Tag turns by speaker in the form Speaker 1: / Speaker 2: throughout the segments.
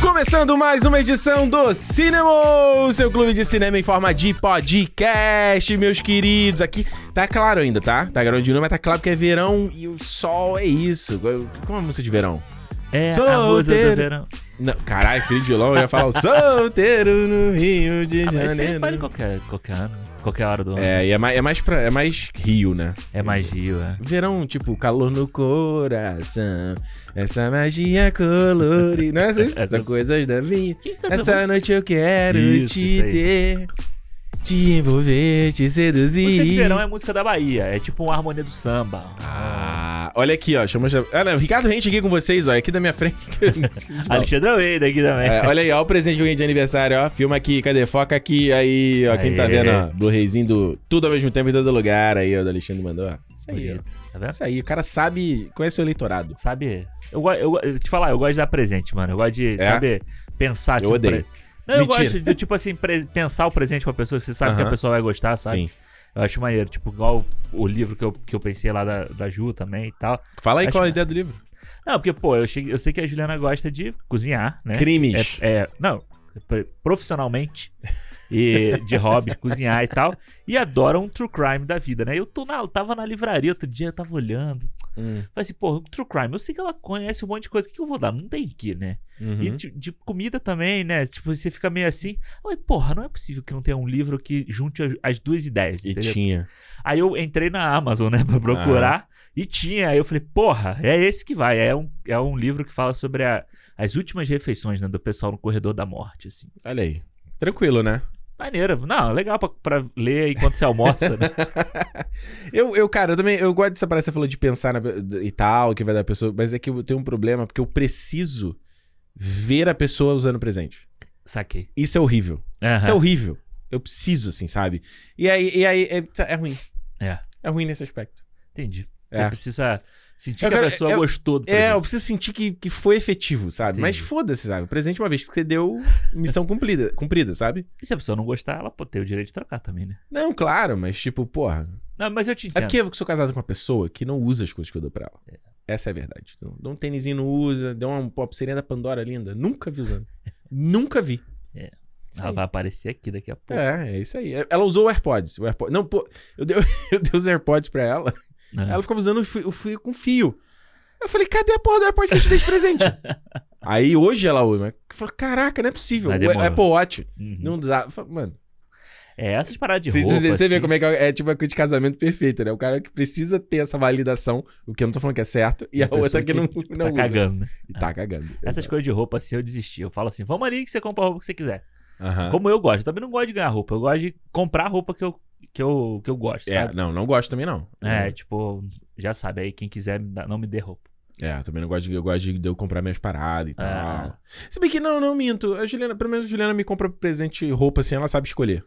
Speaker 1: Começando mais uma edição do Cinema, o seu clube de cinema em forma de podcast, meus queridos. Aqui tá claro ainda, tá? Tá garoto de novo, mas tá claro que é verão e o sol é isso. Como é a música de verão?
Speaker 2: É a
Speaker 1: Solteiro.
Speaker 2: música do verão.
Speaker 1: Não, caralho, filho de vilão, eu ia falar o solteiro no Rio de
Speaker 2: Ah, mas isso aí faz em
Speaker 1: Janeiro.
Speaker 2: qualquer, qualquer ano, qualquer hora do ano. É,
Speaker 1: É, e é mais, é mais, pra- é mais Rio, né?
Speaker 2: mais Rio, é.
Speaker 1: Verão, tipo, calor no coração, essa magia colorida, não é assim?
Speaker 2: Essa-
Speaker 1: São coisas da vida.
Speaker 2: Quem canta
Speaker 1: Essa noite eu quero
Speaker 2: Isso,
Speaker 1: te
Speaker 2: isso aí.
Speaker 1: ter, te envolver, te
Speaker 2: Música de
Speaker 1: seduzir.
Speaker 2: verão é música da Bahia. É tipo uma harmonia do samba.
Speaker 1: Ah, olha aqui, ó. Chama... Ah, não, Ricardo Rente aqui com vocês, ó. é Aqui da minha frente.
Speaker 2: Alexandre Almeida aqui também.
Speaker 1: É, olha aí, ó, o presente de alguém de aniversário, ó. Filma aqui, cadê? Foca aqui, aí, ó. Quem tá
Speaker 2: Aê.
Speaker 1: vendo, ó? Blu-rayzinho do Tudo ao mesmo tempo em todo lugar, aí, ó. Do Alexandre mandou, ó. Isso aí, ó.
Speaker 2: Bonito, tá vendo?
Speaker 1: Isso aí, o cara sabe, conhece o eleitorado.
Speaker 2: Sabe? Eu, go- eu, go- eu te falar, eu gosto de dar presente, mano. Eu gosto de, sabe, pensar assim.
Speaker 1: É? Eu odeio.
Speaker 2: pre- Não, eu
Speaker 1: Mentira.
Speaker 2: gosto de, tipo assim, pre- pensar o presente pra pessoa, você sabe que
Speaker 1: Aham.
Speaker 2: a pessoa vai gostar, sabe?
Speaker 1: Sim.
Speaker 2: Eu acho maneiro, tipo, igual o, o livro que eu, que eu pensei lá da, da Ju também e tal.
Speaker 1: Fala aí
Speaker 2: Acho
Speaker 1: qual a
Speaker 2: que-
Speaker 1: ideia do livro.
Speaker 2: Não, porque, pô, eu, cheguei- eu sei que a Juliana gosta de cozinhar, né?
Speaker 1: Crimes.
Speaker 2: É, é- não, pre- profissionalmente e de hobby, cozinhar e tal. E adora um true crime da vida, né? Eu tô na, eu tava na livraria outro dia, eu tava olhando.
Speaker 1: Hum,
Speaker 2: Falei assim, pô, true crime, eu sei que ela conhece um monte de coisa, o que, que eu vou dar? Não tem que, né?
Speaker 1: uhum.
Speaker 2: E de, de comida também, né? Tipo, você fica meio assim. Ai, porra, não é possível que não tenha um livro que junte as, as duas ideias,
Speaker 1: E
Speaker 2: entendeu?
Speaker 1: tinha.
Speaker 2: Aí eu entrei na Amazon, né, pra procurar. E tinha, aí eu falei, porra, é esse que vai. É um, é um livro que fala sobre a- as últimas refeições, né, do pessoal no corredor da morte, assim.
Speaker 1: Olha aí. Tranquilo, né?
Speaker 2: Maneiro. Não, legal pra, pra ler enquanto você almoça, né?
Speaker 1: Eu, eu, cara, eu também eu gosto dessa parada que você falou de pensar na, e tal, que vai dar a pessoa. Mas é que eu tenho um problema, porque eu preciso ver a pessoa usando presente.
Speaker 2: Saquei.
Speaker 1: Isso é horrível. Isso é
Speaker 2: Aham.
Speaker 1: horrível. Eu preciso, assim, sabe? E aí, e aí é, é ruim.
Speaker 2: É.
Speaker 1: É ruim nesse aspecto.
Speaker 2: Entendi. Você
Speaker 1: É.
Speaker 2: precisa sentir
Speaker 1: Eu
Speaker 2: que a
Speaker 1: quero-
Speaker 2: pessoa
Speaker 1: eu-
Speaker 2: gostou do
Speaker 1: É, eu
Speaker 2: presente.
Speaker 1: preciso sentir que, que foi efetivo, sabe? Mas
Speaker 2: Entendi.
Speaker 1: foda-se, sabe? O presente, uma vez que você deu, missão cumprida, cumprida, sabe?
Speaker 2: E se a pessoa não gostar, ela pô, tem o direito de trocar também, né?
Speaker 1: Não, claro, mas tipo, porra.
Speaker 2: Não, mas eu te
Speaker 1: É
Speaker 2: entendo.
Speaker 1: porque eu sou casado com uma pessoa que não usa as coisas que eu dou pra ela. Essa é a verdade. Então, Deu um tênisinho, não usa. Deu uma pop da Pandora linda. Nunca vi usando. Nunca vi.
Speaker 2: É.
Speaker 1: Isso
Speaker 2: Ela
Speaker 1: aí.
Speaker 2: vai aparecer aqui daqui a pouco.
Speaker 1: assim, É, é isso aí. Ela usou o AirPods. O AirPod... Não, pô, eu dei, eu dei os AirPods pra ela.
Speaker 2: Aham.
Speaker 1: Ela ficava usando o fio, o fio com fio. Eu falei, cadê a porra do AirPod que eu te dei de presente? aí hoje ela usa. mas Eu falei, caraca, não é possível.
Speaker 2: Mas
Speaker 1: O
Speaker 2: demorou.
Speaker 1: Apple Watch.
Speaker 2: Uhum.
Speaker 1: Não usava. Eu falei, Mano,
Speaker 2: É, essas paradas de
Speaker 1: você,
Speaker 2: roupa,
Speaker 1: você vê
Speaker 2: assim,
Speaker 1: como é que é, é tipo a coisa de casamento perfeita, né? O cara que precisa ter essa validação, o que eu não tô falando que é certo, e a,
Speaker 2: A pessoa
Speaker 1: outra que,
Speaker 2: que
Speaker 1: não, não
Speaker 2: tá
Speaker 1: usa.
Speaker 2: cagando, né?
Speaker 1: E tá cagando.
Speaker 2: Essas coisas de roupa, assim, eu desisti. Eu falo assim, vamos ali que você compra a roupa que você quiser.
Speaker 1: Aham.
Speaker 2: Ah. Como eu gosto. Eu também não gosto de ganhar roupa. Eu gosto de comprar a roupa que eu, que eu, que eu gosto,
Speaker 1: É, Uhum.
Speaker 2: sabe?
Speaker 1: não, não gosto também não.
Speaker 2: É, tipo, já sabe. Aí quem quiser me dar- não me dê roupa.
Speaker 1: É, eu também não gosto de, eu gosto de de eu comprar minhas paradas e tal.
Speaker 2: Ah.
Speaker 1: Se bem que não, não minto. A Juliana, pelo menos a Juliana me compra presente roupa assim, ela sabe escolher.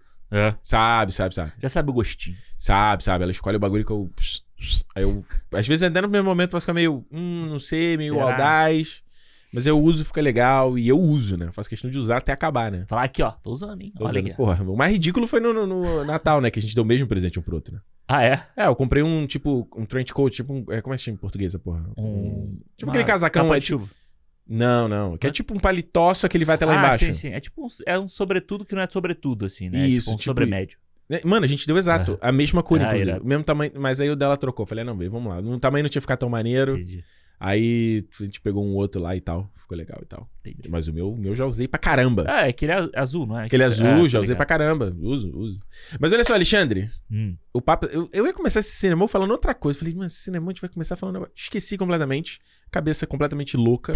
Speaker 1: Sabe, sabe, sabe.
Speaker 2: é. Já sabe o gostinho.
Speaker 1: Sabe, sabe. Ela escolhe o bagulho que eu. Aí eu. Às vezes até no primeiro momento posso ficar meio. Hum, não sei, meio
Speaker 2: Será?
Speaker 1: audaz. Mas eu uso, fica legal. E eu uso, né? Eu faço questão de usar até acabar, né?
Speaker 2: Falar aqui, ó. Tô usando, hein?
Speaker 1: Tô
Speaker 2: Olha
Speaker 1: usando.
Speaker 2: aqui.
Speaker 1: Porra, o mais ridículo foi no, no- no Natal, né? Que a gente deu o mesmo presente um pro outro, né?
Speaker 2: Ah, é?
Speaker 1: É, eu comprei um tipo, um trench coat, tipo um. é, Como é que chama em português essa porra?
Speaker 2: Um...
Speaker 1: Tipo
Speaker 2: uma
Speaker 1: aquele casacão.
Speaker 2: capa
Speaker 1: É,
Speaker 2: de
Speaker 1: tipo-
Speaker 2: chuva.
Speaker 1: não, não. Que é tipo um paletó, só que ele vai até lá
Speaker 2: ah,
Speaker 1: embaixo.
Speaker 2: sim, sim. É tipo um, é um sobretudo que não é sobretudo, assim, né? É
Speaker 1: Isso,
Speaker 2: tipo um
Speaker 1: tipo
Speaker 2: sobremédio.
Speaker 1: Né? Mano, a gente deu exato. A mesma cor,
Speaker 2: Ah,
Speaker 1: inclusive.
Speaker 2: irado.
Speaker 1: O mesmo tamanho. Mas aí o dela trocou. Falei, "Ah, não, bem, vamos lá. O tamanho não tinha ficado tão maneiro.
Speaker 2: Entendi,
Speaker 1: Aí a gente pegou um outro lá e tal. Ficou legal e tal.
Speaker 2: entendi.
Speaker 1: Mas o meu, o meu já usei pra caramba.
Speaker 2: Ah, é aquele a- azul, não é?
Speaker 1: Aquele
Speaker 2: Ah,
Speaker 1: azul,
Speaker 2: tá
Speaker 1: já usei pra
Speaker 2: ligado.
Speaker 1: caramba. Uso, uso. Mas olha só, Alexandre.
Speaker 2: Hum.
Speaker 1: O papo. Eu, eu ia começar esse cinema falando outra coisa. Falei, mas esse cinema a gente vai começar falando. um negócio." Esqueci completamente. Cabeça completamente louca.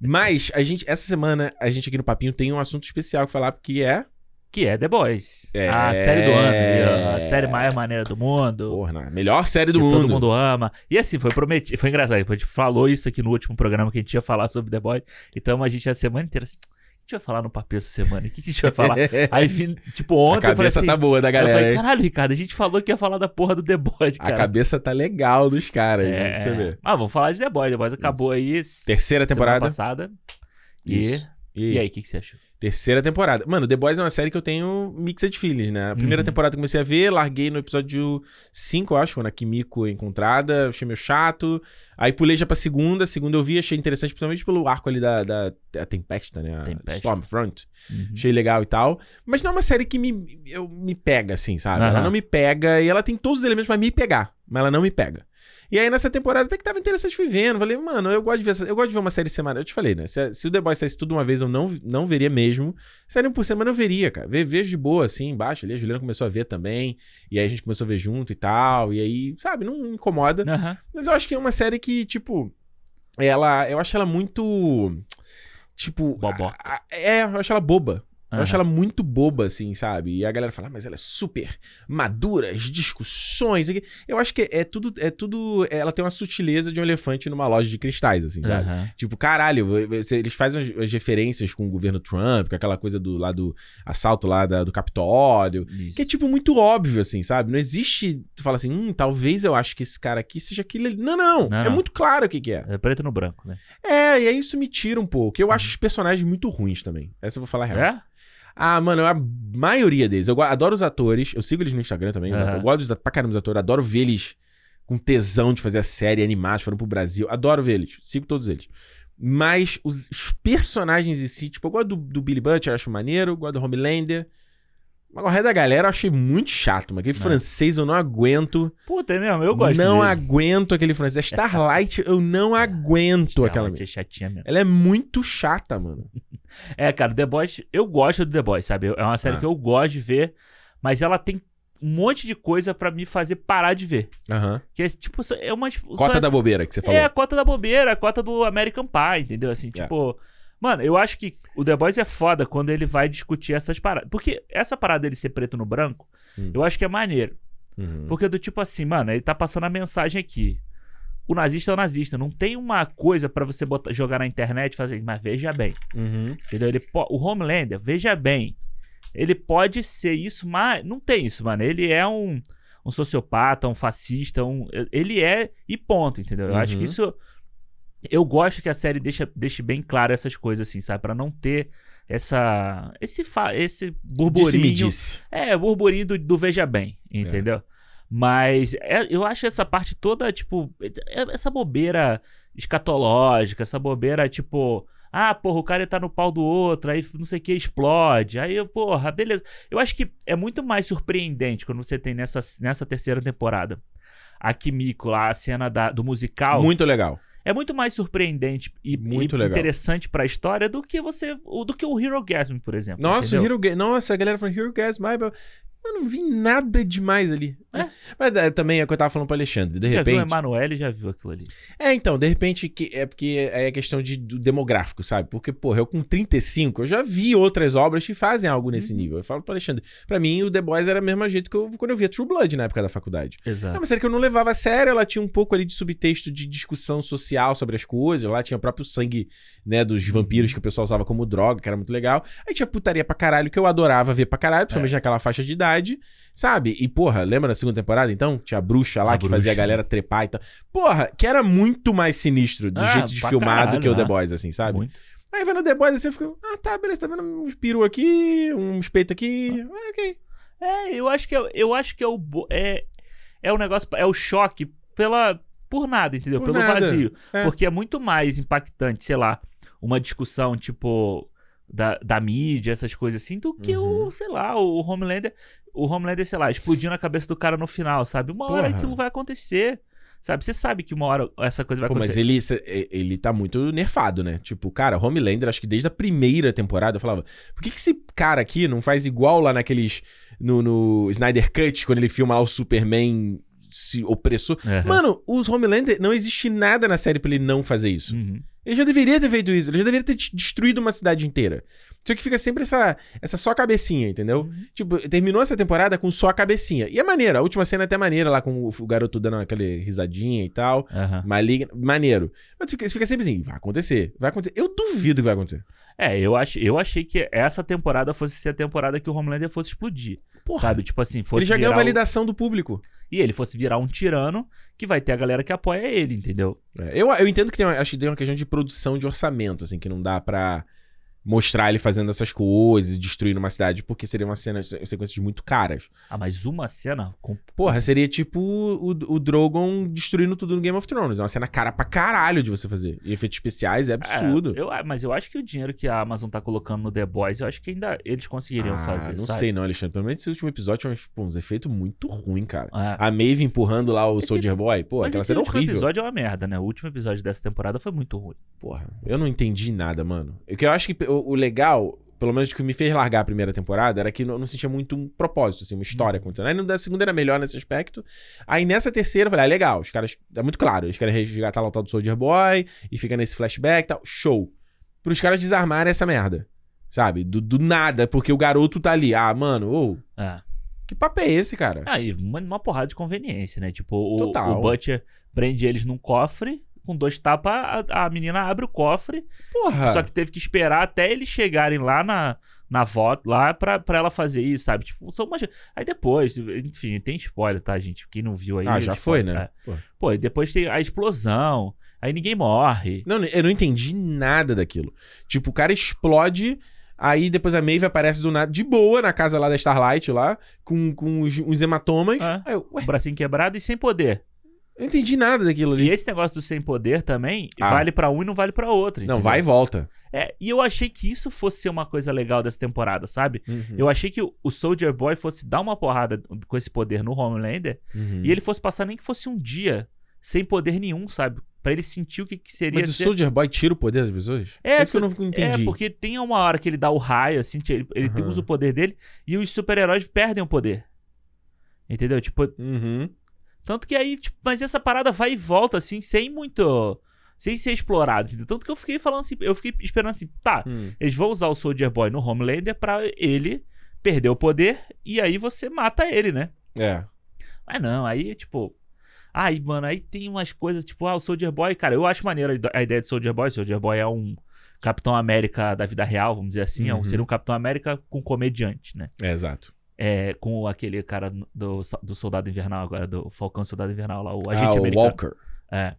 Speaker 1: mas a gente, essa semana, a gente aqui no Papinho tem um assunto especial que falar, porque é.
Speaker 2: Que é The Boys.
Speaker 1: É.
Speaker 2: A série do ano. e A série maior maneira do mundo.
Speaker 1: Porra, na melhor série do
Speaker 2: que
Speaker 1: mundo.
Speaker 2: todo mundo ama. E assim, foi prometido. Foi engraçado. A gente falou isso aqui no último programa que a gente ia falar sobre The Boys. Então a gente a semana inteira assim. "O que A gente vai falar no papel essa semana. O que, que a gente vai falar? Aí, vim, tipo,
Speaker 1: A
Speaker 2: ontem eu falei
Speaker 1: cabeça
Speaker 2: assim.
Speaker 1: tá boa da galera,
Speaker 2: eu falei,
Speaker 1: hein?
Speaker 2: caralho, Ricardo, a gente falou que ia falar da porra do The Boys,
Speaker 1: A
Speaker 2: cara.
Speaker 1: cabeça tá legal dos caras, né?
Speaker 2: é...
Speaker 1: pra você ver.
Speaker 2: Ah, vamos falar de The Boys. The Boys acabou aí.
Speaker 1: Terceira
Speaker 2: semana
Speaker 1: temporada.
Speaker 2: passada. E...
Speaker 1: Isso.
Speaker 2: e aí, o que, que você achou?
Speaker 1: Terceira temporada. Mano, The Boys é uma série que eu tenho mixed feelings, né? A primeira
Speaker 2: Uhum.
Speaker 1: temporada eu comecei a ver, larguei no episódio 5, eu acho, quando a Kimiko é encontrada, achei meio chato. Aí pulei já pra segunda, a segunda eu vi, achei interessante, principalmente pelo arco ali da, da, da Tempesta, né? A
Speaker 2: Tempesta.
Speaker 1: Stormfront.
Speaker 2: Uhum.
Speaker 1: Achei legal e tal. Mas não é uma série que me, eu, me pega, assim, sabe? Ela
Speaker 2: Aham.
Speaker 1: não me pega e ela tem todos os elementos pra me pegar, mas ela não me pega. E aí, nessa temporada, até que tava interessante, fui vendo. Falei, mano, eu gosto de ver, essa- eu gosto de ver uma série semanal. Eu te falei, né? Se, se o The Boys saísse tudo uma vez, eu não, não veria mesmo. Série um por semana eu veria, cara. Ve- Vejo de boa, assim, embaixo ali. A Juliana começou a ver também. E aí a gente começou a ver junto e tal. E aí, sabe, não incomoda.
Speaker 2: Aham.
Speaker 1: Mas eu acho que é uma série que, tipo, ela. Eu acho ela muito. Tipo.
Speaker 2: Boboca.
Speaker 1: a- a- é, eu acho ela boba. Eu
Speaker 2: Aham.
Speaker 1: acho ela muito boba, assim, sabe? E a galera fala, "Ah, mas ela é super madura, as discussões. aqui." Eu acho que é tudo, é tudo. Ela tem uma sutileza de um elefante numa loja de cristais, assim, sabe?
Speaker 2: Aham.
Speaker 1: Tipo, caralho, você- eles fazem as, as referências com o governo Trump, com aquela coisa do lá do assalto lá da- do Capitólio.
Speaker 2: Isso.
Speaker 1: Que é, tipo, muito óbvio, assim, sabe? Não existe. Tu fala assim, hum, talvez eu acho que esse cara aqui seja aquele. ali. Não, não,
Speaker 2: Não,
Speaker 1: É
Speaker 2: não.
Speaker 1: muito claro o que, que é.
Speaker 2: É preto no branco, né?
Speaker 1: É, e aí isso me tira um pouco. Eu acho os personagens muito ruins também. Essa eu vou falar real.
Speaker 2: É?
Speaker 1: Ah, mano, a maioria deles. Eu go- adoro os atores. Eu sigo eles no Instagram também. os
Speaker 2: Aham.
Speaker 1: atores. Eu gosto dos at- pra caramba dos atores. Adoro ver eles com tesão de fazer a série animados. Foram pro Brasil. Adoro ver eles. Sigo todos eles. Mas os, os personagens em si, tipo, eu gosto do, do Billy Butcher, acho maneiro. eu Gosto do Homelander. Mas o resto da galera eu achei muito chato, mano. Aquele
Speaker 2: Não.
Speaker 1: francês eu não aguento.
Speaker 2: Puta, é mesmo. É. Eu gosto
Speaker 1: Não
Speaker 2: dele.
Speaker 1: aguento aquele francês. A Starlight eu não aguento
Speaker 2: Não,
Speaker 1: aquela.
Speaker 2: a tia é chatinha mesmo.
Speaker 1: Ela é muito chata, mano.
Speaker 2: É, cara, The Boys, eu gosto do The Boys, sabe? É uma série
Speaker 1: Ah.
Speaker 2: que eu gosto de ver, mas ela tem um monte de coisa pra me fazer parar de ver.
Speaker 1: Aham.
Speaker 2: Que é tipo, só- é uma. tipo,
Speaker 1: Cota
Speaker 2: só-
Speaker 1: da bobeira que você falou.
Speaker 2: É, a cota da bobeira, a cota do American Pie, entendeu? Assim,
Speaker 1: É.
Speaker 2: tipo. Mano, eu acho que o The Boys é foda quando ele vai discutir essas paradas. Porque essa parada dele ser preto no branco,
Speaker 1: Hum.
Speaker 2: eu acho que é maneiro.
Speaker 1: Uhum.
Speaker 2: Porque é do tipo assim, mano, ele tá passando a mensagem aqui. O nazista é o nazista. Não tem uma coisa pra você botar, jogar na internet e fazer, mas veja bem.
Speaker 1: Uhum.
Speaker 2: Entendeu? Ele po- O Homelander, veja bem, ele pode ser isso, mas não tem isso, mano. Ele é um, um sociopata, um fascista, um... ele é e ponto, entendeu? Eu acho
Speaker 1: Uhum.
Speaker 2: que isso. Eu gosto que a série deixa, deixe bem claro essas coisas, assim, sabe? Pra não ter essa. Esse, fa... esse burburinho.
Speaker 1: Disse-me disse.
Speaker 2: É, burburinho do, do Veja Bem,
Speaker 1: É.
Speaker 2: entendeu? Mas é, eu acho essa parte toda, tipo, é- é essa bobeira escatológica, essa bobeira, tipo, ah, porra, o cara tá no pau do outro, aí não sei o que, explode. Aí, porra, beleza. Eu acho que é muito mais surpreendente quando você tem nessa, nessa terceira temporada. A Kimiko lá, a cena da- do musical.
Speaker 1: Muito legal.
Speaker 2: É muito mais surpreendente e,
Speaker 1: Muito
Speaker 2: e
Speaker 1: legal.
Speaker 2: interessante pra história do que você. o- do que o Hero Gasm, por exemplo.
Speaker 1: Nossa, o
Speaker 2: entendeu?
Speaker 1: Hero Ga- Nossa, a galera falou Hero Gas, my bad. Eu não vi nada demais ali.
Speaker 2: É.
Speaker 1: Mas é, também é o que eu tava falando pro Alexandre. De
Speaker 2: já viu o
Speaker 1: repente.
Speaker 2: Emanuele já viu aquilo ali.
Speaker 1: É, então, de repente, que- é porque é questão de, do demográfico, sabe? Porque, porra, eu com 35, eu já vi outras obras que fazem algo nesse
Speaker 2: Uhum.
Speaker 1: nível. Eu falo pro Alexandre. Pra mim, o The Boys era o mesmo jeito que eu, quando eu via True Blood na época da faculdade.
Speaker 2: Exato.
Speaker 1: É uma série que eu não levava a sério, ela tinha um pouco ali de subtexto de discussão social sobre as coisas, lá tinha o próprio sangue, né,
Speaker 2: Uhum.
Speaker 1: dos vampiros que o pessoal usava como droga, que era muito legal. Aí tinha putaria pra caralho, que eu adorava ver pra caralho,
Speaker 2: É.
Speaker 1: principalmente naquela faixa de idade, sabe? E porra, lembra na segunda temporada, então? Tinha a bruxa lá
Speaker 2: A
Speaker 1: que fazia a
Speaker 2: bruxa.
Speaker 1: galera trepar e tal. Porra, que era muito mais sinistro do
Speaker 2: Ah,
Speaker 1: jeito de
Speaker 2: pra
Speaker 1: filmar do
Speaker 2: caralho,
Speaker 1: que o The
Speaker 2: ah.
Speaker 1: Boys, assim, sabe?
Speaker 2: Muito.
Speaker 1: Aí vendo o The Boys, assim, eu fico, ah, tá, beleza, tá vendo uns peru aqui, uns peitos aqui, ah, ok.
Speaker 2: É, eu acho que é, eu acho que é o bo- é é o negócio é o choque pela por nada, entendeu?
Speaker 1: Por
Speaker 2: Pelo
Speaker 1: nada,
Speaker 2: vazio,
Speaker 1: é.
Speaker 2: porque é muito mais impactante, sei lá, uma discussão tipo da, da mídia, essas coisas assim, do que
Speaker 1: Uhum.
Speaker 2: o, sei lá, o Homelander, o Homelander, sei lá, explodindo a cabeça do cara no final, sabe? Uma hora
Speaker 1: Porra.
Speaker 2: aquilo vai acontecer. Sabe, você sabe que uma hora essa coisa vai
Speaker 1: Pô, mas
Speaker 2: acontecer.
Speaker 1: ele, cê- e- ele tá muito nerfado, né? Tipo, cara, Homelander, acho que desde a primeira temporada eu falava, por que, que esse cara aqui não faz igual lá naqueles. No, no Snyder Cut, quando ele filma lá o Superman se opressor.
Speaker 2: Aham.
Speaker 1: Mano, os Homelander, não existe nada na série pra ele não fazer isso.
Speaker 2: Uhum.
Speaker 1: Ele já deveria ter feito isso, ele já deveria ter de- destruído uma cidade inteira. Só que fica sempre essa, essa só cabecinha, entendeu?
Speaker 2: Uhum.
Speaker 1: Tipo, terminou essa temporada com só a cabecinha. E é maneira, a última cena é até maneira lá com o o garoto dando aquela risadinha e tal.
Speaker 2: Aham.
Speaker 1: Maligno, maneiro. Mas fica, fica sempre assim, vai acontecer, vai acontecer. Eu duvido que vai acontecer.
Speaker 2: É, eu, ach, eu achei que essa temporada fosse ser a temporada que o Homelander fosse explodir.
Speaker 1: Porra.
Speaker 2: Sabe? Tipo assim, fosse
Speaker 1: ele já ganhou
Speaker 2: virar o-
Speaker 1: validação do público.
Speaker 2: e ele fosse virar um tirano que vai ter a galera que apoia ele, entendeu?
Speaker 1: É, eu, eu entendo que tem uma, acho que tem uma questão de produção de orçamento, assim, que não dá pra mostrar ele fazendo essas coisas, e destruindo uma cidade, porque seria uma cena, sequências muito caras.
Speaker 2: Ah, mas uma cena com.
Speaker 1: Porra, seria tipo o, o Drogon destruindo tudo no Game of Thrones. É uma cena cara pra caralho de você fazer. E efeitos especiais é absurdo.
Speaker 2: É, eu, mas eu acho que o dinheiro que a Amazon tá colocando no The Boys, eu acho que ainda eles conseguiriam
Speaker 1: Ah,
Speaker 2: fazer.
Speaker 1: Não
Speaker 2: sabe? É.
Speaker 1: sei, não, Alexandre. Pelo menos esse último episódio tinha uns, pô, uns efeitos muito ruins, cara.
Speaker 2: É.
Speaker 1: A Maeve empurrando lá o
Speaker 2: Esse-
Speaker 1: Soldier Boy, Ah, pô,
Speaker 2: Mas
Speaker 1: aquela
Speaker 2: esse
Speaker 1: cena
Speaker 2: último
Speaker 1: horrível.
Speaker 2: episódio é uma merda, né? O último episódio dessa temporada foi muito ruim.
Speaker 1: Porra, eu não entendi nada, mano. O que eu acho que o, o legal, pelo menos o que me fez largar a primeira temporada, era que eu não sentia muito um propósito, assim, uma
Speaker 2: Hum.
Speaker 1: história acontecendo. Aí no da segunda era melhor nesse aspecto. Aí nessa terceira eu falei, ah, legal, os caras. É muito claro, eles querem resgatar lá o tal do Soldier Boy e fica nesse flashback e tal. Show. Pros caras desarmarem essa merda. Sabe? Do, do nada, porque o garoto tá ali. Ah, mano, ô,
Speaker 2: É.
Speaker 1: que papo é esse, cara?
Speaker 2: Ah, e uma, uma porrada de conveniência, né? Tipo, o,
Speaker 1: Total.
Speaker 2: o Butcher prende eles num cofre, com dois tapas, a, a menina abre o cofre,
Speaker 1: Porra.
Speaker 2: só que teve que esperar até eles chegarem lá na, na volta, lá pra, pra ela fazer isso, sabe? Tipo, são umas... Aí depois, enfim, tem spoiler, tá, gente? Quem não viu aí...
Speaker 1: ah, já
Speaker 2: spoiler,
Speaker 1: foi, né?
Speaker 2: é.
Speaker 1: Porra.
Speaker 2: Pô, e depois tem a explosão, aí ninguém morre.
Speaker 1: Não, eu não entendi nada daquilo. Tipo, o cara explode, aí depois a Maeve aparece do nada, de boa, na casa lá da Starlight, lá, com, com os, os hematomas.
Speaker 2: Ah.
Speaker 1: Aí eu, ué,
Speaker 2: O bracinho quebrado e sem poder.
Speaker 1: eu não entendi nada daquilo
Speaker 2: E
Speaker 1: ali.
Speaker 2: esse negócio do sem poder também
Speaker 1: Ah.
Speaker 2: vale pra um e não vale pra outro.
Speaker 1: Não,
Speaker 2: entendeu?
Speaker 1: vai e volta.
Speaker 2: É, e eu achei que isso fosse ser uma coisa legal dessa temporada, sabe?
Speaker 1: Hum.
Speaker 2: Uhum. Eu achei que o- o Soldier Boy fosse dar uma porrada com esse poder no Homelander
Speaker 1: Uhum.
Speaker 2: e ele fosse passar nem que fosse um dia sem poder nenhum, sabe? Pra ele sentir o que, que seria.
Speaker 1: Mas o
Speaker 2: ser-
Speaker 1: Soldier Boy tira o poder das pessoas?
Speaker 2: É,
Speaker 1: isso que eu não entendi.
Speaker 2: É, porque tem uma hora que ele dá o raio, assim, ele, ele
Speaker 1: Aham.
Speaker 2: usa o poder dele e os super-heróis perdem o poder. Entendeu? Tipo,
Speaker 1: Uhum.
Speaker 2: tanto que aí, tipo, mas essa parada vai e volta, assim, sem muito. Sem ser explorado. entendeu? Tanto que eu fiquei falando assim, eu fiquei esperando assim, tá,
Speaker 1: Hum.
Speaker 2: eles vão usar o Soldier Boy no Homelander pra ele perder o poder e aí você mata ele, né?
Speaker 1: É.
Speaker 2: Mas não, aí tipo. Aí, mano, aí tem umas coisas tipo, ah, o Soldier Boy, cara, eu acho maneiro a ide- a ideia de Soldier Boy. Soldier Boy é um Capitão América da vida real, vamos dizer assim. É
Speaker 1: Uhum.
Speaker 2: um, seria um Capitão América com comediante, né?
Speaker 1: É, exato.
Speaker 2: É, com aquele cara do, do Soldado Invernal agora, do Falcão Soldado Invernal lá, o
Speaker 1: ah,
Speaker 2: agente
Speaker 1: o
Speaker 2: americano.
Speaker 1: Walker.
Speaker 2: É.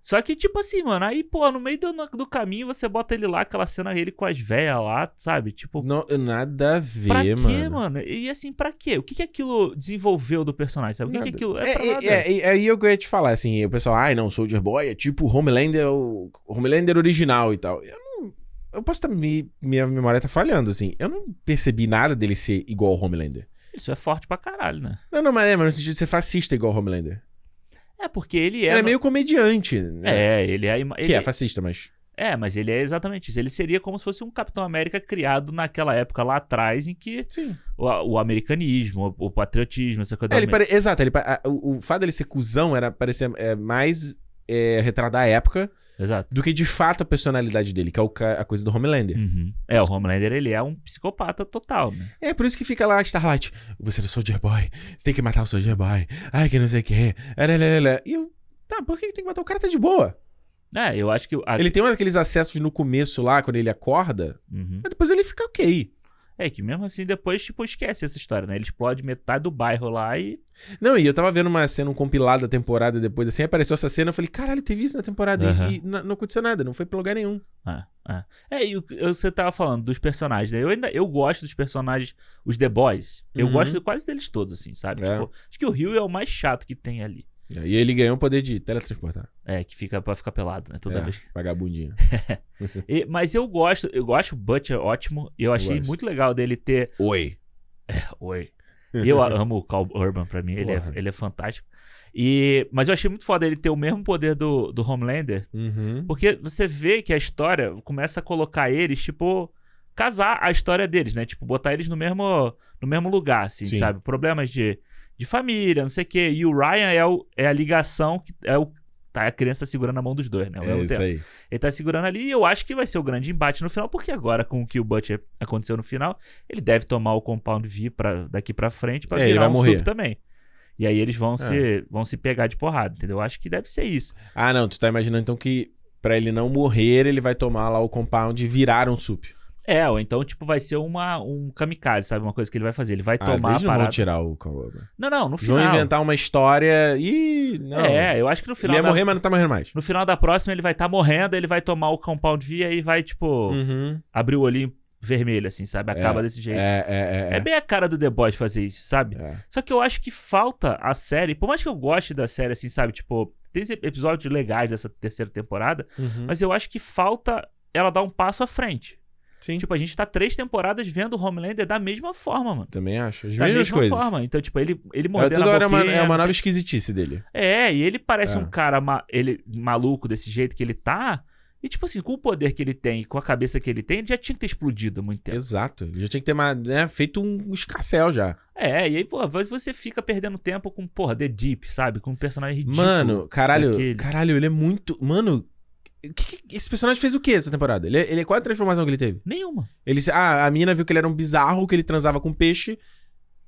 Speaker 2: Só que, tipo assim, mano, aí, pô, no meio do, do caminho você bota ele lá, aquela cena ele com as velhas lá, sabe? Tipo,
Speaker 1: Não, nada a ver,
Speaker 2: pra quê,
Speaker 1: mano.
Speaker 2: mano? E assim, pra quê? O que, que aquilo desenvolveu do personagem, sabe? O que, que
Speaker 1: Nada.
Speaker 2: aquilo... É, pra
Speaker 1: É,
Speaker 2: nada.
Speaker 1: é, é, é, aí eu que eu ia te falar, assim, o pessoal, ai não, Soldier Boy é tipo Homelander, o Homelander original e tal. Eu não. Eu posso estar. me- minha memória tá falhando, assim. Eu não percebi nada dele ser igual ao Homelander.
Speaker 2: Isso é forte pra caralho, né?
Speaker 1: Não, não, mas é, mas no sentido de ser fascista igual ao Homelander.
Speaker 2: É, porque ele
Speaker 1: Ele
Speaker 2: é...
Speaker 1: é
Speaker 2: no-
Speaker 1: meio comediante, né?
Speaker 2: É, ele é... a ima-
Speaker 1: Que
Speaker 2: Ele...
Speaker 1: é fascista, mas.
Speaker 2: é, mas ele é exatamente isso. Ele seria como se fosse um Capitão América criado naquela época lá atrás em que
Speaker 1: Sim.
Speaker 2: o, o americanismo, o, o patriotismo, essa coisa...
Speaker 1: É,
Speaker 2: do
Speaker 1: ele
Speaker 2: Amer-
Speaker 1: pare- Exato, ele pa- a- o, o fato dele ser cuzão era parecer é, mais é, retratar a época
Speaker 2: Exato.
Speaker 1: do que de fato a personalidade dele, que é o ca- a coisa do Homelander.
Speaker 2: Uhum. É, o Homelander, ele é um psicopata total, né?
Speaker 1: É, por isso que fica lá a Starlight. Você é o Soldier Boy. Você tem que matar o Soldier Boy. Ai, que não sei o quê. Aralala. E eu... Tá, por que que tem que matar? O cara tá de boa.
Speaker 2: É, eu acho que... a-
Speaker 1: Ele tem um- aqueles acessos no começo lá, quando ele acorda.
Speaker 2: Uhum.
Speaker 1: Mas depois ele fica ok.
Speaker 2: É que mesmo assim, depois, tipo, esquece essa história, né? Ele explode metade do bairro lá e...
Speaker 1: Não, e eu tava vendo uma cena, um compilado da temporada depois, assim, apareceu essa cena, eu falei, caralho, teve isso na temporada. e-
Speaker 2: Aham.
Speaker 1: E, na- não aconteceu nada, não foi pra lugar nenhum.
Speaker 2: Ah, ah. É, e o que você tava falando dos personagens, né? Eu ainda eu gosto dos personagens, os The Boys. Eu
Speaker 1: Uhum.
Speaker 2: gosto quase deles todos, assim, sabe?
Speaker 1: É.
Speaker 2: Tipo, acho que o Rio é o mais chato que tem ali.
Speaker 1: E ele ganhou o poder de teletransportar.
Speaker 2: É, que fica pra ficar pelado, né? Toda
Speaker 1: É,
Speaker 2: vez.
Speaker 1: Vagabundinho.
Speaker 2: E- mas eu gosto, eu acho o Butcher ótimo. Eu achei
Speaker 1: gosto.
Speaker 2: muito legal dele ter.
Speaker 1: Oi.
Speaker 2: Oi. Eu amo o Cal Urban pra mim, ele é,
Speaker 1: Porra.
Speaker 2: ele é fantástico. E, mas eu achei muito foda ele ter o mesmo poder do, do Homelander.
Speaker 1: Uhum.
Speaker 2: Porque você vê que a história começa a colocar eles, tipo, casar a história deles, né? Tipo, botar eles no mesmo, no mesmo lugar, assim,
Speaker 1: Sim.
Speaker 2: sabe? Problemas de, de família, não sei o quê. E o Ryan é, o- é a ligação que é o. Tá, a criança segurando a mão dos dois, né? Ao
Speaker 1: É
Speaker 2: mesmo
Speaker 1: isso
Speaker 2: tempo.
Speaker 1: aí.
Speaker 2: Ele tá segurando ali e eu acho que vai ser o grande embate no final, porque agora, com o que o Butcher aconteceu no final, ele deve tomar o Compound V pra, daqui pra frente pra
Speaker 1: É, ele
Speaker 2: virar
Speaker 1: vai
Speaker 2: um
Speaker 1: morrer. É.
Speaker 2: sub também. E aí eles vão, se, vão se pegar de porrada, entendeu? Eu acho que deve ser isso.
Speaker 1: Ah, não, tu tá imaginando então que pra ele não morrer, ele vai tomar lá o compound e virar um sup.
Speaker 2: É, ou então, tipo, vai ser uma, um kamikaze, sabe? Uma coisa que ele vai fazer. Ele vai
Speaker 1: Ah,
Speaker 2: É tomar a
Speaker 1: eles não vão
Speaker 2: parada.
Speaker 1: tirar o Kawoba.
Speaker 2: Não, não, no final.
Speaker 1: Vão inventar uma história e. Não.
Speaker 2: É, eu acho que no
Speaker 1: ele
Speaker 2: final.
Speaker 1: ia
Speaker 2: da-
Speaker 1: morrer, mas não tá morrendo mais.
Speaker 2: No final da próxima, ele vai estar morrendo, ele vai tomar o compound V e aí vai, tipo,
Speaker 1: Uhum.
Speaker 2: abrir o olhinho vermelho, assim, sabe? Acaba desse
Speaker 1: É,
Speaker 2: jeito.
Speaker 1: é, é.
Speaker 2: É.
Speaker 1: é.
Speaker 2: bem a cara do The Boys fazer isso, sabe?
Speaker 1: É.
Speaker 2: Só que eu acho que falta a série, por mais que eu goste da série, assim, sabe? Tipo, tem esse- episódios legais dessa terceira temporada,
Speaker 1: Uhum.
Speaker 2: mas eu acho que falta ela dar um passo à frente.
Speaker 1: Sim.
Speaker 2: Tipo, a gente tá três temporadas vendo o Homelander da mesma forma, mano.
Speaker 1: Também acho. As
Speaker 2: Da
Speaker 1: mesmas
Speaker 2: mesma
Speaker 1: coisas.
Speaker 2: forma. Então, tipo, ele, ele
Speaker 1: É,
Speaker 2: mordendo
Speaker 1: toda
Speaker 2: a
Speaker 1: hora é uma,
Speaker 2: boquinha,
Speaker 1: é uma
Speaker 2: não
Speaker 1: nova esquisitice dele.
Speaker 2: É, e ele parece
Speaker 1: É.
Speaker 2: um cara ma- ele, maluco desse jeito que ele tá. E, tipo assim, com o poder que ele tem e com a cabeça que ele tem, ele já tinha que ter explodido há muito tempo.
Speaker 1: Exato. Ele já tinha que ter uma- né, feito um escarcel já.
Speaker 2: É, e aí, pô, você fica perdendo tempo com, porra, The Deep, sabe? Com um personagem ridículo.
Speaker 1: Mano, caralho.
Speaker 2: daquele.
Speaker 1: Caralho, ele é muito. Mano. o que que- esse personagem fez o que essa temporada? Ele, ele, qual a transformação que ele teve?
Speaker 2: Nenhuma.
Speaker 1: Ele, se- ah, a mina viu que ele era um bizarro, que ele transava com peixe.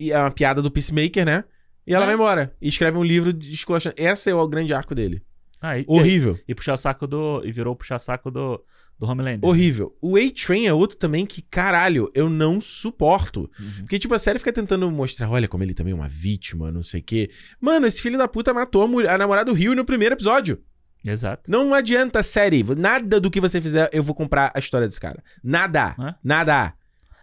Speaker 1: E é uma piada do Peacemaker, né? E ela
Speaker 2: É.
Speaker 1: vai embora. E escreve um livro descosta. Esse é o grande arco dele.
Speaker 2: Ah, e,
Speaker 1: Horrível.
Speaker 2: E, e puxar saco do. E virou puxar saco do, do Homelander.
Speaker 1: Horrível. O A-Train é outro também que, caralho, eu não suporto.
Speaker 2: Uhum.
Speaker 1: Porque, tipo, a série fica tentando mostrar, olha como ele também é uma vítima, não sei o quê. Mano, esse filho da puta matou a, mulher, a namorada do Rio no primeiro episódio.
Speaker 2: Exato.
Speaker 1: Não adianta, série. Nada do que você fizer, eu vou comprar a história desse cara. Nada.
Speaker 2: É?
Speaker 1: Nada.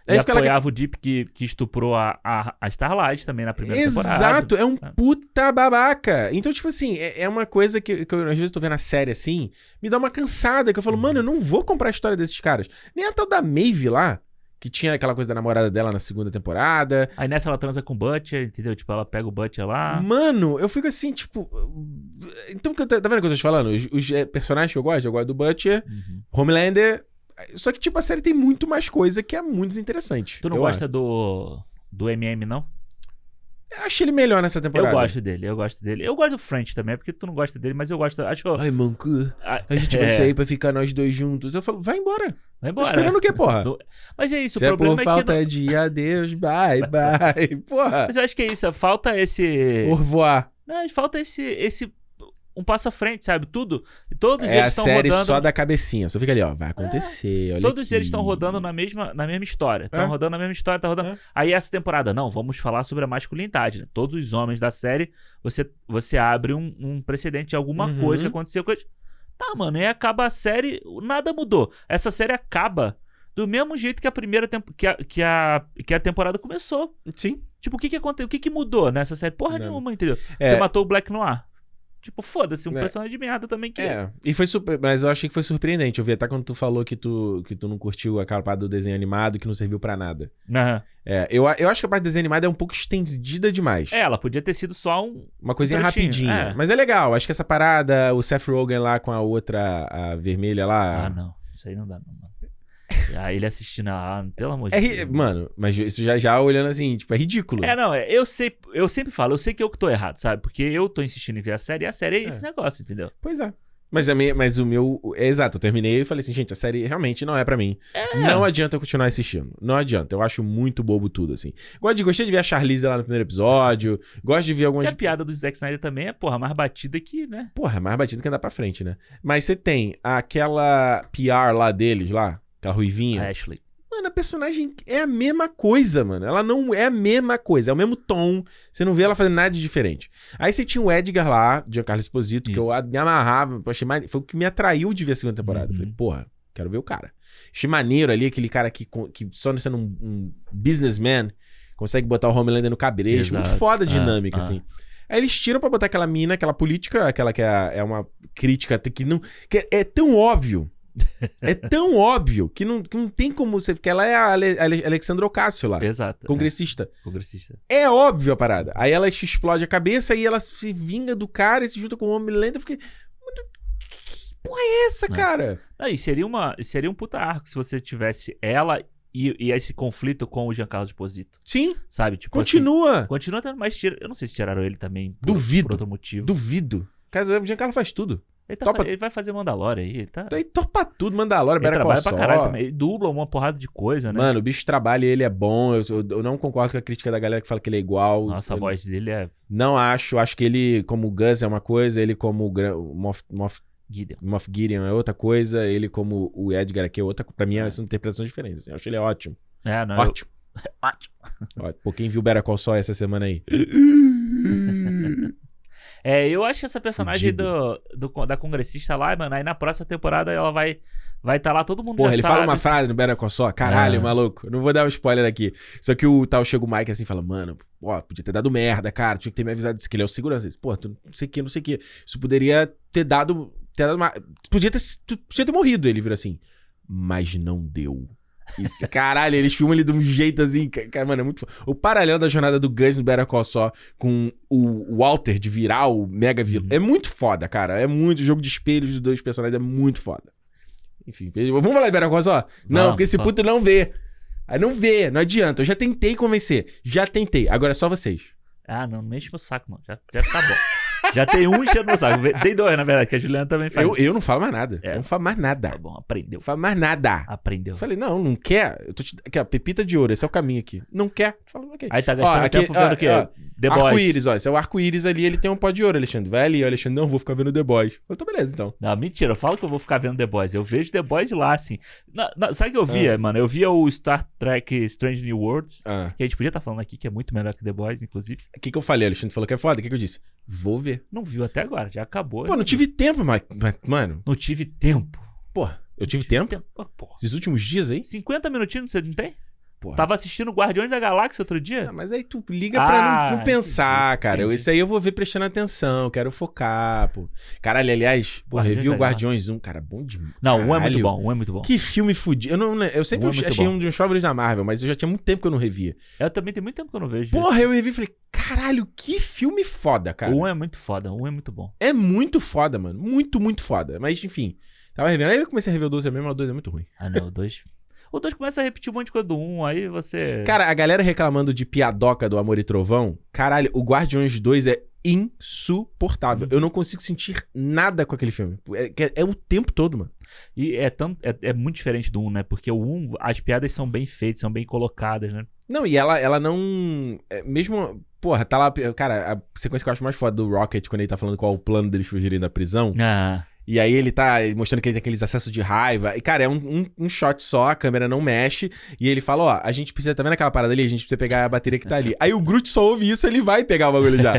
Speaker 2: E
Speaker 1: Aí fica lá É que-
Speaker 2: apoiava o Deep que, que estuprou a, a, a Starlight também na primeira temporada.
Speaker 1: Exato, é um
Speaker 2: É.
Speaker 1: puta babaca. Então, tipo assim, é, é uma coisa que, que eu, às vezes tô vendo a série assim, me dá uma cansada, que eu
Speaker 2: Uhum.
Speaker 1: falo, mano, eu não vou comprar a história desses caras. Nem a tal da Maeve lá, que tinha aquela coisa da namorada dela na segunda temporada.
Speaker 2: Aí nessa ela transa com o Butcher, entendeu? Tipo, ela pega o Butcher
Speaker 1: Hum.
Speaker 2: lá.
Speaker 1: Mano, eu fico assim, tipo. Então, que eu tô- tá vendo o que eu tô te falando? Os, os, eh, personagens que eu gosto, eu gosto do Butcher,
Speaker 2: Uhum.
Speaker 1: Homelander. Só que, tipo, a série tem muito mais coisa que é muito desinteressante.
Speaker 2: Tu não
Speaker 1: eu
Speaker 2: gosta do. Do MM, não?
Speaker 1: acho. Eu achei ele melhor nessa temporada.
Speaker 2: Eu gosto dele, eu gosto dele. Eu gosto do French também, porque tu não gosta dele, mas eu gosto. Acho.
Speaker 1: Ai, manco,
Speaker 2: Ah,
Speaker 1: a gente vai
Speaker 2: É.
Speaker 1: sair pra ficar nós dois juntos. Eu falo, vai embora. Tô
Speaker 2: vai embora.
Speaker 1: esperando o quê, porra?
Speaker 2: Do- Mas é isso,
Speaker 1: Se é
Speaker 2: o problema
Speaker 1: por
Speaker 2: é que.
Speaker 1: falta
Speaker 2: não-
Speaker 1: de adeus, bye, bye. Porra,
Speaker 2: Mas eu acho que é isso, falta esse.
Speaker 1: au revoir.
Speaker 2: Não, falta esse, esse. Um passo à frente, sabe? Tudo. Todos
Speaker 1: É
Speaker 2: eles
Speaker 1: a
Speaker 2: estão
Speaker 1: série
Speaker 2: rodando. É.
Speaker 1: só da cabecinha. Só fica ali, ó. Vai acontecer, olha
Speaker 2: Todos
Speaker 1: aqui.
Speaker 2: eles estão rodando na mesma, na mesma história. Estão
Speaker 1: É.
Speaker 2: rodando na mesma história, tá rodando.
Speaker 1: É.
Speaker 2: Aí essa temporada, não, vamos falar sobre a masculinidade. né? Todos os homens da série, você, você abre um, um precedente de alguma
Speaker 1: Uhum.
Speaker 2: coisa que aconteceu com eles. Tá, mano, e acaba a série, nada mudou. Essa série acaba do mesmo jeito que a primeira tempo, que, a, que, a, que a temporada começou.
Speaker 1: Sim.
Speaker 2: Tipo, o que que aconteceu? O que que mudou nessa série? Porra
Speaker 1: Nada.
Speaker 2: nenhuma, entendeu?
Speaker 1: É.
Speaker 2: Você matou o Black Noir. Tipo, foda-se, um
Speaker 1: É.
Speaker 2: personagem de merda também que.
Speaker 1: É, e foi super, mas eu achei que foi surpreendente. Eu vi até quando tu falou que tu, que tu não curtiu a capa do desenho animado, que não serviu pra nada.
Speaker 2: Aham.
Speaker 1: É, eu, eu acho que a parte do desenho animado é um pouco estendida demais.
Speaker 2: É, ela podia ter sido só um.
Speaker 1: Uma coisinha
Speaker 2: Trechinho,
Speaker 1: rapidinha.
Speaker 2: é.
Speaker 1: Mas é legal. Acho que essa parada, o Seth Rogen lá com a outra, a vermelha lá.
Speaker 2: Ah, não. Isso aí não dá, não, mano. Ah, ele assistindo a. Ah, pelo amor de
Speaker 1: É
Speaker 2: Deus.
Speaker 1: ri- Mano, mas isso já já olhando assim, tipo, é ridículo.
Speaker 2: É, não, é, eu sei, eu sempre falo, eu sei que eu que tô errado, sabe? Porque eu tô insistindo em ver a série e a série é, esse negócio, entendeu?
Speaker 1: Pois é. Mas, a minha- mas o meu. É exato, eu terminei e falei assim, gente, a série realmente não é pra mim. Não adianta eu continuar assistindo. Não adianta. Eu acho muito bobo tudo, assim. Gosto de, gostei de ver a Charlize lá no primeiro episódio. Gosto de ver
Speaker 2: Que
Speaker 1: algumas.
Speaker 2: a piada do Zack Snyder também é, porra, mais batida que, né?
Speaker 1: Porra, é mais batido que andar pra frente, né? Mas você tem aquela PR lá deles, lá, aquela ruivinha.
Speaker 2: A Ashley.
Speaker 1: Mano, a personagem é a mesma coisa, mano. Ela não é a mesma coisa, é o mesmo tom. Você não vê ela fazendo nada de diferente. Aí você tinha o Edgar lá, Giancarlo Esposito, que
Speaker 2: Isso.
Speaker 1: eu a- me amarrava, eu achei mane- foi o que me atraiu de ver a segunda temporada. Eu
Speaker 2: Uhum.
Speaker 1: Falei, porra, quero ver o cara. Achei maneiro ali, aquele cara que, co- que só sendo um, um businessman, consegue botar o Homelander no cabrejo.
Speaker 2: Exato.
Speaker 1: Muito foda a
Speaker 2: Ah,
Speaker 1: dinâmica,
Speaker 2: ah.
Speaker 1: assim. Aí eles tiram pra botar aquela mina, aquela política, aquela que é, é uma crítica que não. que é- é tão óbvio. É tão óbvio que não, que não tem como você. Porque ela é a Ale, Ale- Alexandra Ocasio lá,
Speaker 2: Exato.
Speaker 1: congressista.
Speaker 2: é, congressista.
Speaker 1: É óbvio a parada. Aí ela te explode a cabeça e ela se vinga do cara e se junta com o homem lento. Eu fiquei. "Mano, que porra é essa,
Speaker 2: É.
Speaker 1: cara?
Speaker 2: Não, e seria, uma, seria um puta arco se você tivesse ela e, e esse conflito com o Giancarlo Esposito,
Speaker 1: Sim,
Speaker 2: sabe? Tipo,
Speaker 1: continua.
Speaker 2: assim, continua tendo mais tiro. Eu não sei se tiraram ele também por,
Speaker 1: Duvido.
Speaker 2: por outro motivo.
Speaker 1: Duvido. Cara, o Giancarlo faz tudo.
Speaker 2: Ele, tá
Speaker 1: Topa-
Speaker 2: fa- ele vai fazer Mandalore aí, ele tá...
Speaker 1: Então ele topa tudo, Mandalorian,
Speaker 2: Ele
Speaker 1: Better Call
Speaker 2: trabalha pra caralho
Speaker 1: Saul.
Speaker 2: também. né? Ele dubla uma porrada de coisa, né?
Speaker 1: Mano, o bicho trabalha e ele é bom. Eu, eu- eu não concordo com a crítica da galera que fala que ele é igual.
Speaker 2: Nossa, a
Speaker 1: Eu
Speaker 2: voz dele é.
Speaker 1: Não acho. Acho que ele, como o Gus, é uma coisa. Ele, como o Gra- o Moff, Moff
Speaker 2: Gideon.
Speaker 1: Moff Gideon é outra coisa, ele como o Edgar aqui é outra coisa. Pra mim, são interpretações diferentes. assim. Eu acho ele ótimo.
Speaker 2: É, não, eu-
Speaker 1: ótimo. ótimo. Pô, quem viu Better Call Saul essa semana aí?
Speaker 2: É, eu acho que essa personagem do,
Speaker 1: Fudido.
Speaker 2: do- da congressista lá, mano, aí na próxima temporada ela vai vai estar lá, todo mundo
Speaker 1: Porra,
Speaker 2: já
Speaker 1: ele
Speaker 2: sabe.
Speaker 1: fala uma frase no Better Call Saul, caralho,
Speaker 2: Ah.
Speaker 1: maluco. Não vou dar um spoiler aqui. Só que o tal chega o Mike assim e fala, mano, ó, podia ter dado merda, cara. Tinha que ter me avisado disso, que ele é o segurança. Ele diz, Pô, tu não sei o que, não sei o que. Isso poderia ter dado. Ter dado uma... tu podia ter, tu podia ter morrido, ele vira assim. Mas não deu. Isso, caralho, eles filmam ele de um jeito assim. ca- Cara, mano, é muito. fo- O paralelo da jornada do Gus no Better Call Saul com o Walter de virar o mega vilão.
Speaker 2: Uhum.
Speaker 1: É muito foda, cara. É muito. O jogo de espelhos dos dois personagens é muito foda. Enfim, veja- vamos falar de Better Call Saul? Não,
Speaker 2: Vamos,
Speaker 1: porque esse
Speaker 2: vamos.
Speaker 1: puto não vê. Aí não vê, não adianta. Eu já tentei convencer. Já tentei. Agora é só vocês.
Speaker 2: Ah, não, não enche meu saco, mano. Já, já tá bom. já tem um enchendo meu saco. Tem dois, na verdade, que a Juliana também faz.
Speaker 1: Eu, eu não falo mais nada.
Speaker 2: É.
Speaker 1: Eu não falo mais
Speaker 2: Tá
Speaker 1: nada.
Speaker 2: bom,
Speaker 1: Eu
Speaker 2: aprendeu.
Speaker 1: não falo mais nada.
Speaker 2: Aprendeu.
Speaker 1: Eu falei, não, não quer. Eu tô te... Aqui, ó, pepita de ouro, esse é o caminho aqui. Não quer? Eu falo, ok.
Speaker 2: Aí tá gastando
Speaker 1: Ó, aqui-
Speaker 2: tempo vendo
Speaker 1: ó,
Speaker 2: o quê?
Speaker 1: ó,
Speaker 2: The Boys.
Speaker 1: Arco-íris, ó. Esse é o arco-íris ali, ele tem um pó de ouro, Alexandre. Vai ali, ó, Alexandre. Não, vou ficar vendo The Boys. Eu tô beleza, então.
Speaker 2: Não, mentira, eu falo que eu vou ficar vendo The Boys. Eu vejo The Boys lá, assim. Na- na- sabe o que eu via, mano? Eu via o Star Trek Strange New Worlds,
Speaker 1: Ah,
Speaker 2: que a gente podia estar falando aqui, que é muito melhor que The Boys, inclusive.
Speaker 1: o que que eu falei? Alexandre falou que é foda. O que que eu disse? Vou ver.
Speaker 2: Não viu até agora, já acabou.
Speaker 1: Pô, não tive tempo, mas, mas, mano.
Speaker 2: Não tive tempo.
Speaker 1: Pô, eu tive tempo?
Speaker 2: Ah, porra.
Speaker 1: Esses últimos dias aí?
Speaker 2: 50 minutinhos você não tem?
Speaker 1: Porra.
Speaker 2: Tava assistindo Guardiões da Galáxia outro
Speaker 1: Ah,
Speaker 2: dia?
Speaker 1: mas aí tu liga pra não,
Speaker 2: Ah,
Speaker 1: não pensar, cara. Eu,
Speaker 2: entendi.
Speaker 1: esse aí eu vou ver prestando atenção, eu quero focar, pô. Caralho, aliás, pô,
Speaker 2: Guardiões
Speaker 1: review
Speaker 2: da
Speaker 1: Guardiões 1, cara, bom demais.
Speaker 2: é Não, um é muito
Speaker 1: Caralho.
Speaker 2: bom, um é muito bom.
Speaker 1: Que filme fudido. Eu, não, né, eu sempre
Speaker 2: Um é muito
Speaker 1: achei
Speaker 2: bom.
Speaker 1: um dos meus favoritos da Marvel, mas eu já tinha muito tempo que eu não revia.
Speaker 2: Eu também tem muito tempo que eu não vejo.
Speaker 1: Porra, eu revi e falei, caralho, que filme foda, cara.
Speaker 2: um é muito foda, um é muito bom.
Speaker 1: É muito foda, mano. Muito, muito foda. Mas, enfim, tava revendo. Aí eu comecei a rever o 2 também, mas o 2 é muito ruim.
Speaker 2: Ah, não, o dois. O dois começa a repetir um monte de coisa do um, aí você.
Speaker 1: Cara, a galera reclamando de piadoca do Amor e Trovão, caralho, o Guardiões 2 é insuportável. Eu não consigo sentir nada com aquele filme. É, que é- é o tempo todo, mano.
Speaker 2: E é, tanto, é, é muito diferente do um, né? Porque o um, as piadas são bem feitas, são bem colocadas, né?
Speaker 1: Não, e ela, ela não. é, mesmo. Porra, tá lá. Cara, a sequência que eu acho mais foda do Rocket, quando ele tá falando qual é o plano deles fugirem da prisão.
Speaker 2: Ah,
Speaker 1: E aí ele tá mostrando que ele tem aqueles acessos de raiva. E, cara, é um, um, um shot só, a câmera não mexe. E ele fala, ó, a gente precisa, tá vendo aquela parada ali? A gente precisa pegar a bateria que tá ali. Aí o Groot só ouve isso, ele vai pegar o bagulho já.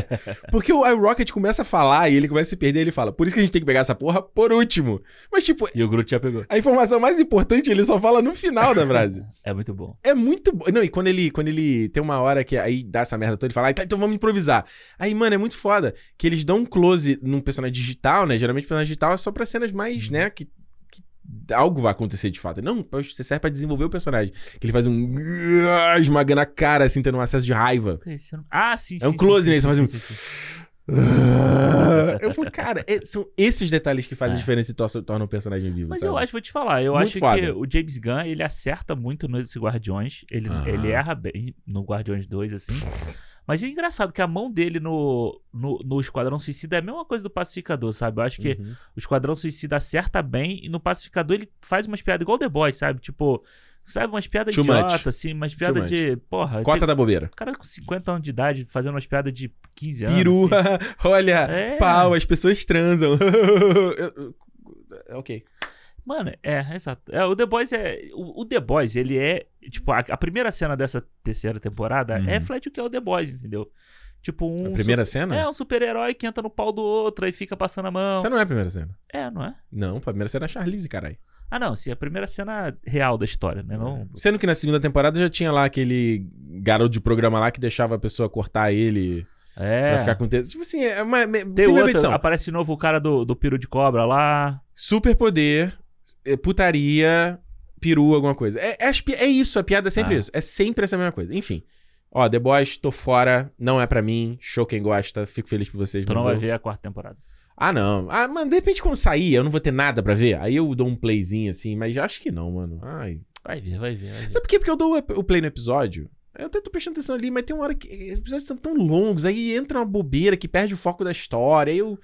Speaker 1: Porque o, aí o Rocket começa a falar e ele começa a se perder, ele fala, por isso que a gente tem que pegar essa porra por último. Mas, tipo,
Speaker 2: e o Groot já pegou.
Speaker 1: a informação mais importante ele só fala no final da frase.
Speaker 2: É muito bom.
Speaker 1: É muito bom. Não, e quando ele, quando ele tem uma hora que aí dá essa merda toda, ele fala, ah, tá, então vamos improvisar. Aí, mano, é muito foda que eles dão um close num personagem digital, né? Geralmente personagem digital é só pra cenas
Speaker 2: Uhum.
Speaker 1: mais, né, que, que algo vai acontecer de fato. Não, pra- você serve pra desenvolver o personagem. Que ele faz um esmagando a cara, assim, tendo um acesso de raiva.
Speaker 2: Esse eu não- Ah, sim, sim.
Speaker 1: É um
Speaker 2: sim,
Speaker 1: close
Speaker 2: sim,
Speaker 1: nele,
Speaker 2: sim,
Speaker 1: você faz um...
Speaker 2: sim, sim, sim.
Speaker 1: Eu falo, cara, é- são esses detalhes que fazem
Speaker 2: É.
Speaker 1: a diferença e torçam- tornam o personagem vivo,
Speaker 2: Mas
Speaker 1: sabe?
Speaker 2: eu acho, vou te falar, eu
Speaker 1: Muito
Speaker 2: acho que
Speaker 1: foda.
Speaker 2: o James Gunn, ele acerta muito nos Guardiões. Ele,
Speaker 1: Aham.
Speaker 2: ele erra bem no Guardiões 2, assim. Mas é engraçado que a mão dele no, no, no Esquadrão Suicida é a mesma coisa do Pacificador, sabe? Eu acho que
Speaker 1: Uhum.
Speaker 2: o Esquadrão Suicida acerta bem e no Pacificador ele faz umas piadas igual o The Boys, sabe? Tipo, sabe? Umas piadas
Speaker 1: Too
Speaker 2: idiota,
Speaker 1: much.
Speaker 2: assim, umas piadas de. Porra,
Speaker 1: Cota
Speaker 2: tem-
Speaker 1: da bobeira.
Speaker 2: cara com 50 anos de idade fazendo umas piadas de 15 anos.
Speaker 1: Peru,
Speaker 2: assim.
Speaker 1: olha,
Speaker 2: É.
Speaker 1: pau, as pessoas transam. Eu- eu- ok.
Speaker 2: Mano, é, exato. É, o The Boys é. O, o The Boys, ele é. Tipo, a, a primeira cena dessa terceira temporada
Speaker 1: Uhum.
Speaker 2: reflete o que é o The Boys, entendeu? Tipo, um.
Speaker 1: a primeira
Speaker 2: su-
Speaker 1: cena?
Speaker 2: É, um super-herói que entra no pau do outro e fica passando a mão.
Speaker 1: Essa não é a primeira cena.
Speaker 2: É, não é?
Speaker 1: Não, a primeira cena é a Charlize, caralho.
Speaker 2: Ah, não, sim, é a primeira cena real da história, né? Não.
Speaker 1: Sendo que na segunda temporada já tinha lá aquele garoto de programa lá que deixava a pessoa cortar ele
Speaker 2: É.
Speaker 1: pra ficar com... te- Tipo assim, é uma... me-
Speaker 2: Tem
Speaker 1: sem
Speaker 2: outra,
Speaker 1: repetição.
Speaker 2: aparece de novo o cara do, do peru de cobra lá.
Speaker 1: Superpoder, é, putaria, peru, alguma coisa. É, é as pi- é isso, a piada é sempre
Speaker 2: Ah.
Speaker 1: isso. É sempre essa mesma coisa. Enfim. Ó, The Boys, tô fora, não é pra mim, show quem gosta, fico feliz por vocês.
Speaker 2: Tu não
Speaker 1: mas
Speaker 2: vai
Speaker 1: eu-
Speaker 2: ver a quarta temporada.
Speaker 1: Ah, não. Ah, mano, de repente quando sair, eu não vou ter nada pra ver. Aí eu dou um playzinho assim, mas acho que não, mano. Ai.
Speaker 2: Vai ver, vai ver. Vai ver.
Speaker 1: Sabe por quê? Porque eu dou o ep- o play no episódio. Eu até tô prestando atenção ali, mas tem uma hora que os episódios são tão longos, aí entra uma bobeira que perde o foco da história. Aí eu.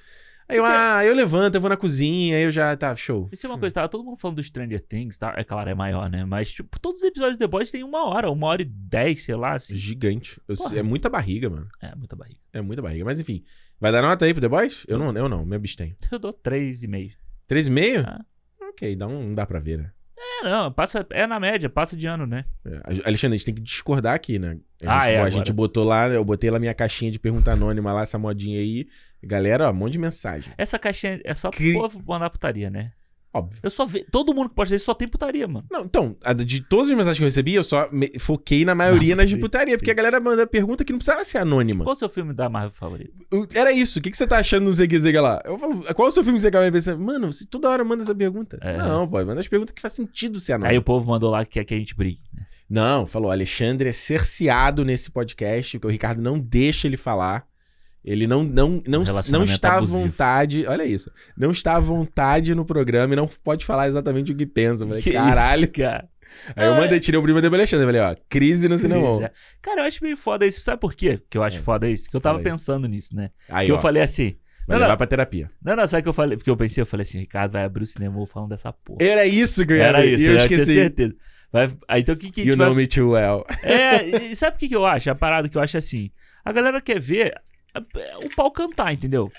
Speaker 1: Aí eu,
Speaker 2: Isso é-
Speaker 1: ah, eu levanto, eu vou na cozinha, aí eu já. Tá, show.
Speaker 2: Isso é uma coisa, tava todo mundo falando do Stranger Things, tá? É claro, é maior, né? Mas, tipo, todos os episódios de The Boys tem uma hora, uma hora e dez, sei lá, assim.
Speaker 1: Gigante. Eu-
Speaker 2: Porra.
Speaker 1: é muita barriga, mano.
Speaker 2: É, muita barriga.
Speaker 1: É muita barriga. Mas enfim. Vai dar nota aí pro The Boys? Eu não, eu não, me abstenho.
Speaker 2: Eu dou três e meio.
Speaker 1: 3,5?
Speaker 2: Ah.
Speaker 1: Ok, dá um, não dá pra ver, né?
Speaker 2: É, não, passa, é na média, passa de ano, né?
Speaker 1: É, Alexandre, a gente tem que discordar aqui, né? A gente,
Speaker 2: Ah, é,
Speaker 1: a
Speaker 2: agora.
Speaker 1: gente botou lá, né, eu botei lá minha caixinha de pergunta anônima lá, essa modinha aí. Galera, ó, um monte de mensagem.
Speaker 2: Essa caixinha é só
Speaker 1: Que-
Speaker 2: pro povo mandar putaria, né?
Speaker 1: Óbvio.
Speaker 2: Eu só vejo. Todo mundo que posta isso só tem putaria, mano.
Speaker 1: Não, então, a de todas as mensagens que eu recebi, eu só me- foquei na maioria nas de putaria, porque a galera manda pergunta que não precisava ser anônima.
Speaker 2: Qual o seu filme da Marvel favorito?
Speaker 1: Eu- Era isso, o que, que você tá achando no Zega Zega lá? Eu falo, qual é o seu filme que você acaba de ver? Mano, você toda hora manda essa pergunta.
Speaker 2: É.
Speaker 1: Não, pô, manda as perguntas que faz sentido ser anônimo.
Speaker 2: Aí o povo mandou lá que quer que a gente brigue.
Speaker 1: Não, falou, Alexandre é cerceado nesse podcast, porque o Ricardo não deixa ele falar. Ele não, não, não, não
Speaker 2: Relacionamento
Speaker 1: está à
Speaker 2: abusivo.
Speaker 1: vontade. Olha isso. Não está à vontade no programa e não pode falar exatamente o que pensa. Eu falei,
Speaker 2: Que isso,
Speaker 1: caralho.
Speaker 2: cara.
Speaker 1: Aí eu mandei, tirei o primo do Alexandre. Falei, ó, crise no
Speaker 2: Pois
Speaker 1: cinema. um."
Speaker 2: é. Cara, eu acho meio foda isso. Sabe por quê que eu acho
Speaker 1: É.
Speaker 2: foda isso? Que eu tava
Speaker 1: Fala aí.
Speaker 2: pensando nisso, né?
Speaker 1: Aí,
Speaker 2: que
Speaker 1: ó,
Speaker 2: eu falei assim.
Speaker 1: vai
Speaker 2: Não,
Speaker 1: levar
Speaker 2: não.
Speaker 1: pra terapia.
Speaker 2: Não, não, sabe o que eu falei? Porque eu pensei, eu falei assim, Ricardo vai abrir o cinema falando dessa porra.
Speaker 1: Era isso que eu ia
Speaker 2: Era
Speaker 1: abrir,
Speaker 2: isso,
Speaker 1: e eu
Speaker 2: eu, tinha
Speaker 1: esqueci.
Speaker 2: certeza. Vai, aí, então o que que a
Speaker 1: You
Speaker 2: gente vai
Speaker 1: know me too well.
Speaker 2: É, e sabe o que, que eu acho? A parada que eu acho é assim. A galera quer ver a- o pau cantar, entendeu?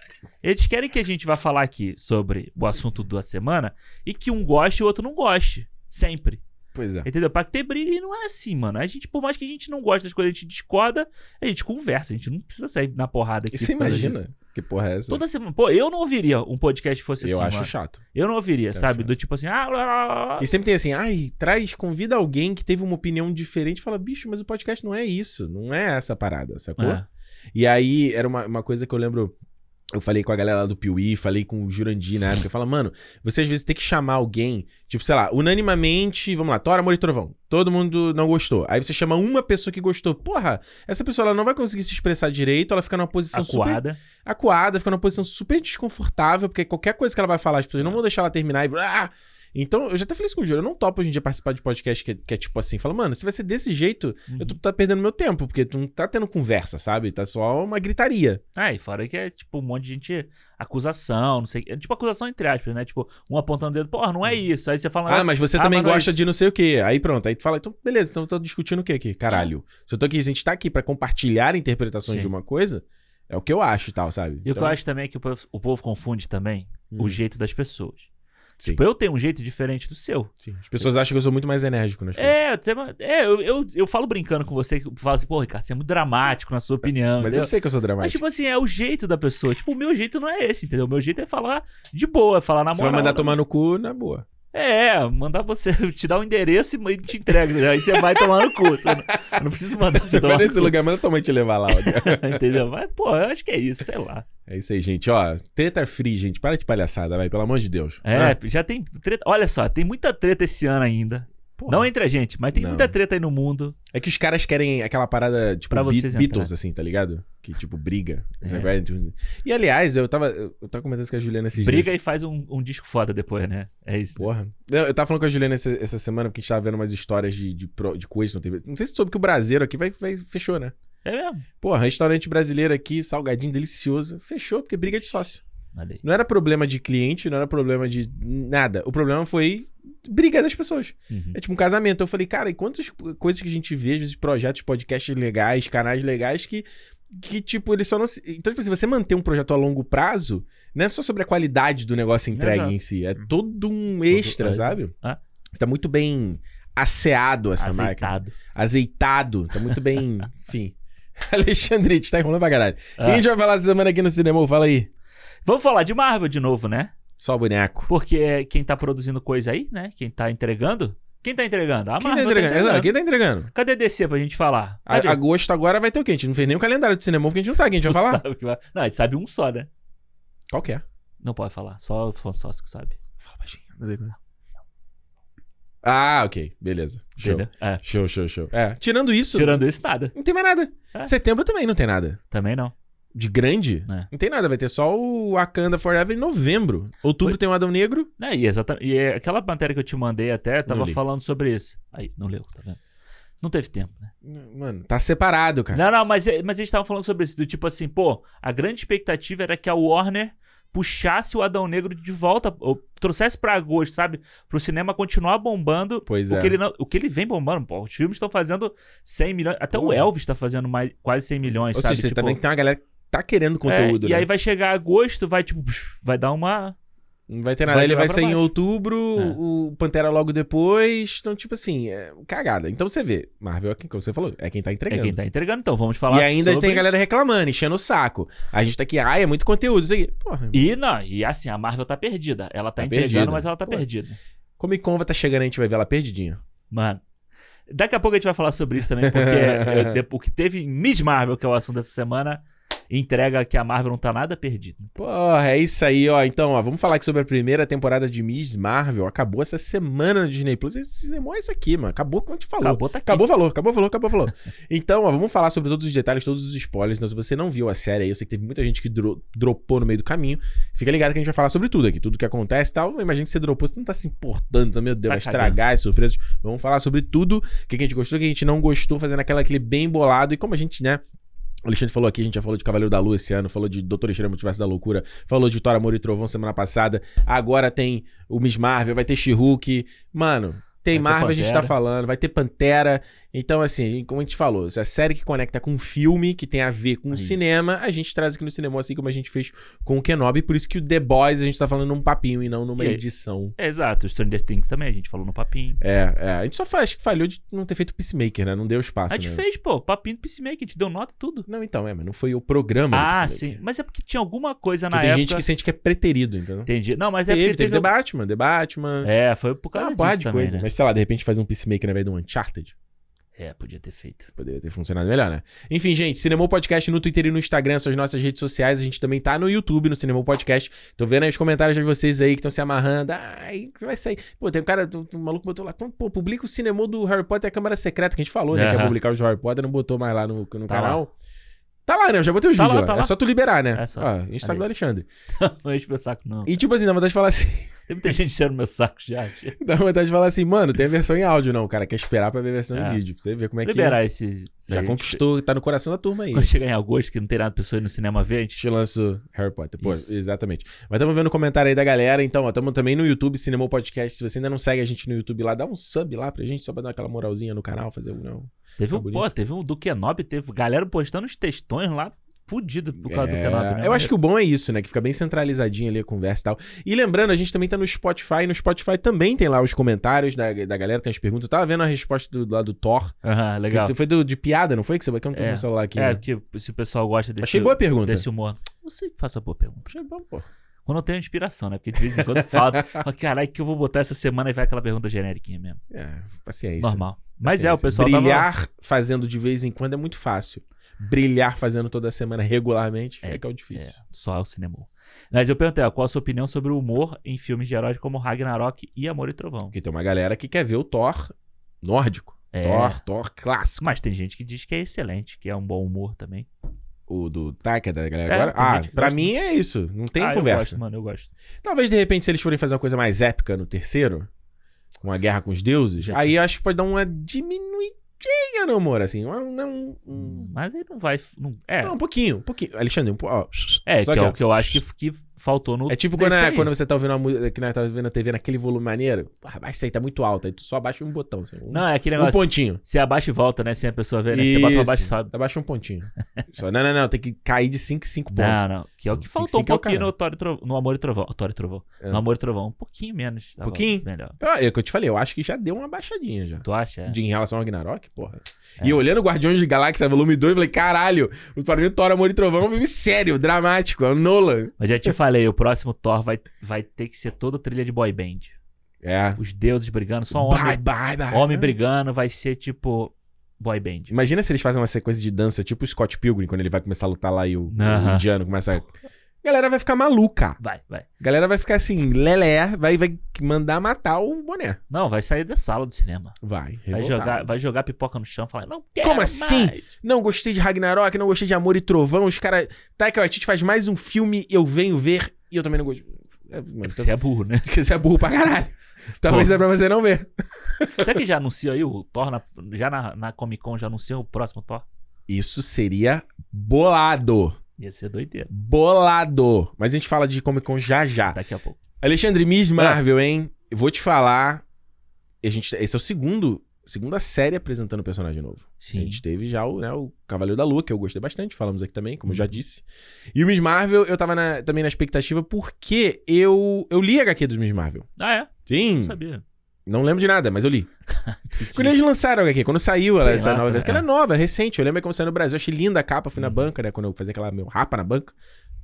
Speaker 2: Eles querem que a gente vá falar aqui sobre o assunto da semana e que um goste e o outro não goste. Sempre.
Speaker 1: Pois é.
Speaker 2: Entendeu? Pra ter briga e não é assim, mano. A gente, por mais que a gente não goste das coisas, a gente discorda, a gente conversa, a gente não precisa sair na porrada aqui.
Speaker 1: E você
Speaker 2: por causa
Speaker 1: imagina?
Speaker 2: disso.
Speaker 1: Que porra é essa?
Speaker 2: Toda semana. Pô, eu não ouviria um podcast que fosse
Speaker 1: eu
Speaker 2: assim,
Speaker 1: acho
Speaker 2: mano.
Speaker 1: chato.
Speaker 2: Eu não ouviria,
Speaker 1: Eu
Speaker 2: sabe?
Speaker 1: acho.
Speaker 2: Do tipo assim, ah, lá, lá, lá, lá.
Speaker 1: E sempre tem assim, ai, traz, convida alguém que teve uma opinião diferente. Fala, bicho, mas o podcast não é isso. Não é essa parada, sacou?
Speaker 2: É.
Speaker 1: E aí, era uma, uma coisa que eu lembro. Eu falei com a galera lá do Piuí, falei com o Jurandir na época. Fala, mano, você às vezes tem que chamar alguém, tipo, sei lá, unanimamente, vamos lá, Tora, Amor e Trovão. Todo mundo não gostou. Aí você chama uma pessoa que gostou. Porra, essa pessoa ela não vai conseguir se expressar direito, ela fica numa posição super
Speaker 2: Acuada.
Speaker 1: acuada, fica numa posição super desconfortável, porque qualquer coisa que ela vai falar, as
Speaker 2: É.
Speaker 1: pessoas não vão deixar ela terminar e. Ah! Então, eu já até falei isso com o Júlio, eu não topo hoje em dia participar de podcast que, é- que é tipo assim, fala, mano, se vai ser desse jeito, eu tô tá perdendo meu tempo, porque tu não tá tendo conversa, sabe? Tá só uma gritaria.
Speaker 2: Ah, e fora que é tipo um monte de gente. Acusação, não sei. o quê. É, tipo acusação entre aspas, né? Tipo, um apontando o dedo, porra, não é isso. Aí você fala. um
Speaker 1: Ah,
Speaker 2: negócio-
Speaker 1: mas você
Speaker 2: ah,
Speaker 1: também
Speaker 2: mas não é
Speaker 1: gosta
Speaker 2: isso.
Speaker 1: de não sei o quê. Aí pronto, aí tu fala, então, beleza, então eu tô discutindo o quê aqui? Caralho. Se eu tô aqui, se a gente tá aqui pra compartilhar interpretações
Speaker 2: Sim.
Speaker 1: de uma coisa, é o que eu acho e tal, sabe?
Speaker 2: E o que
Speaker 1: Então,
Speaker 2: eu acho também é que o povo, o povo confunde também
Speaker 1: Hum.
Speaker 2: o jeito das pessoas.
Speaker 1: Sim.
Speaker 2: Tipo, eu tenho um jeito diferente do seu.
Speaker 1: sim, As pessoas acham que eu sou muito mais enérgico nas coisas.
Speaker 2: É, você- é eu, eu, eu falo brincando com você, que eu falo assim, pô, Ricardo, você é muito dramático na sua opinião.
Speaker 1: Mas
Speaker 2: entendeu?
Speaker 1: eu sei que eu sou
Speaker 2: Mas,
Speaker 1: dramático.
Speaker 2: tipo assim, é o jeito da pessoa. Tipo, o meu jeito não é esse, entendeu? O meu jeito é falar de boa, é falar na
Speaker 1: Você
Speaker 2: moral.
Speaker 1: vai mandar
Speaker 2: né?
Speaker 1: tomar no cu, na boa.
Speaker 2: É, mandar você te dar o endereço e te entrega. entendeu? Aí você vai tomar no cu. Você não, eu não preciso mandar você
Speaker 1: Você vai
Speaker 2: tomar no
Speaker 1: nesse
Speaker 2: cu.
Speaker 1: lugar, manda tua mãe te levar lá. ó.
Speaker 2: Entendeu? Mas, pô, eu acho que é isso, sei lá.
Speaker 1: é isso aí, gente. Ó, treta free, gente. Para de palhaçada, vai. Pelo amor de Deus.
Speaker 2: É,
Speaker 1: Ah,
Speaker 2: já tem treta. Olha só, tem muita treta esse ano ainda.
Speaker 1: porra.
Speaker 2: Não entre a gente, mas tem
Speaker 1: Não.
Speaker 2: muita treta aí no mundo.
Speaker 1: É que os caras querem aquela parada, tipo,
Speaker 2: Pra
Speaker 1: Be-
Speaker 2: vocês
Speaker 1: Beatles, assim, tá ligado? Que, tipo, briga. Esse
Speaker 2: É.
Speaker 1: negócio de- E, aliás, eu tava, eu eu tava comentando isso com a Juliana esses
Speaker 2: Briga
Speaker 1: dias.
Speaker 2: e faz um, um disco foda depois, né? É isso. né?
Speaker 1: Porra. Eu, eu tava falando com a Juliana essa, essa semana, porque a gente tava vendo umas histórias de, de, pro- de coisa. Não, teve... não sei se tu soube que o Brasileiro aqui vai, vai- fechou, né?
Speaker 2: É mesmo?
Speaker 1: Porra, restaurante brasileiro aqui, salgadinho, delicioso. Fechou, porque briga de sócio.
Speaker 2: Olha aí.
Speaker 1: Não era problema de cliente, não era problema de nada. O problema foi briga das pessoas.
Speaker 2: Uhum.
Speaker 1: É tipo um casamento. Eu falei, cara, e quantas coisas que a gente vê, esses projetos, podcasts legais, canais legais que. Que, tipo, eles só não. Se... Então, tipo, se você manter um projeto a longo prazo, não é só sobre a qualidade do negócio entregue
Speaker 2: Exato.
Speaker 1: em si. É todo um extra,
Speaker 2: exato.
Speaker 1: sabe?
Speaker 2: Ah.
Speaker 1: Você tá muito bem asseado essa marca.
Speaker 2: Azeitado.
Speaker 1: Azeitado. Tá muito bem. Enfim. Alexandrite, tá enrolando pra caralho. O que a
Speaker 2: Ah.
Speaker 1: gente vai falar essa semana aqui no cinema? Fala aí.
Speaker 2: Vamos falar de Marvel de novo, né?
Speaker 1: Só o boneco.
Speaker 2: Porque quem tá produzindo coisa aí, né? Quem tá entregando. Quem tá entregando? A
Speaker 1: Quem tá
Speaker 2: Marvel.
Speaker 1: entregando?
Speaker 2: Tá
Speaker 1: Exato,
Speaker 2: entregando.
Speaker 1: quem tá entregando?
Speaker 2: Cadê a DC pra gente falar?
Speaker 1: A-
Speaker 2: Cadê?
Speaker 1: agosto agora vai ter o quê? A gente não fez nem o calendário de cinema, porque a gente não sabe o que a gente vai
Speaker 2: Não
Speaker 1: falar.
Speaker 2: sabe o que vai- Não, a gente sabe um só, né?
Speaker 1: Qual que é?
Speaker 2: Não pode falar, só o fã sócio que sabe.
Speaker 1: Fala baixinho. mas aí- Ah, ok. Beleza. Show.
Speaker 2: Entendeu? É.
Speaker 1: Show, show, show. É. Tirando isso,
Speaker 2: Tirando isso, nada.
Speaker 1: não tem mais nada.
Speaker 2: É.
Speaker 1: Setembro também não tem nada.
Speaker 2: Também não.
Speaker 1: De grande,
Speaker 2: É.
Speaker 1: não tem nada. Vai ter só o Wakanda Forever em novembro. Outubro tem o Adão Negro.
Speaker 2: Né, e, exata- e é aquela matéria que eu te mandei até tava
Speaker 1: li.
Speaker 2: falando sobre isso. Aí, não leu, tá vendo? Não teve tempo, né?
Speaker 1: Mano, tá separado, cara.
Speaker 2: Não, não, mas, é- mas eles estavam falando sobre isso. Do tipo assim, pô, a grande expectativa era que a Warner puxasse o Adão Negro de volta, ou trouxesse pra agosto, sabe? Pro cinema continuar bombando.
Speaker 1: Pois
Speaker 2: O
Speaker 1: é.
Speaker 2: que, ele não- o que ele vem bombando, pô, os filmes estão fazendo 100 milhões. Até o
Speaker 1: Porra.
Speaker 2: Elvis tá fazendo mais, quase 100 milhões,
Speaker 1: Ou
Speaker 2: sabe?
Speaker 1: seja, você
Speaker 2: Tipo,
Speaker 1: também tem uma galera que tá querendo
Speaker 2: É,
Speaker 1: conteúdo,
Speaker 2: E
Speaker 1: né?
Speaker 2: aí vai chegar agosto, vai tipo, vai dar uma
Speaker 1: Não vai ter nada.
Speaker 2: Vai
Speaker 1: ele
Speaker 2: jogar
Speaker 1: vai
Speaker 2: pra
Speaker 1: ser em
Speaker 2: baixo.
Speaker 1: outubro,
Speaker 2: É.
Speaker 1: o Pantera logo depois. Então, tipo assim, é cagada. Então você vê, Marvel é quem, como você falou, é quem tá
Speaker 2: É
Speaker 1: entregando.
Speaker 2: quem tá entregando, então vamos falar
Speaker 1: e ainda
Speaker 2: sobre...
Speaker 1: tem galera reclamando, enchendo o saco. A gente tá aqui, ai, é muito conteúdo isso aí. Porra,
Speaker 2: E não, e assim, a Marvel tá perdida. Ela tá,
Speaker 1: Tá
Speaker 2: entregando,
Speaker 1: perdida.
Speaker 2: mas ela tá
Speaker 1: Pô.
Speaker 2: perdida.
Speaker 1: Comic Con vai tá chegando, a gente vai ver ela perdidinha.
Speaker 2: Mano. Daqui a pouco a gente vai falar sobre isso também, porque é, de- o que teve em Miss Marvel, que é o assunto dessa semana, entrega que a Marvel não tá nada perdida.
Speaker 1: Porra, é isso aí, ó. Então, ó, vamos falar aqui sobre a primeira temporada de Miss Marvel. Acabou essa semana no Disney Plus. Esse cinema é isso aqui, mano. Acabou quando a gente falou.
Speaker 2: Acabou, tá aqui.
Speaker 1: Acabou, falou, acabou, falou, acabou, falou. Então, ó, vamos falar sobre todos os detalhes, todos os spoilers. Então, se você não viu a série aí, eu sei que teve muita gente que dro- dropou no meio do caminho. Fica ligado que a gente vai falar sobre tudo aqui, tudo que acontece e tal. Eu imagino que você dropou, você não tá se importando, então, meu Deus,
Speaker 2: Tá
Speaker 1: vai
Speaker 2: cagando.
Speaker 1: estragar as surpresas. Vamos falar sobre tudo, o que que a gente gostou, o que a gente não gostou, fazendo aquela, aquele bem bolado. E como a gente, né... O Alexandre falou aqui, a gente já falou de Cavaleiro da Lua esse ano, falou de Doutor Estranho Multiverso da Loucura, falou de Thor, Amor e Trovão semana passada, agora tem o Miss Marvel, vai ter She-Hulk. Mano, tem
Speaker 2: Vai ter
Speaker 1: Marvel, a gente tá
Speaker 2: Pantera.
Speaker 1: falando, vai ter Pantera. Então, assim, como a gente falou, se a série que conecta com um filme, que tem a ver com o
Speaker 2: Isso.
Speaker 1: cinema, a gente traz aqui no cinema, assim como a gente fez com o Kenobi. Por isso que o The Boys a gente tá falando num papinho e não numa
Speaker 2: E aí?
Speaker 1: edição.
Speaker 2: É, exato, Stranger Things também, a gente falou no papinho.
Speaker 1: É, é. A gente só faz, acho que falhou de não ter feito Peacemaker, né? Não deu espaço,
Speaker 2: a gente
Speaker 1: né?
Speaker 2: fez, pô, papinho do Peacemaker, a gente deu nota e tudo.
Speaker 1: Não, então, é, mas não foi o programa do
Speaker 2: ah,
Speaker 1: Peacemaker.
Speaker 2: sim. Mas é porque tinha alguma coisa
Speaker 1: Porque
Speaker 2: na
Speaker 1: tem
Speaker 2: época.
Speaker 1: gente que sente que é preterido, entendeu?
Speaker 2: Entendi. Não, mas é
Speaker 1: teve,
Speaker 2: porque
Speaker 1: teve,
Speaker 2: teve.
Speaker 1: The Batman, The Batman.
Speaker 2: É, foi por
Speaker 1: Ah,
Speaker 2: causa
Speaker 1: porrada
Speaker 2: disso
Speaker 1: de
Speaker 2: também,
Speaker 1: coisa.
Speaker 2: né?
Speaker 1: Mas sei lá, de repente fazer um Peacemaker ao invés de um Uncharted.
Speaker 2: É, podia ter feito.
Speaker 1: Poderia ter funcionado melhor, né? Enfim, gente, Cinemou Podcast no Twitter e no Instagram, são as nossas redes sociais. A gente também tá no YouTube, no Cinemou Podcast. Tô vendo aí os comentários de vocês aí que estão se amarrando. Ai, vai sair. Pô, tem um cara, um maluco botou lá. Pô, publica o Cinemou do Harry Potter e a Câmara Secreta, que a gente falou, né? Que ia
Speaker 2: Aham.
Speaker 1: publicar os do Harry Potter, não botou mais lá no, no
Speaker 2: Tá
Speaker 1: canal. Tá lá, né? Eu já botei os
Speaker 2: Tá
Speaker 1: vídeos
Speaker 2: lá,
Speaker 1: lá.
Speaker 2: tá
Speaker 1: é
Speaker 2: lá.
Speaker 1: só tu liberar, né?
Speaker 2: É só.
Speaker 1: Ó, Instagram do
Speaker 2: Aí.
Speaker 1: Alexandre.
Speaker 2: Não enche meu saco, não.
Speaker 1: E tipo assim, dá vontade de falar assim.
Speaker 2: Tem muita gente sendo meu saco já. tia.
Speaker 1: Dá vontade de falar assim, mano, tem a versão em áudio, não. O cara quer esperar pra ver a versão
Speaker 2: É.
Speaker 1: em vídeo. Pra você ver como é que.
Speaker 2: Liberar esses.
Speaker 1: Já
Speaker 2: aí,
Speaker 1: conquistou, tá no coração da turma aí.
Speaker 2: Quando chegar em agosto, que não tem nada pra pessoa ir no cinema ver, a gente
Speaker 1: te lanço Harry Potter. Pô,
Speaker 2: Isso.
Speaker 1: exatamente. Mas estamos vendo o comentário aí da galera. Então, ó, estamos também no YouTube, Cinema Podcast. Se você ainda não segue a gente no YouTube lá, dá um sub lá pra gente, só pra dar aquela moralzinha no canal, fazer um. Não.
Speaker 2: Teve
Speaker 1: Tá
Speaker 2: um,
Speaker 1: bonito.
Speaker 2: pô, teve um do Kenobi, teve galera postando uns textões lá, fudido por causa do
Speaker 1: É,
Speaker 2: Kenobi. Né?
Speaker 1: eu acho que o bom é isso, né? Que fica bem centralizadinho ali a conversa e tal. E lembrando, a gente também tá no Spotify. No Spotify também tem lá os comentários da, da galera, tem as perguntas. Eu tava vendo a resposta do, lá do Thor.
Speaker 2: Aham,
Speaker 1: que
Speaker 2: legal.
Speaker 1: tu- foi do- de piada, não foi? Que você que eu não tô
Speaker 2: É.
Speaker 1: com o celular aqui.
Speaker 2: É,
Speaker 1: né?
Speaker 2: porque se o pessoal gosta desse,
Speaker 1: Achei boa a pergunta.
Speaker 2: desse humor. Não sei se faça boa pergunta.
Speaker 1: Achei bom, pô.
Speaker 2: Quando eu tenho inspiração, né? Porque de vez em quando eu falo, "Ah, caralho, que eu vou botar essa semana e vai aquela pergunta generiquinha mesmo.
Speaker 1: É, paciência.
Speaker 2: Normal. Mas é, o
Speaker 1: Paciência.
Speaker 2: pessoal tava.
Speaker 1: Assim, Brilhar fazendo de vez em quando é muito fácil. Brilhar fazendo toda semana regularmente é,
Speaker 2: É,
Speaker 1: que é o
Speaker 2: É,
Speaker 1: difícil.
Speaker 2: só o cinema. Mas eu perguntei, ó, qual a sua opinião sobre o humor em filmes de heróis como Ragnarok e Amor e Trovão?
Speaker 1: Porque tem uma galera que quer ver o Thor nórdico.
Speaker 2: É.
Speaker 1: Thor, Thor clássico.
Speaker 2: Mas tem gente que diz que é excelente, que é um bom humor também.
Speaker 1: O do Taika da galera
Speaker 2: É,
Speaker 1: agora.
Speaker 2: tem
Speaker 1: Ah,
Speaker 2: gente que
Speaker 1: pra
Speaker 2: gosta
Speaker 1: mim é isso. Não tem
Speaker 2: Ah, eu gosto,
Speaker 1: conversa.
Speaker 2: mano, eu gosto.
Speaker 1: Talvez, de repente, se eles forem fazer uma coisa mais épica no terceiro, uma guerra com os deuses,
Speaker 2: Já
Speaker 1: aí eu acho que pode dar uma diminuidinha no humor, assim. Uma- não, um-
Speaker 2: Mas aí não vai. Não, é,
Speaker 1: não, um pouquinho, um pouquinho. Alexandre, um pouco.
Speaker 2: é que
Speaker 1: só
Speaker 2: é
Speaker 1: que,
Speaker 2: o
Speaker 1: ó.
Speaker 2: que eu acho que, que faltou no.
Speaker 1: É tipo
Speaker 2: nesse
Speaker 1: quando, é-
Speaker 2: aí.
Speaker 1: quando você tá ouvindo uma música que nós tá vendo a TV naquele volume maneiro. Ah, baixa isso aí, tá muito alto. Aí tu só abaixa um botão. Assim, um,
Speaker 2: Não, é aquele
Speaker 1: um
Speaker 2: negócio.
Speaker 1: pontinho.
Speaker 2: Você abaixa e volta, né? Sem a pessoa ver, né? Você bota pra baixo e
Speaker 1: Isso.
Speaker 2: sobe.
Speaker 1: Abaixa um pontinho. Só, não, não, não. Tem que cair de 5 em 5 pontos.
Speaker 2: Não, não. Que é o que
Speaker 1: Cinco,
Speaker 2: faltou um
Speaker 1: cinco é o
Speaker 2: pouquinho
Speaker 1: caralho.
Speaker 2: no, Thor e Trovão, no Amor e Trovão. Thor e Trovão.
Speaker 1: É.
Speaker 2: No Amor e Trovão. Um pouquinho menos. tava
Speaker 1: Pouquinho?
Speaker 2: Melhor.
Speaker 1: Ah, é o que eu te falei. Eu acho que já deu uma baixadinha já.
Speaker 2: Tu acha?
Speaker 1: De, em relação ao Ragnarok, porra.
Speaker 2: É.
Speaker 1: E eu olhando Guardiões de Galáxia Volume 2, eu falei, caralho, o para mim Thor, Amor e Trovão é um filme sério, dramático, é o Nolan.
Speaker 2: Mas já te falei, o próximo Thor vai, vai ter que ser toda trilha de boy band.
Speaker 1: É.
Speaker 2: Os deuses brigando, só um
Speaker 1: Bye,
Speaker 2: homem,
Speaker 1: bye, bye.
Speaker 2: homem brigando, vai ser tipo boy band.
Speaker 1: Imagina se eles fazem uma sequência de dança tipo o Scott Pilgrim, quando ele vai começar a lutar lá e o, o
Speaker 2: Aham.
Speaker 1: indiano começa a... Galera vai ficar maluca.
Speaker 2: Vai, vai.
Speaker 1: Galera vai ficar assim, lelé, vai, vai mandar matar o boné.
Speaker 2: Não, vai sair da sala do cinema.
Speaker 1: Vai,
Speaker 2: Vai
Speaker 1: revoltado.
Speaker 2: jogar, vai jogar pipoca no chão e falar, não quero
Speaker 1: Como assim?
Speaker 2: mais.
Speaker 1: Não gostei de Ragnarok, não gostei de Amor e Trovão. Os caras. Taika Waititi faz mais um filme, eu venho ver e eu também não gosto. É, mano,
Speaker 2: É porque
Speaker 1: então-
Speaker 2: você é burro, né?
Speaker 1: Porque você é burro pra caralho. Talvez
Speaker 2: Pô.
Speaker 1: é pra você não ver.
Speaker 2: Será que já anunciou aí o Thor? na- já na, na Comic Con já anunciou o próximo Thor?
Speaker 1: Isso seria bolado.
Speaker 2: Ia ser doideira.
Speaker 1: Bolado. Mas a gente fala de Comic Con já já.
Speaker 2: Daqui a pouco.
Speaker 1: Alexandre Miss Marvel, hein? Eu vou te falar. A gente, esse é o segundo segunda série apresentando o personagem novo.
Speaker 2: Sim.
Speaker 1: A gente teve já o, né, o Cavaleiro da Lua, que eu gostei bastante, falamos aqui também, como eu já disse. E o Miss Marvel, eu tava na- também na expectativa porque eu, eu li a HQ dos Miss Marvel.
Speaker 2: Ah, é?
Speaker 1: Sim,
Speaker 2: Não sabia.
Speaker 1: não lembro de nada, mas eu li. Hum. Quando eles lançaram a HQ, quando saiu ela,
Speaker 2: Sei
Speaker 1: essa
Speaker 2: lá,
Speaker 1: nova
Speaker 2: né?
Speaker 1: versão, que ela é nova, é recente, eu lembro como saiu no Brasil, eu achei linda a capa, fui na
Speaker 2: Uhum.
Speaker 1: banca, né, quando eu fazia aquela meu rapa na banca.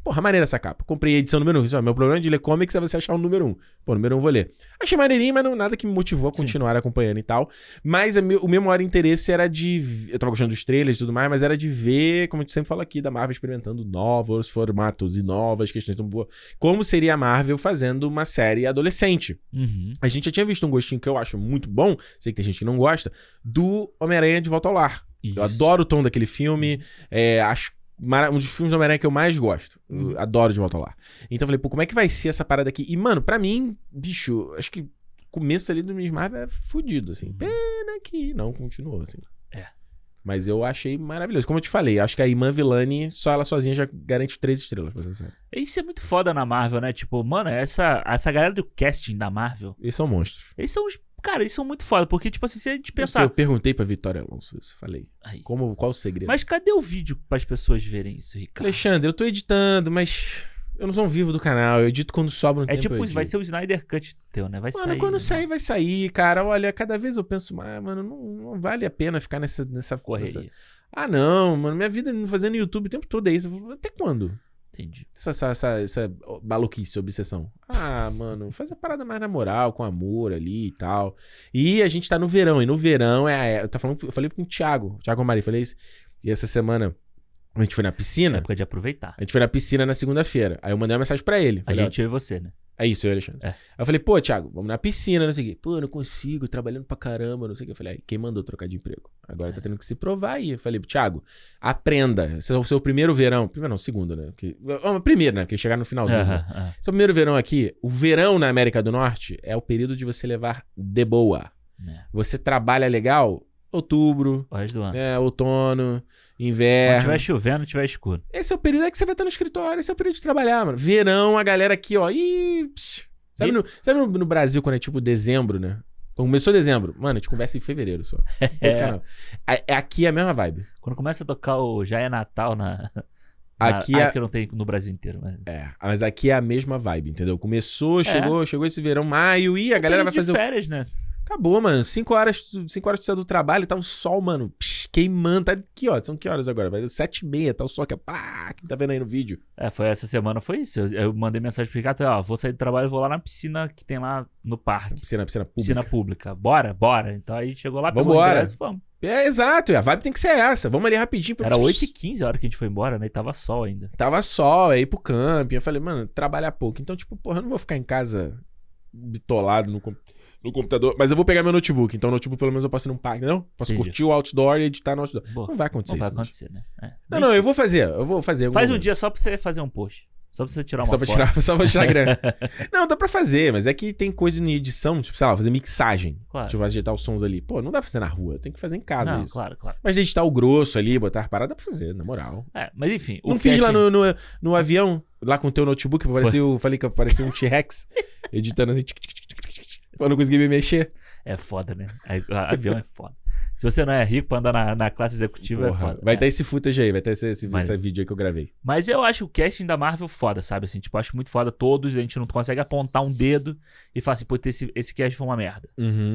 Speaker 1: Porra, maneira essa capa. Comprei a edição número 1. Um. Meu problema de ler comics é você achar o número 1. Um. Pô, número 1 um eu vou ler. Achei maneirinho, mas não, nada que me motivou a
Speaker 2: Sim.
Speaker 1: continuar acompanhando e tal. Mas a meu- o meu maior interesse era de. v- Eu tava gostando dos trailers e tudo mais, mas era de ver, como a gente sempre fala aqui, da Marvel experimentando novos formatos e novas questões. Então, boa. Como seria a Marvel fazendo uma série adolescente?
Speaker 2: Uhum.
Speaker 1: A gente já tinha visto um gostinho que eu acho muito bom, sei que tem gente que não gosta, do Homem-Aranha de Volta ao Lar.
Speaker 2: Isso.
Speaker 1: Eu adoro o tom daquele filme, é, acho mara- um dos filmes do Homem-Aranha que eu mais gosto. Eu
Speaker 2: Uhum.
Speaker 1: Adoro de Volta ao Lar. Então eu falei, pô, como é que vai ser essa parada aqui? E, mano, pra mim, bicho, acho que o começo ali do Miss Marvel é fudido, assim.
Speaker 2: Uhum.
Speaker 1: Pena que não continuou, assim.
Speaker 2: É.
Speaker 1: Mas eu achei maravilhoso. Como eu te falei, acho que a Iman Villani, só ela sozinha já garante três estrelas, pra você saber.
Speaker 2: Isso é muito foda na Marvel, né? Tipo, mano, essa, essa galera do casting da Marvel,
Speaker 1: Eles são monstros.
Speaker 2: eles são uns. Cara, eles são muito foda, porque, tipo assim, se a gente
Speaker 1: Eu, sei, eu
Speaker 2: pensar.
Speaker 1: perguntei pra Vitória Alonso isso, falei.
Speaker 2: Aí.
Speaker 1: Como, qual o segredo?
Speaker 2: Mas cadê o vídeo para as pessoas verem isso, Ricardo?
Speaker 1: Alexandre, eu tô editando, mas eu não sou um vivo do canal. Eu edito quando sobra um
Speaker 2: É
Speaker 1: tempo.
Speaker 2: tipo,
Speaker 1: eu
Speaker 2: vai
Speaker 1: edito.
Speaker 2: ser o Snyder Cut teu, né? Vai
Speaker 1: Mano,
Speaker 2: sair.
Speaker 1: quando
Speaker 2: né?
Speaker 1: sair, vai sair, cara. Olha, cada vez eu penso, ah, mano, não, não vale a pena ficar nessa. nessa nessa-
Speaker 2: Correria.
Speaker 1: Ah, não, mano, minha vida fazendo YouTube o tempo todo é isso. Até quando?
Speaker 2: Entendi.
Speaker 1: Essa, essa, essa, essa maluquice, obsessão. Ah, mano, faz a parada mais na moral, com amor ali e tal. E a gente tá no verão, e no verão é. a é- Eu, tá falando, eu falei com o Thiago, Thiago Mari, falei isso. E essa semana a gente foi na
Speaker 2: É
Speaker 1: piscina.
Speaker 2: época de aproveitar.
Speaker 1: A gente foi na piscina na segunda-feira. Aí eu mandei uma mensagem pra ele.
Speaker 2: A
Speaker 1: Falei, ó,
Speaker 2: gente, eu e você, né?
Speaker 1: É isso, eu e o Alexandre.
Speaker 2: É.
Speaker 1: Aí eu falei, pô, Thiago, vamos na piscina, não sei o quê. Pô, eu não consigo, trabalhando pra caramba, não sei o quê. Eu falei, "Ai, quem mandou trocar de emprego? Agora
Speaker 2: É.
Speaker 1: tá tendo que se provar aí. Eu falei, Thiago, aprenda. Esse é o seu primeiro verão. Primeiro não, segundo, né? Porque, ah, primeiro, né? Porque chegar no finalzinho. né?
Speaker 2: Aham, aham.
Speaker 1: Seu primeiro verão aqui, o verão na América do Norte é o período de você levar de boa.
Speaker 2: É. Ah.
Speaker 1: Você trabalha legal, outubro,
Speaker 2: O resto do ano.
Speaker 1: né? outono,
Speaker 2: Quando
Speaker 1: inverno.
Speaker 2: tiver chovendo, tiver escuro.
Speaker 1: Esse é o período aí que você vai estar no escritório, esse é o período de trabalhar, mano. Verão, a galera aqui, ó. Ih, psh. sabe, no, sabe no, no Brasil quando é tipo dezembro, né? Quando Começou dezembro. Mano, a gente conversa em fevereiro só.
Speaker 2: É.
Speaker 1: Outro canal. A- é aqui é a mesma vibe.
Speaker 2: Quando começa a tocar o Já é Natal na. na-
Speaker 1: Aqui
Speaker 2: ah, tá.
Speaker 1: é-
Speaker 2: que não tem no Brasil inteiro, mas.
Speaker 1: É, mas aqui é a mesma vibe, entendeu?
Speaker 2: É.
Speaker 1: Começou, chegou, chegou esse verão, maio, e a galera vai
Speaker 2: um de
Speaker 1: fazer. o.
Speaker 2: férias, né?
Speaker 1: Acabou, mano. Cinco horas, cinco horas tu sai do trabalho, tá o sol, mano, psh, queimando. Tá que horas? São que horas agora? Vai sete e meia, tá o sol que é. Pá, quem tá vendo aí no vídeo?
Speaker 2: É, foi essa semana, foi isso. Eu, eu mandei mensagem pro Ricardo, ó, vou sair do trabalho, vou lá na piscina que tem lá no parque.
Speaker 1: Piscina, piscina pública.
Speaker 2: Piscina pública. Bora, bora. Então aí chegou lá, pegou
Speaker 1: Vambora.
Speaker 2: o ingresso, vamos.
Speaker 1: É, exato. e A vibe tem que ser essa. Vamos ali rapidinho. pra-
Speaker 2: Era 8h15 a hora que a gente foi embora, né? E tava sol ainda.
Speaker 1: Tava sol, aí pro camping. Eu falei, mano, trabalhar pouco. Então, tipo, porra, eu não vou ficar em casa bitolado no, com- no computador. Mas eu vou pegar meu notebook. Então, o notebook pelo menos eu posso ir num parque, não? Posso
Speaker 2: Entendi.
Speaker 1: curtir o outdoor e editar no outdoor.
Speaker 2: Pô,
Speaker 1: Não vai acontecer
Speaker 2: não vai
Speaker 1: isso. bicho.
Speaker 2: acontecer, né? É.
Speaker 1: Não, não, eu vou fazer. Eu vou fazer. em algum
Speaker 2: Faz um
Speaker 1: momento.
Speaker 2: dia só pra você fazer um post. Só pra você tirar uma
Speaker 1: Só pra,
Speaker 2: foto.
Speaker 1: tirar, só pra tirar grana. não, dá pra fazer, mas é que tem coisa em edição, tipo, sei lá, fazer mixagem.
Speaker 2: Claro.
Speaker 1: Tipo, agitar os sons ali. Pô, não dá pra fazer na rua, tem que fazer em casa
Speaker 2: não,
Speaker 1: isso.
Speaker 2: claro, claro.
Speaker 1: Mas editar o grosso ali, botar parada, dá pra fazer, na moral.
Speaker 2: É, mas enfim. o
Speaker 1: Não fiz lá
Speaker 2: casting-
Speaker 1: no, no, no avião, lá com o teu notebook, que
Speaker 2: Foi.
Speaker 1: parecia, o- falei que parecia um T-Rex, editando assim. tic, tic, tic, tic, tic, tic, Eu não consegui me mexer.
Speaker 2: É foda, né? É, a- avião é foda. Se você não é rico pra andar na, na classe executiva, é
Speaker 1: Porra,
Speaker 2: foda.
Speaker 1: vai
Speaker 2: É.
Speaker 1: ter esse footage aí, vai ter esse, esse,
Speaker 2: Vai.
Speaker 1: esse vídeo aí que eu gravei.
Speaker 2: Mas eu acho o casting da Marvel foda, sabe? Assim, tipo, acho muito foda todos. A gente não consegue apontar um dedo e falar assim, pô, esse, esse casting foi uma merda,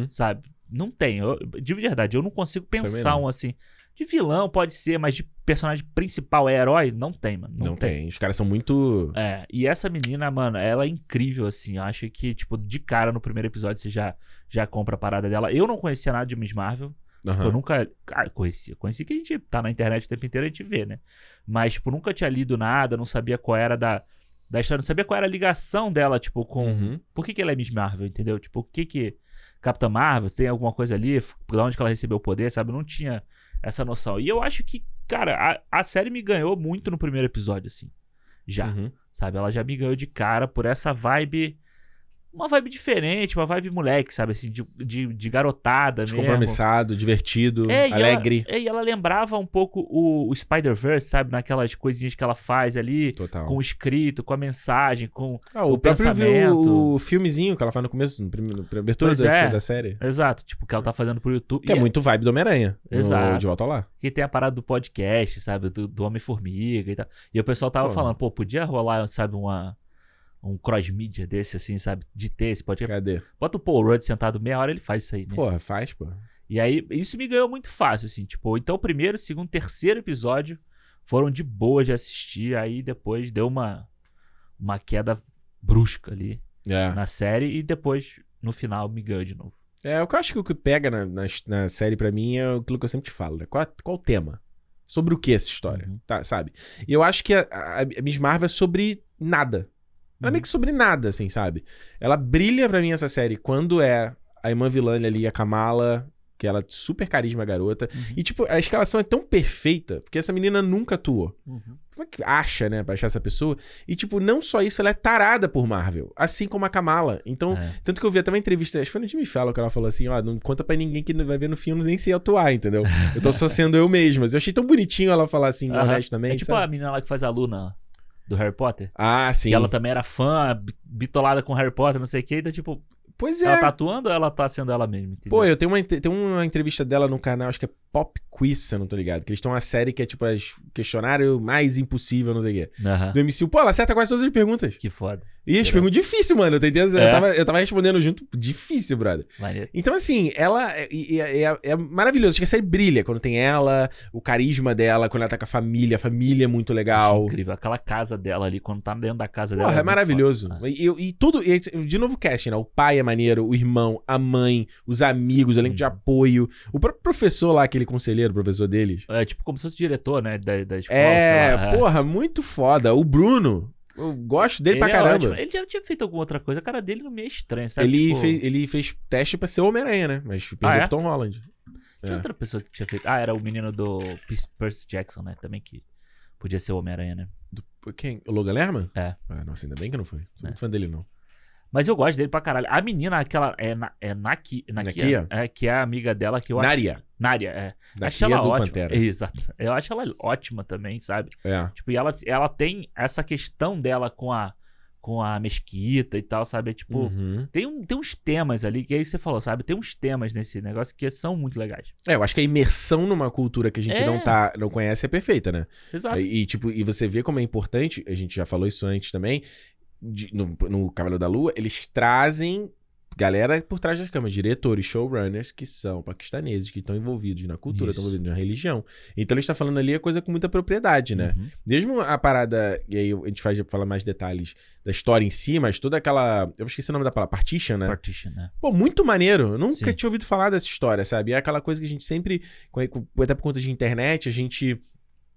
Speaker 2: sabe? Não tem. Eu- de verdade, eu não consigo
Speaker 1: Também
Speaker 2: pensar
Speaker 1: não.
Speaker 2: um assim. De vilão pode ser, mas de personagem principal é herói? Não tem, mano.
Speaker 1: Não, tem. Os caras são muito.
Speaker 2: É, e essa menina, mano, ela é incrível, assim. Eu acho que, tipo, de cara no primeiro episódio você já, já compra a parada dela. Eu não conhecia nada de Miss Marvel.
Speaker 1: Aham.
Speaker 2: Eu nunca. Cara, conhecia. Conheci que a gente tá na internet o tempo inteiro, a gente vê, né? Mas, tipo, nunca tinha lido nada, não sabia qual era da, da história, não sabia qual era a ligação dela, tipo, com.
Speaker 1: Uhum.
Speaker 2: Por que, que ela é Miss Marvel, entendeu? Tipo, o que que. Capitã Marvel, tem alguma coisa ali, f- da onde que ela recebeu o poder, sabe? Eu não tinha essa noção. E eu acho que, cara, a, a série me ganhou muito no primeiro episódio, assim. Já
Speaker 1: Uhum.
Speaker 2: sabe? Ela já me ganhou de cara por essa vibe uma vibe diferente, uma vibe moleque, sabe? Assim, de, de, de garotada mesmo.
Speaker 1: Descompromissado, divertido,
Speaker 2: É, e ela-
Speaker 1: alegre.
Speaker 2: É, e ela lembrava um pouco o, o Spider-Verse, sabe? Naquelas coisinhas que ela faz ali,
Speaker 1: Total.
Speaker 2: com o escrito, com a mensagem, com.
Speaker 1: Ah, o,
Speaker 2: o
Speaker 1: próprio
Speaker 2: pensamento.
Speaker 1: o filmezinho que ela faz no começo, no prim- na abertura
Speaker 2: Pois
Speaker 1: da,
Speaker 2: é.
Speaker 1: da série.
Speaker 2: Exato, tipo, o que ela tá fazendo pro YouTube.
Speaker 1: Que é
Speaker 2: E-
Speaker 1: muito vibe do Homem-Aranha. no
Speaker 2: Exato.
Speaker 1: De volta lá.
Speaker 2: que tem a parada do podcast, sabe? Do, do Homem-Formiga e tal. E o pessoal tava
Speaker 1: Pô.
Speaker 2: falando, pô, podia rolar, sabe, uma. Um cross-mídia desse, assim, sabe? De ter esse podcast.
Speaker 1: Cadê?
Speaker 2: Bota o Paul Rudd sentado meia hora, ele faz isso aí, né?
Speaker 1: Porra, faz, pô.
Speaker 2: E aí, isso me ganhou muito fácil, assim. Tipo, então o primeiro, segundo, terceiro episódio foram de boa de assistir. Aí depois deu uma, uma queda brusca ali
Speaker 1: É.
Speaker 2: na série. E depois, no final, me ganhou de novo.
Speaker 1: É, o que eu acho que o que pega na, na, na série pra mim é aquilo que eu sempre te falo, né? Qual, qual o tema? Sobre o que essa história?
Speaker 2: Uhum.
Speaker 1: Tá, sabe? E eu acho que a, a, a Miss Marvel é sobre nada. Ela é
Speaker 2: Uhum.
Speaker 1: meio que sobre nada, assim, sabe? Ela brilha pra mim essa série quando é a irmã vilã ali, a Kamala, que ela é super carisma a garota. E, tipo, a escalação é tão perfeita, porque essa menina nunca atuou.
Speaker 2: Uhum.
Speaker 1: Como é que acha, né, pra achar essa pessoa? E, tipo, não só isso, ela é tarada por Marvel, assim como a Kamala. Então,
Speaker 2: É.
Speaker 1: tanto que eu vi até uma entrevista, acho que foi no Jimmy Fallon que ela falou assim, ó, não conta pra ninguém que não vai ver no filme nem se atuar, entendeu? Eu tô só sendo eu mesma. Mas Eu achei tão bonitinho ela falar assim,
Speaker 2: Aham.
Speaker 1: honestamente,
Speaker 2: É tipo
Speaker 1: sabe?
Speaker 2: a menina lá que faz a Luna do Harry Potter.
Speaker 1: Ah, sim.
Speaker 2: E ela tá- também era fã, bi- bitolada com Harry Potter, não sei o que. Então, tipo,
Speaker 1: Pois é.
Speaker 2: ela tá atuando ou ela tá sendo ela mesma? entendeu?
Speaker 1: Pô, eu tenho uma, ent- tem uma entrevista dela no canal, acho que é Pop Quiz, se eu não tô ligado. Que eles estão uma série que é, tipo, as questionário mais impossível, não sei o quê.
Speaker 2: Aham.
Speaker 1: Do MC. Pô, ela acerta quase todas as perguntas.
Speaker 2: Que foda.
Speaker 1: E as perguntas difíceis, mano. Eu, tentei, eu,
Speaker 2: É?
Speaker 1: tava, eu tava respondendo junto. Difícil, brother.
Speaker 2: Maneiro.
Speaker 1: Então, assim, ela é, e- e- é- é maravilhoso. Acho que a série brilha quando tem ela, o carisma dela, quando ela tá com a família. A família é muito legal.
Speaker 2: Incrível. Aquela casa dela ali, quando tá dentro da casa dela.
Speaker 1: Porra, é
Speaker 2: muito
Speaker 1: maravilhoso.
Speaker 2: foda. Ah.
Speaker 1: E, e- e tudo. e, de novo, o casting, né? O pai é maneiro, o irmão, a mãe, os amigos, o elenco de
Speaker 2: Uhum.
Speaker 1: apoio. O próprio professor lá, aquele conselheiro, professor deles.
Speaker 2: É tipo como se fosse diretor, né? Da, da escola.
Speaker 1: é,
Speaker 2: sei lá.
Speaker 1: porra, muito foda. O Bruno, eu gosto dele pra
Speaker 2: é
Speaker 1: caramba.
Speaker 2: ótimo. ele já tinha feito alguma outra coisa. A cara dele não me é estranha, sabe?
Speaker 1: ele,
Speaker 2: Tipo,
Speaker 1: fez, ele fez teste pra ser o Homem-Aranha, né? Mas perdeu
Speaker 2: Ah, é?
Speaker 1: pro Tom Holland.
Speaker 2: Tinha
Speaker 1: é.
Speaker 2: outra pessoa que tinha feito. Ah, era o menino do P- Percy Jackson, né? Também que podia ser o Homem-Aranha, né?
Speaker 1: Quem? O Logan Lerman?
Speaker 2: É.
Speaker 1: Ah, nossa, ainda bem que não foi. Sou
Speaker 2: É.
Speaker 1: muito fã dele, não.
Speaker 2: Mas eu gosto dele pra caralho. A menina, aquela. É, na, é Naki, Nakia,
Speaker 1: Nakia?
Speaker 2: É, que é a amiga dela que eu acho.
Speaker 1: Naria.
Speaker 2: Nária, é.
Speaker 1: Da
Speaker 2: acho
Speaker 1: cria
Speaker 2: ela
Speaker 1: do
Speaker 2: ótima.
Speaker 1: Pantera.
Speaker 2: Exato. Eu acho ela ótima também, sabe?
Speaker 1: É.
Speaker 2: Tipo, e ela, ela tem essa questão dela com a, com a mesquita e tal, sabe? É tipo.
Speaker 1: Uhum.
Speaker 2: Tem, um, tem uns temas ali, que aí você falou, sabe? Tem uns temas nesse negócio que são muito legais.
Speaker 1: É, eu acho que a imersão numa cultura que a gente
Speaker 2: É.
Speaker 1: não tá, não conhece é perfeita, né?
Speaker 2: Exato.
Speaker 1: E, e, tipo, e você vê como é importante, a gente já falou isso antes também, de- no, no Cavaleiro da Lua, eles trazem galera por trás das câmeras, diretores, showrunners que são paquistaneses, que estão envolvidos na cultura, estão
Speaker 2: Isso.
Speaker 1: envolvidos na religião. Então ele está falando ali a coisa com muita propriedade, né?
Speaker 2: Uhum.
Speaker 1: Mesmo a parada, e aí a gente faz pra falar mais detalhes da história em si, mas toda aquela, eu esqueci o nome da palavra, partition, né?
Speaker 2: Partition, né?
Speaker 1: Pô, muito maneiro. Eu nunca
Speaker 2: Sim.
Speaker 1: tinha ouvido falar dessa história, sabe? É aquela coisa que a gente sempre, com- com- até por conta de internet, a gente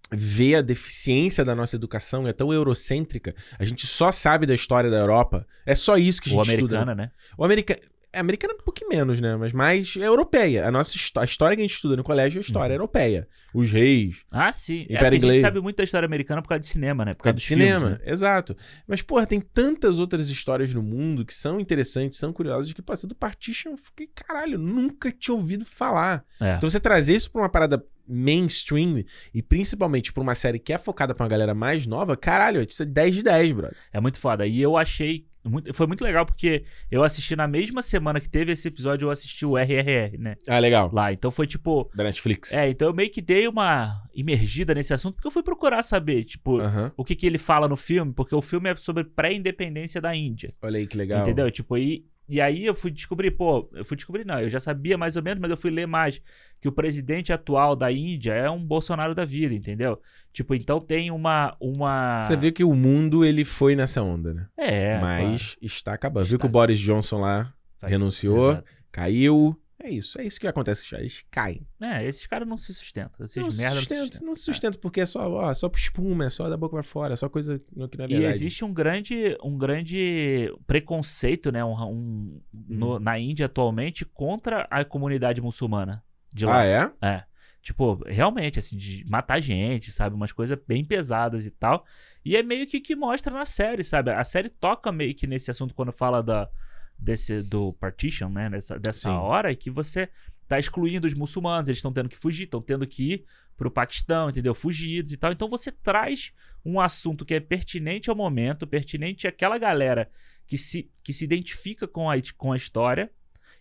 Speaker 1: vê a deficiência da nossa educação, é tão eurocêntrica. A gente só sabe da história da Europa. É só isso que a
Speaker 2: Ou
Speaker 1: gente estuda. né?
Speaker 2: americana, né?
Speaker 1: O americano. É, americana é um pouquinho menos, né? Mas mais europeia. A nossa histó- a história que a gente estuda no colégio é a história
Speaker 2: Uhum.
Speaker 1: europeia. Os reis,
Speaker 2: Ah, sim.
Speaker 1: Império
Speaker 2: É porque a
Speaker 1: Inglês.
Speaker 2: gente sabe muito da história americana por causa de cinema, né? Por
Speaker 1: Por causa
Speaker 2: causa
Speaker 1: do
Speaker 2: dos
Speaker 1: cinema,
Speaker 2: filmes, né?
Speaker 1: exato. Mas, porra, tem tantas outras histórias no mundo que são interessantes, são curiosas, que passando do Partition, eu fiquei, caralho, nunca tinha ouvido falar.
Speaker 2: É.
Speaker 1: Então você trazer isso pra uma parada mainstream e principalmente pra uma série que é focada pra uma galera mais nova, caralho, isso é 10 de 10, brother.
Speaker 2: É muito foda. E eu achei. Muito, foi muito legal porque eu assisti na mesma semana que teve esse episódio, eu assisti o RRR, né?
Speaker 1: Ah, legal.
Speaker 2: Lá. Então foi tipo.
Speaker 1: Da Netflix.
Speaker 2: É, então eu meio que dei uma imergida nesse assunto porque eu fui procurar saber, tipo,
Speaker 1: Aham.
Speaker 2: o que, que ele fala no filme, porque o filme é sobre pré-independência da Índia.
Speaker 1: Olha aí que legal.
Speaker 2: Entendeu? Tipo, aí. E aí eu fui descobrir, pô, eu fui descobrir, não, eu já sabia mais ou menos, mas eu fui ler mais que o presidente atual da Índia é um Bolsonaro da vida, entendeu? Tipo, então tem uma. uma...
Speaker 1: Você viu que o mundo, ele foi nessa onda, né?
Speaker 2: É.
Speaker 1: Mas está acabando. Viu
Speaker 2: Está.
Speaker 1: que o Boris Johnson lá
Speaker 2: Vai-
Speaker 1: renunciou,
Speaker 2: claro. Exato.
Speaker 1: caiu. É isso, é isso que acontece, eles caem.
Speaker 2: É, esses caras não se sustentam. Esses
Speaker 1: não se
Speaker 2: merda
Speaker 1: sustenta,
Speaker 2: não se sustentam.
Speaker 1: não se sustenta, porque é só, ó, só espuma, é só da boca pra fora, é só coisa no- que não é
Speaker 2: E
Speaker 1: verdade.
Speaker 2: existe um grande, um grande preconceito, né? Um, um-
Speaker 1: Hum.
Speaker 2: no- na Índia atualmente contra a comunidade muçulmana de lá.
Speaker 1: Ah, é?
Speaker 2: É. Tipo, realmente, assim, de matar gente, sabe? Umas coisas bem pesadas e tal. E é meio que que mostra na série, sabe? A série toca meio que nesse assunto quando fala da, desse do partition, né? Dessa, dessa
Speaker 1: Sim.
Speaker 2: hora que você tá excluindo os muçulmanos, eles estão tendo que fugir, estão tendo que ir pro Paquistão, entendeu? Fugidos e tal. Então você traz um assunto que é pertinente ao momento, pertinente àquela galera que se, que se identifica com a, com a história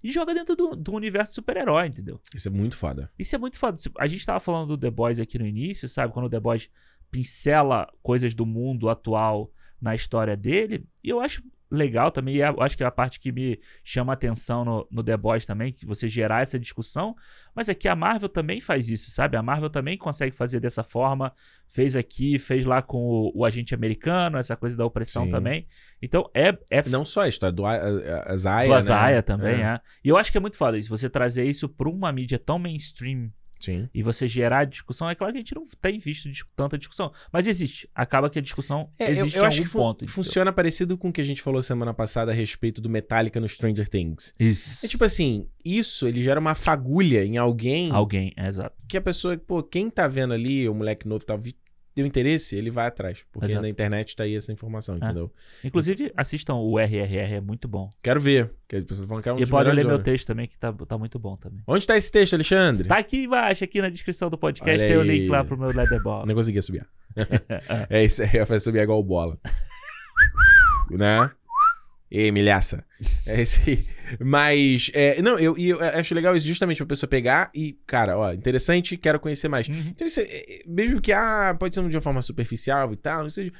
Speaker 2: e joga dentro do, do universo super-herói, entendeu?
Speaker 1: Isso é muito foda.
Speaker 2: Isso é muito foda. A gente tava falando do The Boys aqui no início, sabe? Quando o The Boys pincela coisas do mundo atual na história dele. E eu acho legal também, e eu acho que é a parte que me chama a atenção no, no The Boys também, que você gerar essa discussão. Mas é que a Marvel também faz isso, sabe? A Marvel também consegue fazer dessa forma. Fez aqui, fez lá com o, o agente americano, essa coisa da opressão
Speaker 1: Sim.
Speaker 2: também. Então é, é
Speaker 1: Não só a história do A- a- a- a Zaya,
Speaker 2: do
Speaker 1: né?
Speaker 2: Azaia também,
Speaker 1: É.
Speaker 2: é. E eu acho que é muito foda isso, você trazer isso pra uma mídia tão mainstream
Speaker 1: Sim.
Speaker 2: e você gerar discussão, é claro que a gente não tem visto dis- tanta discussão, mas existe. Acaba que a discussão
Speaker 1: É, eu-
Speaker 2: existe
Speaker 1: eu,
Speaker 2: em
Speaker 1: acho
Speaker 2: algum
Speaker 1: que fun-
Speaker 2: ponto. entendeu?
Speaker 1: funciona parecido com o que a gente falou semana passada a respeito do Metallica no Stranger Things.
Speaker 2: Isso.
Speaker 1: É tipo assim, isso ele gera uma fagulha em alguém
Speaker 2: Alguém, é, exato.
Speaker 1: que a pessoa, pô, quem tá vendo ali, o moleque novo tá, vi- deu interesse, ele vai atrás. Porque
Speaker 2: Exato. É.
Speaker 1: na internet tá aí essa informação, entendeu? então
Speaker 2: Inclusive, assistam o RRR, é muito bom.
Speaker 1: Quero ver. Porque as pessoas falam que é um
Speaker 2: e
Speaker 1: dos
Speaker 2: pode
Speaker 1: melhores
Speaker 2: ler meu
Speaker 1: homens.
Speaker 2: texto também, que tá, tá muito bom também.
Speaker 1: Onde tá esse texto, Alexandre?
Speaker 2: Tá aqui embaixo, aqui na descrição do podcast,
Speaker 1: Olha
Speaker 2: tem o
Speaker 1: aí.
Speaker 2: link lá pro meu Leatherbox.
Speaker 1: Não conseguia subir. é isso aí, vai subir igual bola. né? E milhaça. É isso aí. Mas, é, não, eu, e eu acho legal isso justamente pra pessoa pegar e, cara, ó, interessante, quero conhecer mais.
Speaker 2: Uhum.
Speaker 1: Então, isso é- é- mesmo que, ah, pode ser de uma forma superficial e tal, não seja.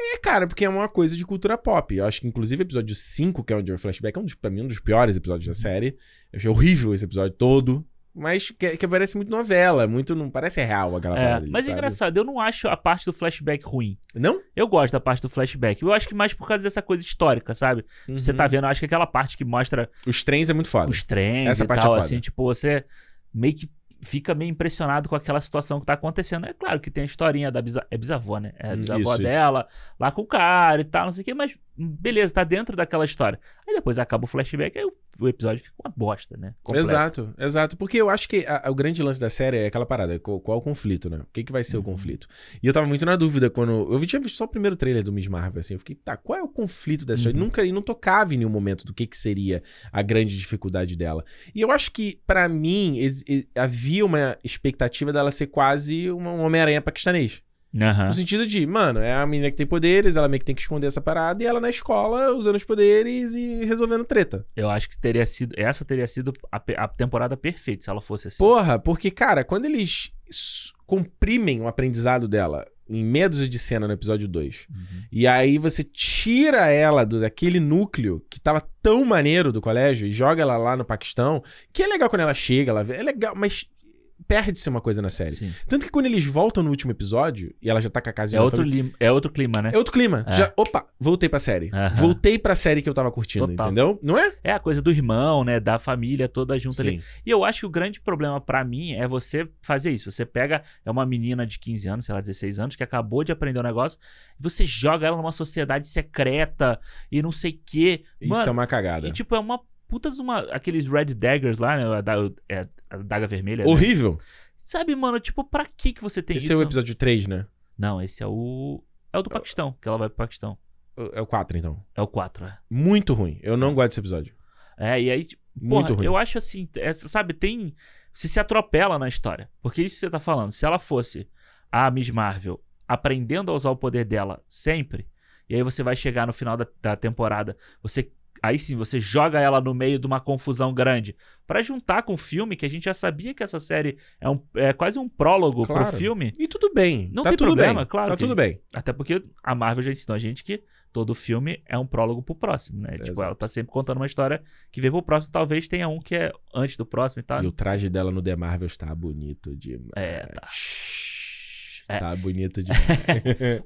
Speaker 1: É, cara, porque é uma coisa de cultura pop. Eu acho que, inclusive, o episódio 5, que é onde é o flashback, é um dos, pra mim, um dos piores episódios da série. Eu achei horrível esse episódio todo. Mas que, que parece muito novela, muito. Não parece real aquela
Speaker 2: É,
Speaker 1: parada. ali,
Speaker 2: mas é
Speaker 1: sabe?
Speaker 2: engraçado, eu não acho a parte do flashback ruim.
Speaker 1: Não?
Speaker 2: Eu gosto da parte do flashback. Eu acho que mais por causa dessa coisa histórica, sabe? Você
Speaker 1: Uhum.
Speaker 2: tá vendo, eu acho que aquela parte que mostra
Speaker 1: Os trens é muito foda.
Speaker 2: os trens
Speaker 1: Essa
Speaker 2: e
Speaker 1: parte é
Speaker 2: tal,
Speaker 1: foda.
Speaker 2: assim, tipo, você meio que fica meio impressionado com aquela situação que tá acontecendo. É claro que tem a historinha da bisa... é bisavó, né? É a
Speaker 1: Hum,
Speaker 2: bisavó
Speaker 1: isso, isso.
Speaker 2: dela, lá com o cara e tal, não sei o quê, mas beleza, tá dentro daquela história. Aí depois acaba o flashback, aí o- o episódio fica uma bosta, né? Completo.
Speaker 1: Exato, exato. Porque eu acho que a- a- o grande lance da série é aquela parada. Qual, qual o conflito, né? O que, que vai ser o
Speaker 2: Uhum.
Speaker 1: conflito? E eu tava muito na dúvida quando. Eu vi- tinha visto só o primeiro trailer do Miss Marvel, assim. Eu fiquei, tá, qual é o conflito dessa história?
Speaker 2: Uhum.
Speaker 1: Nunca, e não tocava em nenhum momento do que, que seria a grande dificuldade dela. E eu acho que, pra mim, ex- ex- havia uma expectativa dela ser quase uma- um Homem-Aranha paquistanês.
Speaker 2: Aham.
Speaker 1: No sentido de, mano, é a menina que tem poderes, ela meio que tem que esconder essa parada, e ela na escola usando os poderes e resolvendo treta.
Speaker 2: Eu acho que teria sido. Essa teria sido a, pe- a temporada perfeita se ela fosse assim.
Speaker 1: Porra, porque, cara, quando eles s- comprimem o aprendizado dela em medos de cena no episódio 2,
Speaker 2: Uhum.
Speaker 1: e aí você tira ela do, daquele núcleo que tava tão maneiro do colégio e joga ela lá no Paquistão, que é legal quando ela chega, ela vê, é legal, mas perde-se uma coisa na série.
Speaker 2: Sim.
Speaker 1: Tanto que quando eles voltam no último episódio, e ela já tá com a casa
Speaker 2: É outro, lim- é outro clima, né?
Speaker 1: é outro clima.
Speaker 2: É.
Speaker 1: Já, opa, voltei pra série.
Speaker 2: Aham.
Speaker 1: Voltei pra série que eu tava curtindo,
Speaker 2: Total.
Speaker 1: entendeu? Não é?
Speaker 2: É a coisa do irmão, né? Da família toda junto ali.
Speaker 1: Sim.
Speaker 2: E eu acho que o grande problema pra mim é você fazer isso. Você pega é uma menina de 15 anos, sei lá, 16 anos, que acabou de aprender um negócio, e você joga ela numa sociedade secreta e não sei o quê.
Speaker 1: Isso é
Speaker 2: Mano,
Speaker 1: uma cagada.
Speaker 2: e tipo, é uma puta de uma. Aqueles Red Daggers lá, né? A, da, é, a daga vermelha. né?
Speaker 1: Horrível.
Speaker 2: Sabe, mano, tipo, pra que que você tem
Speaker 1: Esse
Speaker 2: isso?
Speaker 1: é o episódio 3, né?
Speaker 2: Não, esse é o. É o do Paquistão, que ela vai pro Paquistão.
Speaker 1: É o 4, então.
Speaker 2: É o 4, é.
Speaker 1: Muito ruim. Eu não gosto desse episódio.
Speaker 2: É, e aí,
Speaker 1: Muito
Speaker 2: Porra,
Speaker 1: ruim.
Speaker 2: eu acho assim, é, sabe, tem. Você se atropela na história. Porque isso que você tá falando. Se ela fosse a Miss Marvel aprendendo a usar o poder dela sempre, e aí você vai chegar no final da, da temporada, você. Aí sim, você joga ela no meio de uma confusão grande. Pra juntar com o filme, que a gente já sabia que essa série é, um, é quase um prólogo
Speaker 1: Claro.
Speaker 2: pro filme.
Speaker 1: E tudo bem.
Speaker 2: Não
Speaker 1: tá
Speaker 2: tem
Speaker 1: tudo
Speaker 2: problema,
Speaker 1: bem.
Speaker 2: claro
Speaker 1: Tá
Speaker 2: que-
Speaker 1: tudo bem.
Speaker 2: Até porque a Marvel já ensinou a gente que todo filme é um prólogo pro próximo, né? tipo,
Speaker 1: exato.
Speaker 2: ela tá sempre contando uma história que vem pro próximo. Talvez tenha um que é antes do próximo e tal.
Speaker 1: E o traje dela no The Marvel está bonito demais.
Speaker 2: É, tá. É.
Speaker 1: Tá bonito demais.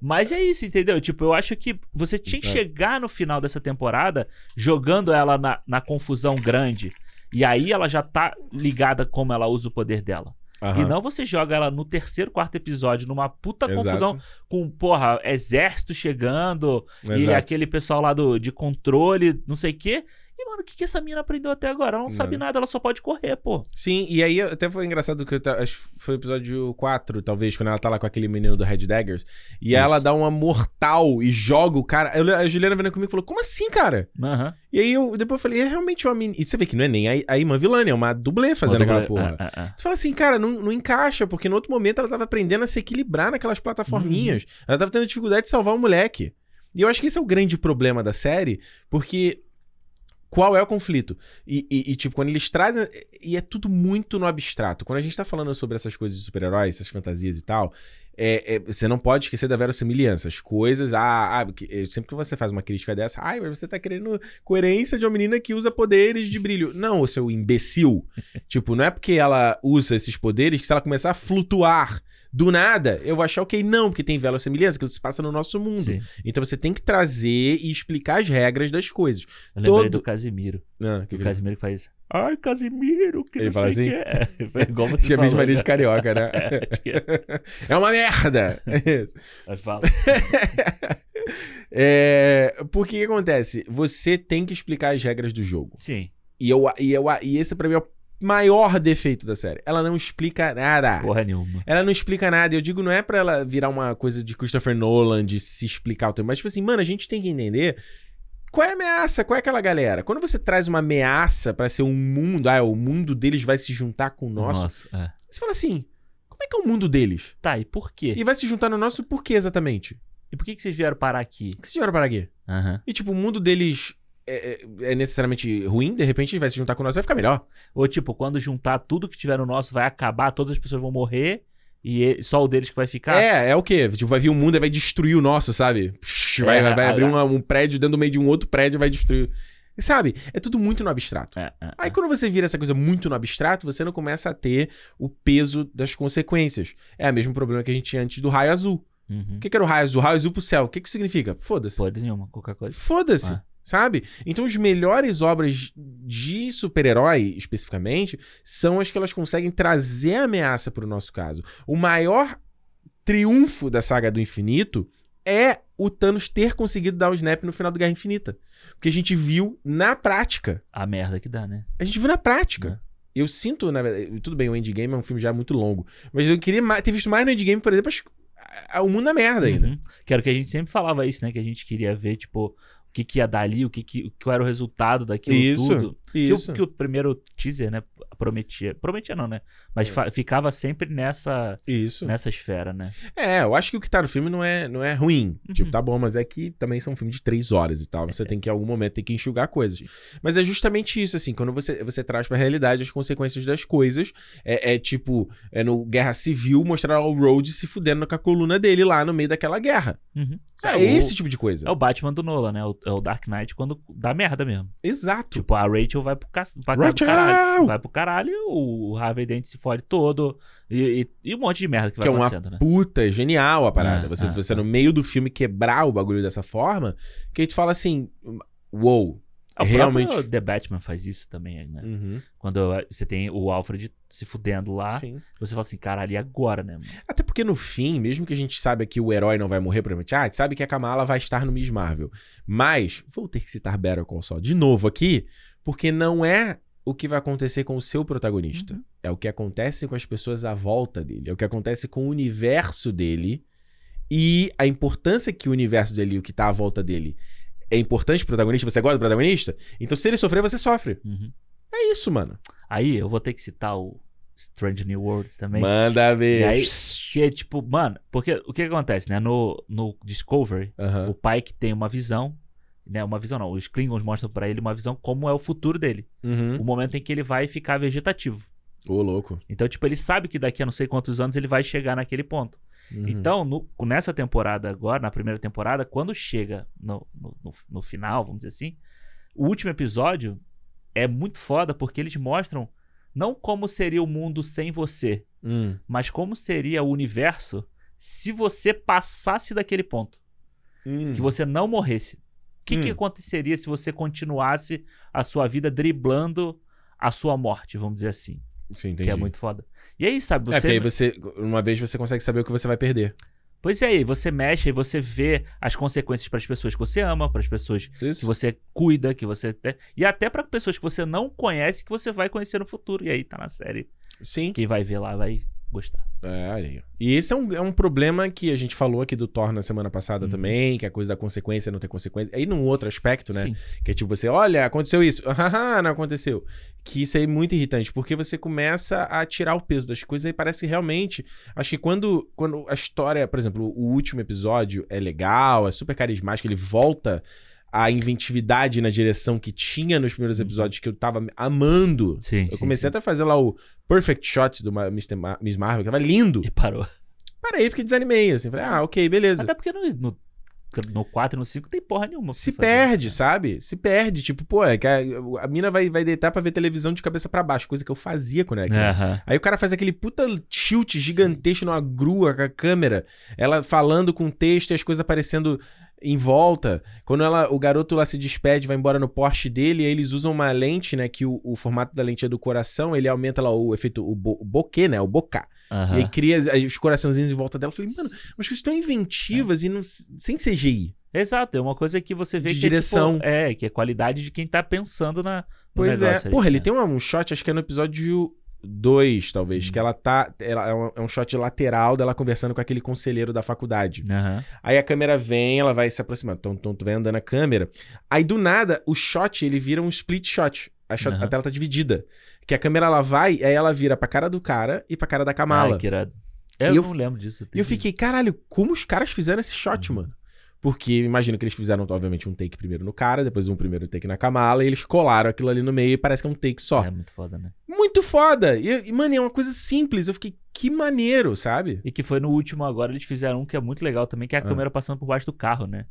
Speaker 2: Mas é isso, entendeu? Tipo, eu acho que você tinha que
Speaker 1: É.
Speaker 2: chegar no final dessa temporada jogando ela na, na confusão grande. E aí ela já tá ligada como ela usa o poder dela.
Speaker 1: Aham.
Speaker 2: E não você joga ela no terceiro, quarto episódio, numa puta
Speaker 1: Exato.
Speaker 2: confusão com, porra, exército chegando
Speaker 1: Exato.
Speaker 2: e aquele pessoal lá do, de controle, não sei o quê. E, mano, o que, que essa mina aprendeu até agora? Ela não, sabe
Speaker 1: Nada.
Speaker 2: nada, ela só pode correr, pô.
Speaker 1: Sim, e aí até foi engraçado que eu ta- acho que foi o episódio 4, talvez, quando ela tá lá com aquele menino do Red Daggers. E
Speaker 2: Isso.
Speaker 1: ela dá uma mortal e joga o cara. Eu- a Juliana vendo comigo e falou: Como assim, cara?
Speaker 2: Aham.
Speaker 1: E aí eu depois eu falei: É realmente uma menina. E você vê que não é nem a, a irmã vilã, é uma dublê fazendo
Speaker 2: Quando-
Speaker 1: aquela porra.
Speaker 2: Ah, ah, ah.
Speaker 1: Você fala assim, cara, não, não encaixa, porque no outro momento ela tava aprendendo a se equilibrar naquelas plataforminhas. Ela tava tendo dificuldade de salvar o moleque. E eu acho que esse é o grande problema da série, porque qual é o conflito? E, e- e, tipo, quando eles trazem. E é tudo muito no abstrato. Quando a gente tá falando sobre essas coisas de super-heróis, essas fantasias e tal. é- é, você não pode esquecer da verossimilhança. As coisas. Ah, ah, que- é, sempre que você faz uma crítica dessa, ai, mas você tá querendo coerência de uma menina que usa poderes de brilho. Não, ô seu imbecil. Tipo, não é porque ela usa esses poderes que se ela começar a flutuar do nada, eu vou achar ok, não, porque tem verossimilhança, que se passa no nosso mundo.
Speaker 2: Sim.
Speaker 1: Então você tem que trazer e explicar as regras das coisas.
Speaker 2: Eu lembrei
Speaker 1: Todo-
Speaker 2: do Casimiro.
Speaker 1: Ah, que
Speaker 2: Que o
Speaker 1: que-
Speaker 2: Casimiro que faz isso. Ai, Casimiro, que
Speaker 1: Ele
Speaker 2: não
Speaker 1: fala
Speaker 2: sei o que é. Foi igual você
Speaker 1: Tinha
Speaker 2: falou,
Speaker 1: mesmo mania de
Speaker 2: né?
Speaker 1: carioca, né?
Speaker 2: É, acho que é.
Speaker 1: é uma merda!
Speaker 2: Aí fala.
Speaker 1: é, porque o que acontece? Você tem que explicar as regras do jogo.
Speaker 2: Sim.
Speaker 1: E, eu, e, eu, e esse pra mim é o maior defeito da série. Ela não explica nada.
Speaker 2: Porra nenhuma.
Speaker 1: Ela não explica nada. Eu digo, não é pra ela virar uma coisa de Christopher Nolan, de se explicar o tempo. Mas, tipo assim, mano, a gente tem que entender qual é a ameaça, qual é aquela galera. Quando você traz uma ameaça pra ser um mundo, ah, o mundo deles vai se juntar com o nosso.
Speaker 2: é.
Speaker 1: Você fala assim, como é que é o mundo deles?
Speaker 2: Tá, e por quê?
Speaker 1: E vai se juntar no nosso por quê exatamente?
Speaker 2: E por que, que vocês vieram parar aqui?
Speaker 1: Por que vocês vieram para quê?
Speaker 2: Aham.
Speaker 1: E, tipo, o mundo deles é, é- é necessariamente ruim, de repente vai se juntar com o nosso, vai ficar melhor.
Speaker 2: Ou tipo, quando juntar tudo que tiver no nosso vai acabar, todas as pessoas vão morrer e ele- só o deles que vai ficar?
Speaker 1: É, é o quê? Tipo, vai vir um mundo e vai destruir o nosso, sabe? Psh, Vai,
Speaker 2: É,
Speaker 1: vai- vai
Speaker 2: a-
Speaker 1: abrir uma- um prédio dentro do meio de um outro prédio e vai destruir. Sabe? É tudo muito no abstrato.
Speaker 2: É, é,
Speaker 1: Aí
Speaker 2: é.
Speaker 1: quando você vira essa coisa muito no abstrato, você não começa a ter o peso das consequências. É o mesmo problema que a gente tinha antes do raio azul.
Speaker 2: Uhum.
Speaker 1: O que, que era o raio azul? Raio azul pro céu. O que, que significa? Foda-se.
Speaker 2: Pode nenhuma, qualquer coisa.
Speaker 1: Foda-se.
Speaker 2: É.
Speaker 1: Sabe? Então, as melhores obras de super-herói, especificamente, são as que elas conseguem trazer a ameaça pro nosso caso. O maior triunfo da saga do infinito é o Thanos ter conseguido dar o snap no final do Guerra Infinita. Porque a gente viu na prática.
Speaker 2: A merda que dá, né?
Speaker 1: A gente viu na prática.
Speaker 2: É.
Speaker 1: Eu sinto, na verdade. Tudo bem, o Endgame é um filme já muito longo. Mas eu queria ma- ter visto mais no Endgame, por exemplo, as- a- o mundo na merda ainda.
Speaker 2: Uhum. Que era o que a gente sempre falava isso, né? Que a gente queria ver, tipo, o que, que ia dar ali, o que, que qual era o resultado daquilo
Speaker 1: Isso,
Speaker 2: tudo. Que o-
Speaker 1: Isso.
Speaker 2: Que, o, primeiro teaser, né, prometia. Prometia não, né? Mas
Speaker 1: É.
Speaker 2: fa- ficava sempre nessa,
Speaker 1: Isso.
Speaker 2: nessa esfera, né?
Speaker 1: É, eu acho que o que tá no filme não é, não é ruim.
Speaker 2: Uhum. É.
Speaker 1: Tipo, tá bom, mas é que também são filmes de três horas e tal. Você tem que, em algum momento, ter que enxugar coisas. Mas é justamente isso, assim, quando você, você traz pra realidade as consequências das coisas. É, é tipo, é no Guerra Civil mostrar o Road se fudendo com a coluna dele lá no meio daquela guerra.
Speaker 2: Uhum.
Speaker 1: É,
Speaker 2: o-
Speaker 1: esse tipo de coisa.
Speaker 2: É o Batman do Nolan, né? O- é o Dark Knight quando dá merda mesmo.
Speaker 1: Exato.
Speaker 2: Tipo, a Rachel vai pro, ca... pra casa do
Speaker 1: Rachel!
Speaker 2: caralho. Vai pro caralho, o Harvey Dent se fode todo. E, e- e um monte de merda que vai
Speaker 1: Que é uma
Speaker 2: acontecendo, né?
Speaker 1: Puta, é genial a parada.
Speaker 2: É,
Speaker 1: você
Speaker 2: é,
Speaker 1: você
Speaker 2: é.
Speaker 1: no meio do filme quebrar o bagulho dessa forma, que aí tu fala assim, uou.
Speaker 2: É, O
Speaker 1: realmente-
Speaker 2: próprio The Batman faz isso também, né?
Speaker 1: Uhum.
Speaker 2: Quando eh, você tem o Alfred se fudendo lá,
Speaker 1: Sim.
Speaker 2: você fala assim, caralho, e agora, né? mano?
Speaker 1: Até porque no fim, mesmo que a gente saiba que o herói não vai morrer, provavelmente, ah, a gente sabe que a Kamala vai estar no Miss Marvel. Mas, vou ter que citar Better Call Saul de novo aqui, porque não é o que vai acontecer com o seu protagonista.
Speaker 2: Uhum.
Speaker 1: É o que acontece com as pessoas à volta dele. É o que acontece com o universo dele e a importância que o universo dele e o que tá à volta dele é importante pro protagonista. Você gosta do protagonista? Então, se ele sofrer, você sofre.
Speaker 2: Uhum.
Speaker 1: É isso, mano.
Speaker 2: Aí eu vou ter que citar o Strange New Worlds também.
Speaker 1: Manda
Speaker 2: E
Speaker 1: ver.
Speaker 2: aí, que é tipo, mano, porque o que acontece, né? No, no Discovery,
Speaker 1: Aham.
Speaker 2: o pai que tem uma visão, né? Uma visão não, os Klingons mostram pra ele uma visão como é o futuro dele.
Speaker 1: Uhum.
Speaker 2: O momento em que ele vai ficar vegetativo.
Speaker 1: Ô, louco.
Speaker 2: Então, tipo, ele sabe que daqui a não sei quantos anos ele vai chegar naquele ponto.
Speaker 1: Uhum.
Speaker 2: Então, no- nessa temporada agora, na primeira temporada, quando chega no, no- no- no final, vamos dizer assim, o último episódio é muito foda porque eles mostram não como seria o mundo sem você,
Speaker 1: Hum.
Speaker 2: mas como seria o universo se você passasse daquele ponto,
Speaker 1: Hum.
Speaker 2: que você não morresse. O que,
Speaker 1: Hum.
Speaker 2: que aconteceria se você continuasse a sua vida driblando a sua morte, vamos dizer assim,
Speaker 1: Sim, entendi.
Speaker 2: que é muito foda. E aí, sabe,
Speaker 1: É, porque
Speaker 2: você,
Speaker 1: aí você, uma vez você consegue saber o que você vai perder.
Speaker 2: Pois é, aí você mexe e você vê as consequências para as pessoas que você ama, para as pessoas que
Speaker 1: Isso.
Speaker 2: você cuida, que você te- e até para pessoas que você não conhece que você vai conhecer no futuro. E aí tá na série.
Speaker 1: Sim.
Speaker 2: Quem vai ver lá vai gostar.
Speaker 1: É, olha aí. E esse é um, é um problema que a gente falou aqui do Thor na semana passada
Speaker 2: Uhum.
Speaker 1: também, que é a coisa da consequência não ter consequência. Aí num outro aspecto, né?
Speaker 2: Sim.
Speaker 1: Que é tipo você, olha, aconteceu isso. Haha, não aconteceu. Que isso aí é muito irritante, porque você começa a tirar o peso das coisas e parece que realmente. Acho que quando, quando a história, por exemplo, o último episódio é legal, é super carismático, ele volta à inventividade na direção que tinha nos primeiros episódios que eu tava amando.
Speaker 2: Uhum. Sim,
Speaker 1: Eu comecei até a fazer lá o Perfect Shot do Ma- Mr. Ma- Miss Marvel, que tava lindo.
Speaker 2: E parou.
Speaker 1: Parei porque desanimei, assim. Falei, ah, ok, beleza.
Speaker 2: Até porque no, no, no 4 e no 5 tem porra nenhuma. pra
Speaker 1: Se
Speaker 2: fazer. né?
Speaker 1: perde, sabe? Se perde. Tipo, pô, é que a, a mina vai, vai deitar pra ver televisão de cabeça pra baixo, coisa que eu fazia quando era criança.
Speaker 2: Aham.
Speaker 1: Aí o cara faz aquele puta tilt gigantesco numa grua com a câmera, ela falando com o texto e as coisas aparecendo em volta. Quando ela, o garoto lá se despede, vai embora no Porsche dele, aí eles usam uma lente, né? Que o, o formato da lente é do coração, ele aumenta lá o efeito, o, bo, o bokeh, né? O bokeh.
Speaker 2: Aham.
Speaker 1: E aí cria as- as- os coraçãozinhos em volta dela. Eu falei, mano, mas coisas tão inventivas e não, sem CGI.
Speaker 2: Exato, é uma coisa que você vê
Speaker 1: De
Speaker 2: que
Speaker 1: direção.
Speaker 2: É, tipo, é, que é qualidade de quem tá pensando na. no
Speaker 1: Pois é.
Speaker 2: negócio ali,
Speaker 1: Porra, ele
Speaker 2: né?
Speaker 1: tem uma- um shot, acho que é no episódio 2, talvez,
Speaker 2: Hum.
Speaker 1: que ela tá. Ela, é, um, é um shot lateral dela conversando com aquele conselheiro da faculdade.
Speaker 2: Aham.
Speaker 1: Aí a câmera vem, ela vai se aproximando. Então, então tu vem andando a câmera. Aí do nada, o shot ele vira um split shot. A, shot,
Speaker 2: Aham.
Speaker 1: a tela tá dividida. Que a câmera ela vai, aí ela vira pra cara do cara e pra cara da Kamala.
Speaker 2: Ai, que irado.
Speaker 1: E
Speaker 2: Eu,
Speaker 1: eu
Speaker 2: não lembro disso.
Speaker 1: E eu fiquei, caralho, como os caras fizeram esse shot,
Speaker 2: Uhum.
Speaker 1: mano? Porque imagino que eles fizeram, obviamente, um take primeiro no cara, depois um primeiro take na Kamala, e eles colaram aquilo ali no meio e parece que é um take só.
Speaker 2: É muito foda, né?
Speaker 1: Muito foda! E, e, mano, é uma coisa simples. Eu fiquei, que maneiro, sabe?
Speaker 2: E que foi no último agora, eles fizeram um que é muito legal também, que é a
Speaker 1: Ah.
Speaker 2: câmera passando por baixo do carro, né?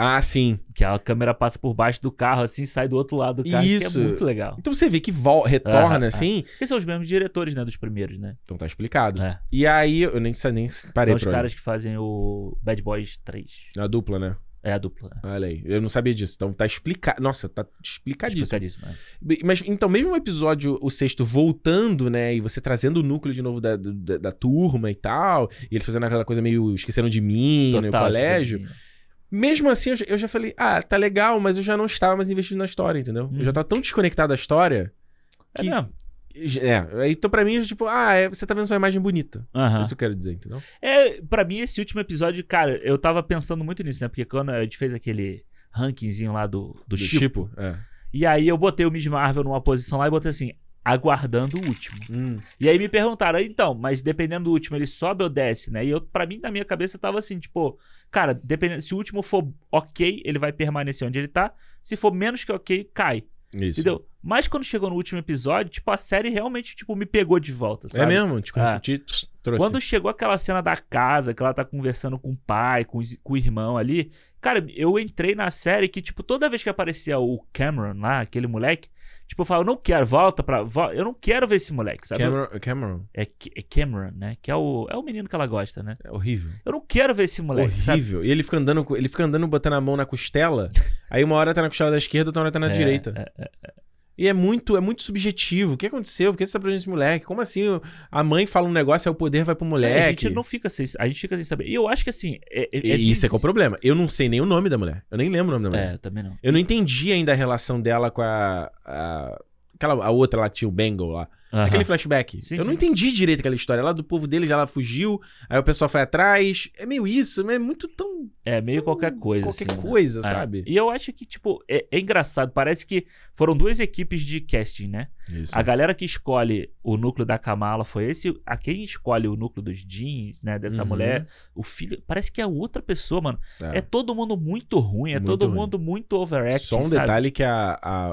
Speaker 1: Ah, sim.
Speaker 2: Que a câmera passa por baixo do carro, assim, sai do outro lado do carro,
Speaker 1: Isso.
Speaker 2: que é muito legal.
Speaker 1: Então você vê que vol retorna,
Speaker 2: Aham,
Speaker 1: assim.
Speaker 2: Porque são os mesmos diretores, né, dos primeiros, né?
Speaker 1: Então tá explicado.
Speaker 2: É.
Speaker 1: E aí, eu nem, sa- nem
Speaker 2: São
Speaker 1: parei
Speaker 2: os
Speaker 1: pra olhar.
Speaker 2: caras que fazem o Bad Boys 3.
Speaker 1: A dupla, né?
Speaker 2: É a dupla. né?
Speaker 1: Olha aí. Eu não sabia disso. Então tá explicado. Nossa, tá explicadíssimo.
Speaker 2: Explicadíssimo. é.
Speaker 1: Bem, Mas então, mesmo o episódio, o sexto, voltando, né? E você trazendo o núcleo de novo da, do- da, da turma e tal. E ele fazendo aquela coisa meio esqueceram de mim no
Speaker 2: Total, tipo,
Speaker 1: colégio.
Speaker 2: explicadinho.
Speaker 1: Mesmo assim, eu já, eu já falei, ah, tá legal, mas eu já não estava mais investido na história, entendeu?
Speaker 2: Uhum.
Speaker 1: Eu já tava tão desconectado da história.
Speaker 2: É
Speaker 1: Que-
Speaker 2: mesmo.
Speaker 1: É, então pra mim, eu, tipo, ah, é- você tá vendo só uma imagem bonita.
Speaker 2: Aham.
Speaker 1: Isso que eu quero dizer, entendeu?
Speaker 2: É, pra mim, esse último episódio, cara, eu tava pensando muito nisso, né? Porque quando a gente fez aquele rankingzinho lá do, do Chico,
Speaker 1: tipo. É.
Speaker 2: e aí eu botei o Miss Marvel numa posição lá e botei assim, aguardando o último. E aí me perguntaram, então, mas dependendo do último, ele sobe ou desce, né? E eu, pra mim, na minha cabeça, tava assim, tipo, cara, dependendo, se o último for ok, ele vai permanecer onde ele tá. Se for menos que ok, cai.
Speaker 1: Isso.
Speaker 2: Entendeu? Mas quando chegou no último episódio, tipo, a série realmente, tipo, me pegou de volta, sabe?
Speaker 1: É mesmo? assim. Te,
Speaker 2: Ah.
Speaker 1: te trouxe.
Speaker 2: Quando chegou aquela cena da casa, que ela tá conversando com o pai, com, os- com o irmão ali, cara, eu entrei na série que, tipo, toda vez que aparecia o Cameron lá, aquele moleque, tipo, eu falo, eu não quero, volta pra. vo- eu não quero ver esse moleque, sabe?
Speaker 1: Cameron, Cameron.
Speaker 2: É, Ca- é Cameron, né? Que é o, é o menino que ela gosta, né?
Speaker 1: É horrível.
Speaker 2: Eu não quero ver esse moleque, sabe?
Speaker 1: horrível. E ele fica andando, com- ele fica andando botando a mão na costela. aí uma hora tá na costela da esquerda, outra hora tá na
Speaker 2: É,
Speaker 1: direita.
Speaker 2: é, é.
Speaker 1: E é muito, é muito subjetivo. O que aconteceu? Por que você tá prendendo esse moleque? Como assim a mãe fala um negócio, aí o poder vai pro moleque?
Speaker 2: É, a gente não fica sem, a gente fica sem saber. E eu acho que assim. É, é-
Speaker 1: E
Speaker 2: é
Speaker 1: isso é né? que é o
Speaker 2: visível.
Speaker 1: problema. Eu não sei nem o nome da mulher. Eu nem lembro o nome da mulher.
Speaker 2: É, eu também não.
Speaker 1: Eu não entendi ainda a relação dela com a. a- aquela a outra lá, tio Bengal lá. Aquele
Speaker 2: Aquele...
Speaker 1: flashback.
Speaker 2: Sim,
Speaker 1: eu não
Speaker 2: sim.
Speaker 1: entendi direito aquela história. Lá do povo deles, ela fugiu, aí o pessoal foi atrás. É meio isso, mas é muito tão.
Speaker 2: É meio qualquer coisa.
Speaker 1: Qualquer
Speaker 2: assim, né?
Speaker 1: coisa,
Speaker 2: É.
Speaker 1: sabe?
Speaker 2: E eu acho que, tipo, é, é engraçado. Parece que foram duas equipes de casting, né?
Speaker 1: Isso.
Speaker 2: A galera que escolhe o núcleo da Kamala foi esse. A quem escolhe o núcleo dos jeans, né? Dessa
Speaker 1: Uhum.
Speaker 2: mulher, o filho. Parece que é outra pessoa, mano.
Speaker 1: Tá.
Speaker 2: É, todo mundo muito ruim, é
Speaker 1: Muito
Speaker 2: todo
Speaker 1: ruim.
Speaker 2: mundo muito overacting.
Speaker 1: Só um
Speaker 2: sabe?
Speaker 1: detalhe que a, a,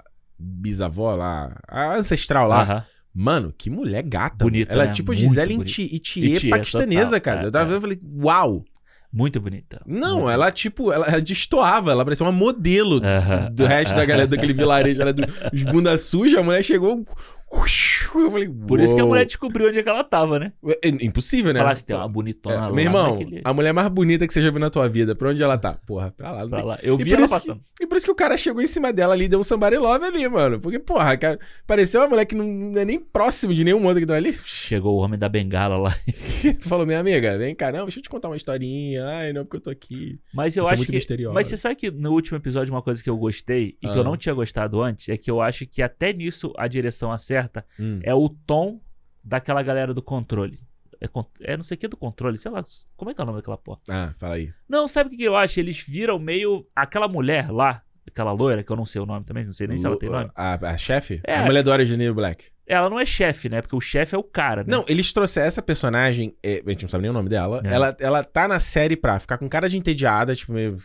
Speaker 1: a bisavó lá, a ancestral lá,
Speaker 2: Aham.
Speaker 1: mano, que mulher gata.
Speaker 2: Bonita,
Speaker 1: Ela é
Speaker 2: né?
Speaker 1: tipo
Speaker 2: Muito
Speaker 1: Gisele
Speaker 2: bonita.
Speaker 1: Iti- Itier
Speaker 2: Itier,
Speaker 1: paquistanesa,
Speaker 2: total.
Speaker 1: cara.
Speaker 2: É,
Speaker 1: eu tava
Speaker 2: é.
Speaker 1: vendo e falei, uau.
Speaker 2: Muito bonita.
Speaker 1: Não,
Speaker 2: Muito-
Speaker 1: ela tipo, ela, ela destoava, ela parecia uma modelo
Speaker 2: Aham.
Speaker 1: do resto da galera daquele vilarejo, ela é do, os bunda suja, a mulher chegou... uish, Eu falei,
Speaker 2: Por isso que a
Speaker 1: "Uou."
Speaker 2: mulher descobriu onde é que ela tava, né?
Speaker 1: É Impossível, né?
Speaker 2: Falasse, tem uma bonitona lá.
Speaker 1: Meu irmão,
Speaker 2: naquele-
Speaker 1: a mulher mais bonita que você já viu na tua vida, pra onde ela tá? Porra, pra lá. Não
Speaker 2: pra
Speaker 1: tem...
Speaker 2: lá. Eu
Speaker 1: E
Speaker 2: vi
Speaker 1: por
Speaker 2: ela
Speaker 1: isso que-
Speaker 2: passando.
Speaker 1: E por isso que o cara chegou em cima dela ali e deu um somebody love ali, mano. Porque, porra, cara, pareceu uma mulher que não não é nem próximo de nenhum outro que tá ali.
Speaker 2: Chegou o homem da bengala lá.
Speaker 1: Falou, minha amiga, vem cá, não, deixa eu te contar uma historinha. Ai, não, porque eu tô aqui.
Speaker 2: Mas eu
Speaker 1: Isso é
Speaker 2: acho
Speaker 1: muito
Speaker 2: que.
Speaker 1: misterioso.
Speaker 2: Mas você sabe que no último episódio uma coisa que eu gostei e que
Speaker 1: Ah.
Speaker 2: eu não tinha gostado antes é que eu acho que até nisso a direção acerta
Speaker 1: Hum.
Speaker 2: é o tom daquela galera do controle. É, con- é não sei o que do controle, sei lá, como é que é o nome daquela porra?
Speaker 1: Ah, fala aí.
Speaker 2: Não, sabe o que que eu acho? Eles viram meio aquela mulher lá, aquela loira, que eu não sei o nome também, não sei nem se ela tem
Speaker 1: Lu-
Speaker 2: nome.
Speaker 1: A, a chefe?
Speaker 2: É.
Speaker 1: A mulher do Rio de Janeiro Black.
Speaker 2: Ela não é chefe, né? Porque o chefe é o cara, né?
Speaker 1: Não, eles trouxeram essa personagem, é, a gente não sabe nem o nome dela.
Speaker 2: É.
Speaker 1: Ela, ela tá na série pra ficar com cara de entediada, tipo, meio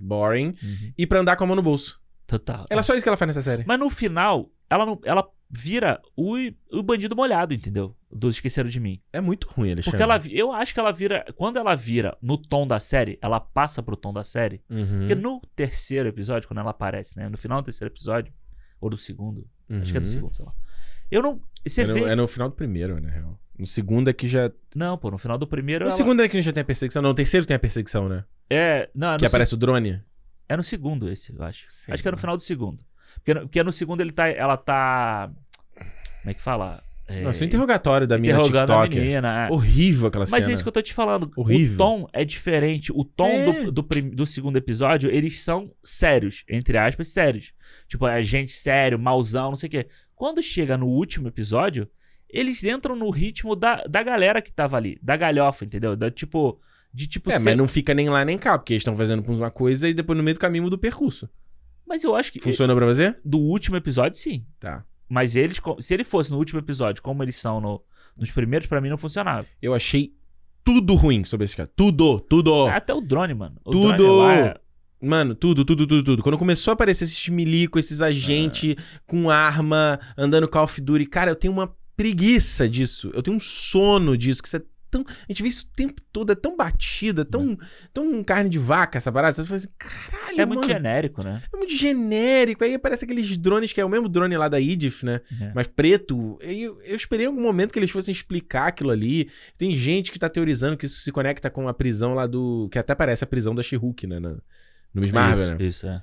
Speaker 1: boring,
Speaker 2: Uhum.
Speaker 1: e pra andar com a mão no bolso.
Speaker 2: Total.
Speaker 1: Ela só isso que ela faz nessa série.
Speaker 2: Mas no final, ela não, ela vira o, o bandido molhado, entendeu? Do Esqueceram de Mim.
Speaker 1: É muito ruim, Alexandre.
Speaker 2: Porque ela, vi- eu acho que ela vira, quando ela vira no tom da série, ela passa pro tom da série.
Speaker 1: Uhum,
Speaker 2: Porque no terceiro episódio, quando ela aparece, né? No final do terceiro episódio, ou do segundo, acho que é do
Speaker 1: uhum.
Speaker 2: segundo, sei lá. Eu não. Você
Speaker 1: É no,
Speaker 2: vê.
Speaker 1: é no final do primeiro, na real. No segundo é que já.
Speaker 2: Não, pô, no final do primeiro.
Speaker 1: No
Speaker 2: ela-
Speaker 1: segundo é que já tem a perseguição. Não, no terceiro tem a perseguição, né?
Speaker 2: É, não, é no,
Speaker 1: que
Speaker 2: se-
Speaker 1: aparece né. o drone.
Speaker 2: é no segundo esse, eu acho.
Speaker 1: Sei
Speaker 2: acho que é no
Speaker 1: lá.
Speaker 2: final do segundo. Porque no, porque no segundo ele tá, ela tá. Como é que fala? É,
Speaker 1: Nossa, o interrogatório da mina
Speaker 2: interrogando a
Speaker 1: assim, TikToker.
Speaker 2: menina. é.
Speaker 1: Horrível aquela cena.
Speaker 2: Mas é isso que eu tô te falando.
Speaker 1: Horrível.
Speaker 2: O tom é diferente. O tom
Speaker 1: É.
Speaker 2: do, do, prim- do segundo episódio, eles são sérios, entre aspas, sérios. Tipo, é gente sério, mauzão, não sei o quê. Quando chega no último episódio, eles entram no ritmo da, da galera que tava ali, da galhofa, entendeu? Da, tipo, de tipo.
Speaker 1: É,
Speaker 2: ser-
Speaker 1: mas não fica nem lá nem cá, porque eles estão fazendo uma coisa e depois no meio do caminho muda o percurso.
Speaker 2: Mas eu acho que.
Speaker 1: Funcionou pra você?
Speaker 2: Do último episódio, sim.
Speaker 1: Tá.
Speaker 2: Mas eles, co- se ele fosse no último episódio, como eles são no- nos primeiros, pra mim não funcionava.
Speaker 1: Eu achei tudo ruim sobre esse cara. Tudo, tudo.
Speaker 2: Até o drone, mano. O
Speaker 1: Tudo!
Speaker 2: drone lá é-
Speaker 1: Mano, tudo, tudo, tudo, tudo. Quando começou a aparecer esses milico, esses agentes com arma, andando Call of Duty, cara, eu tenho uma preguiça disso. Eu tenho um sono disso, que isso é tão... A gente vê isso o tempo todo, é tão batida, tão, tão carne de vaca essa parada. Você fala assim, caralho,
Speaker 2: é
Speaker 1: mano,
Speaker 2: muito genérico, né?
Speaker 1: é muito genérico. Aí aparece aqueles drones, que é o mesmo drone lá da Edith, né?
Speaker 2: É.
Speaker 1: Mas preto, eu, eu esperei algum momento que eles fossem explicar aquilo ali. Tem gente que tá teorizando que isso se conecta com a prisão lá do. Que até parece a prisão da She-Hulk, né? na- no Miss Marvel,
Speaker 2: Isso,
Speaker 1: né?
Speaker 2: isso, é.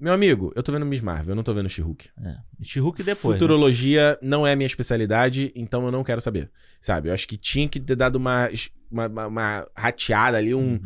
Speaker 1: Meu amigo, eu tô vendo Miss Marvel, eu não tô vendo She-Hulk.
Speaker 2: é. She-Hulk depois. né?
Speaker 1: Futurologia não é a minha especialidade, então eu não quero saber. Sabe? Eu acho que tinha que ter dado uma, es- uma, uma- uma rateada ali, um.
Speaker 2: Uhum.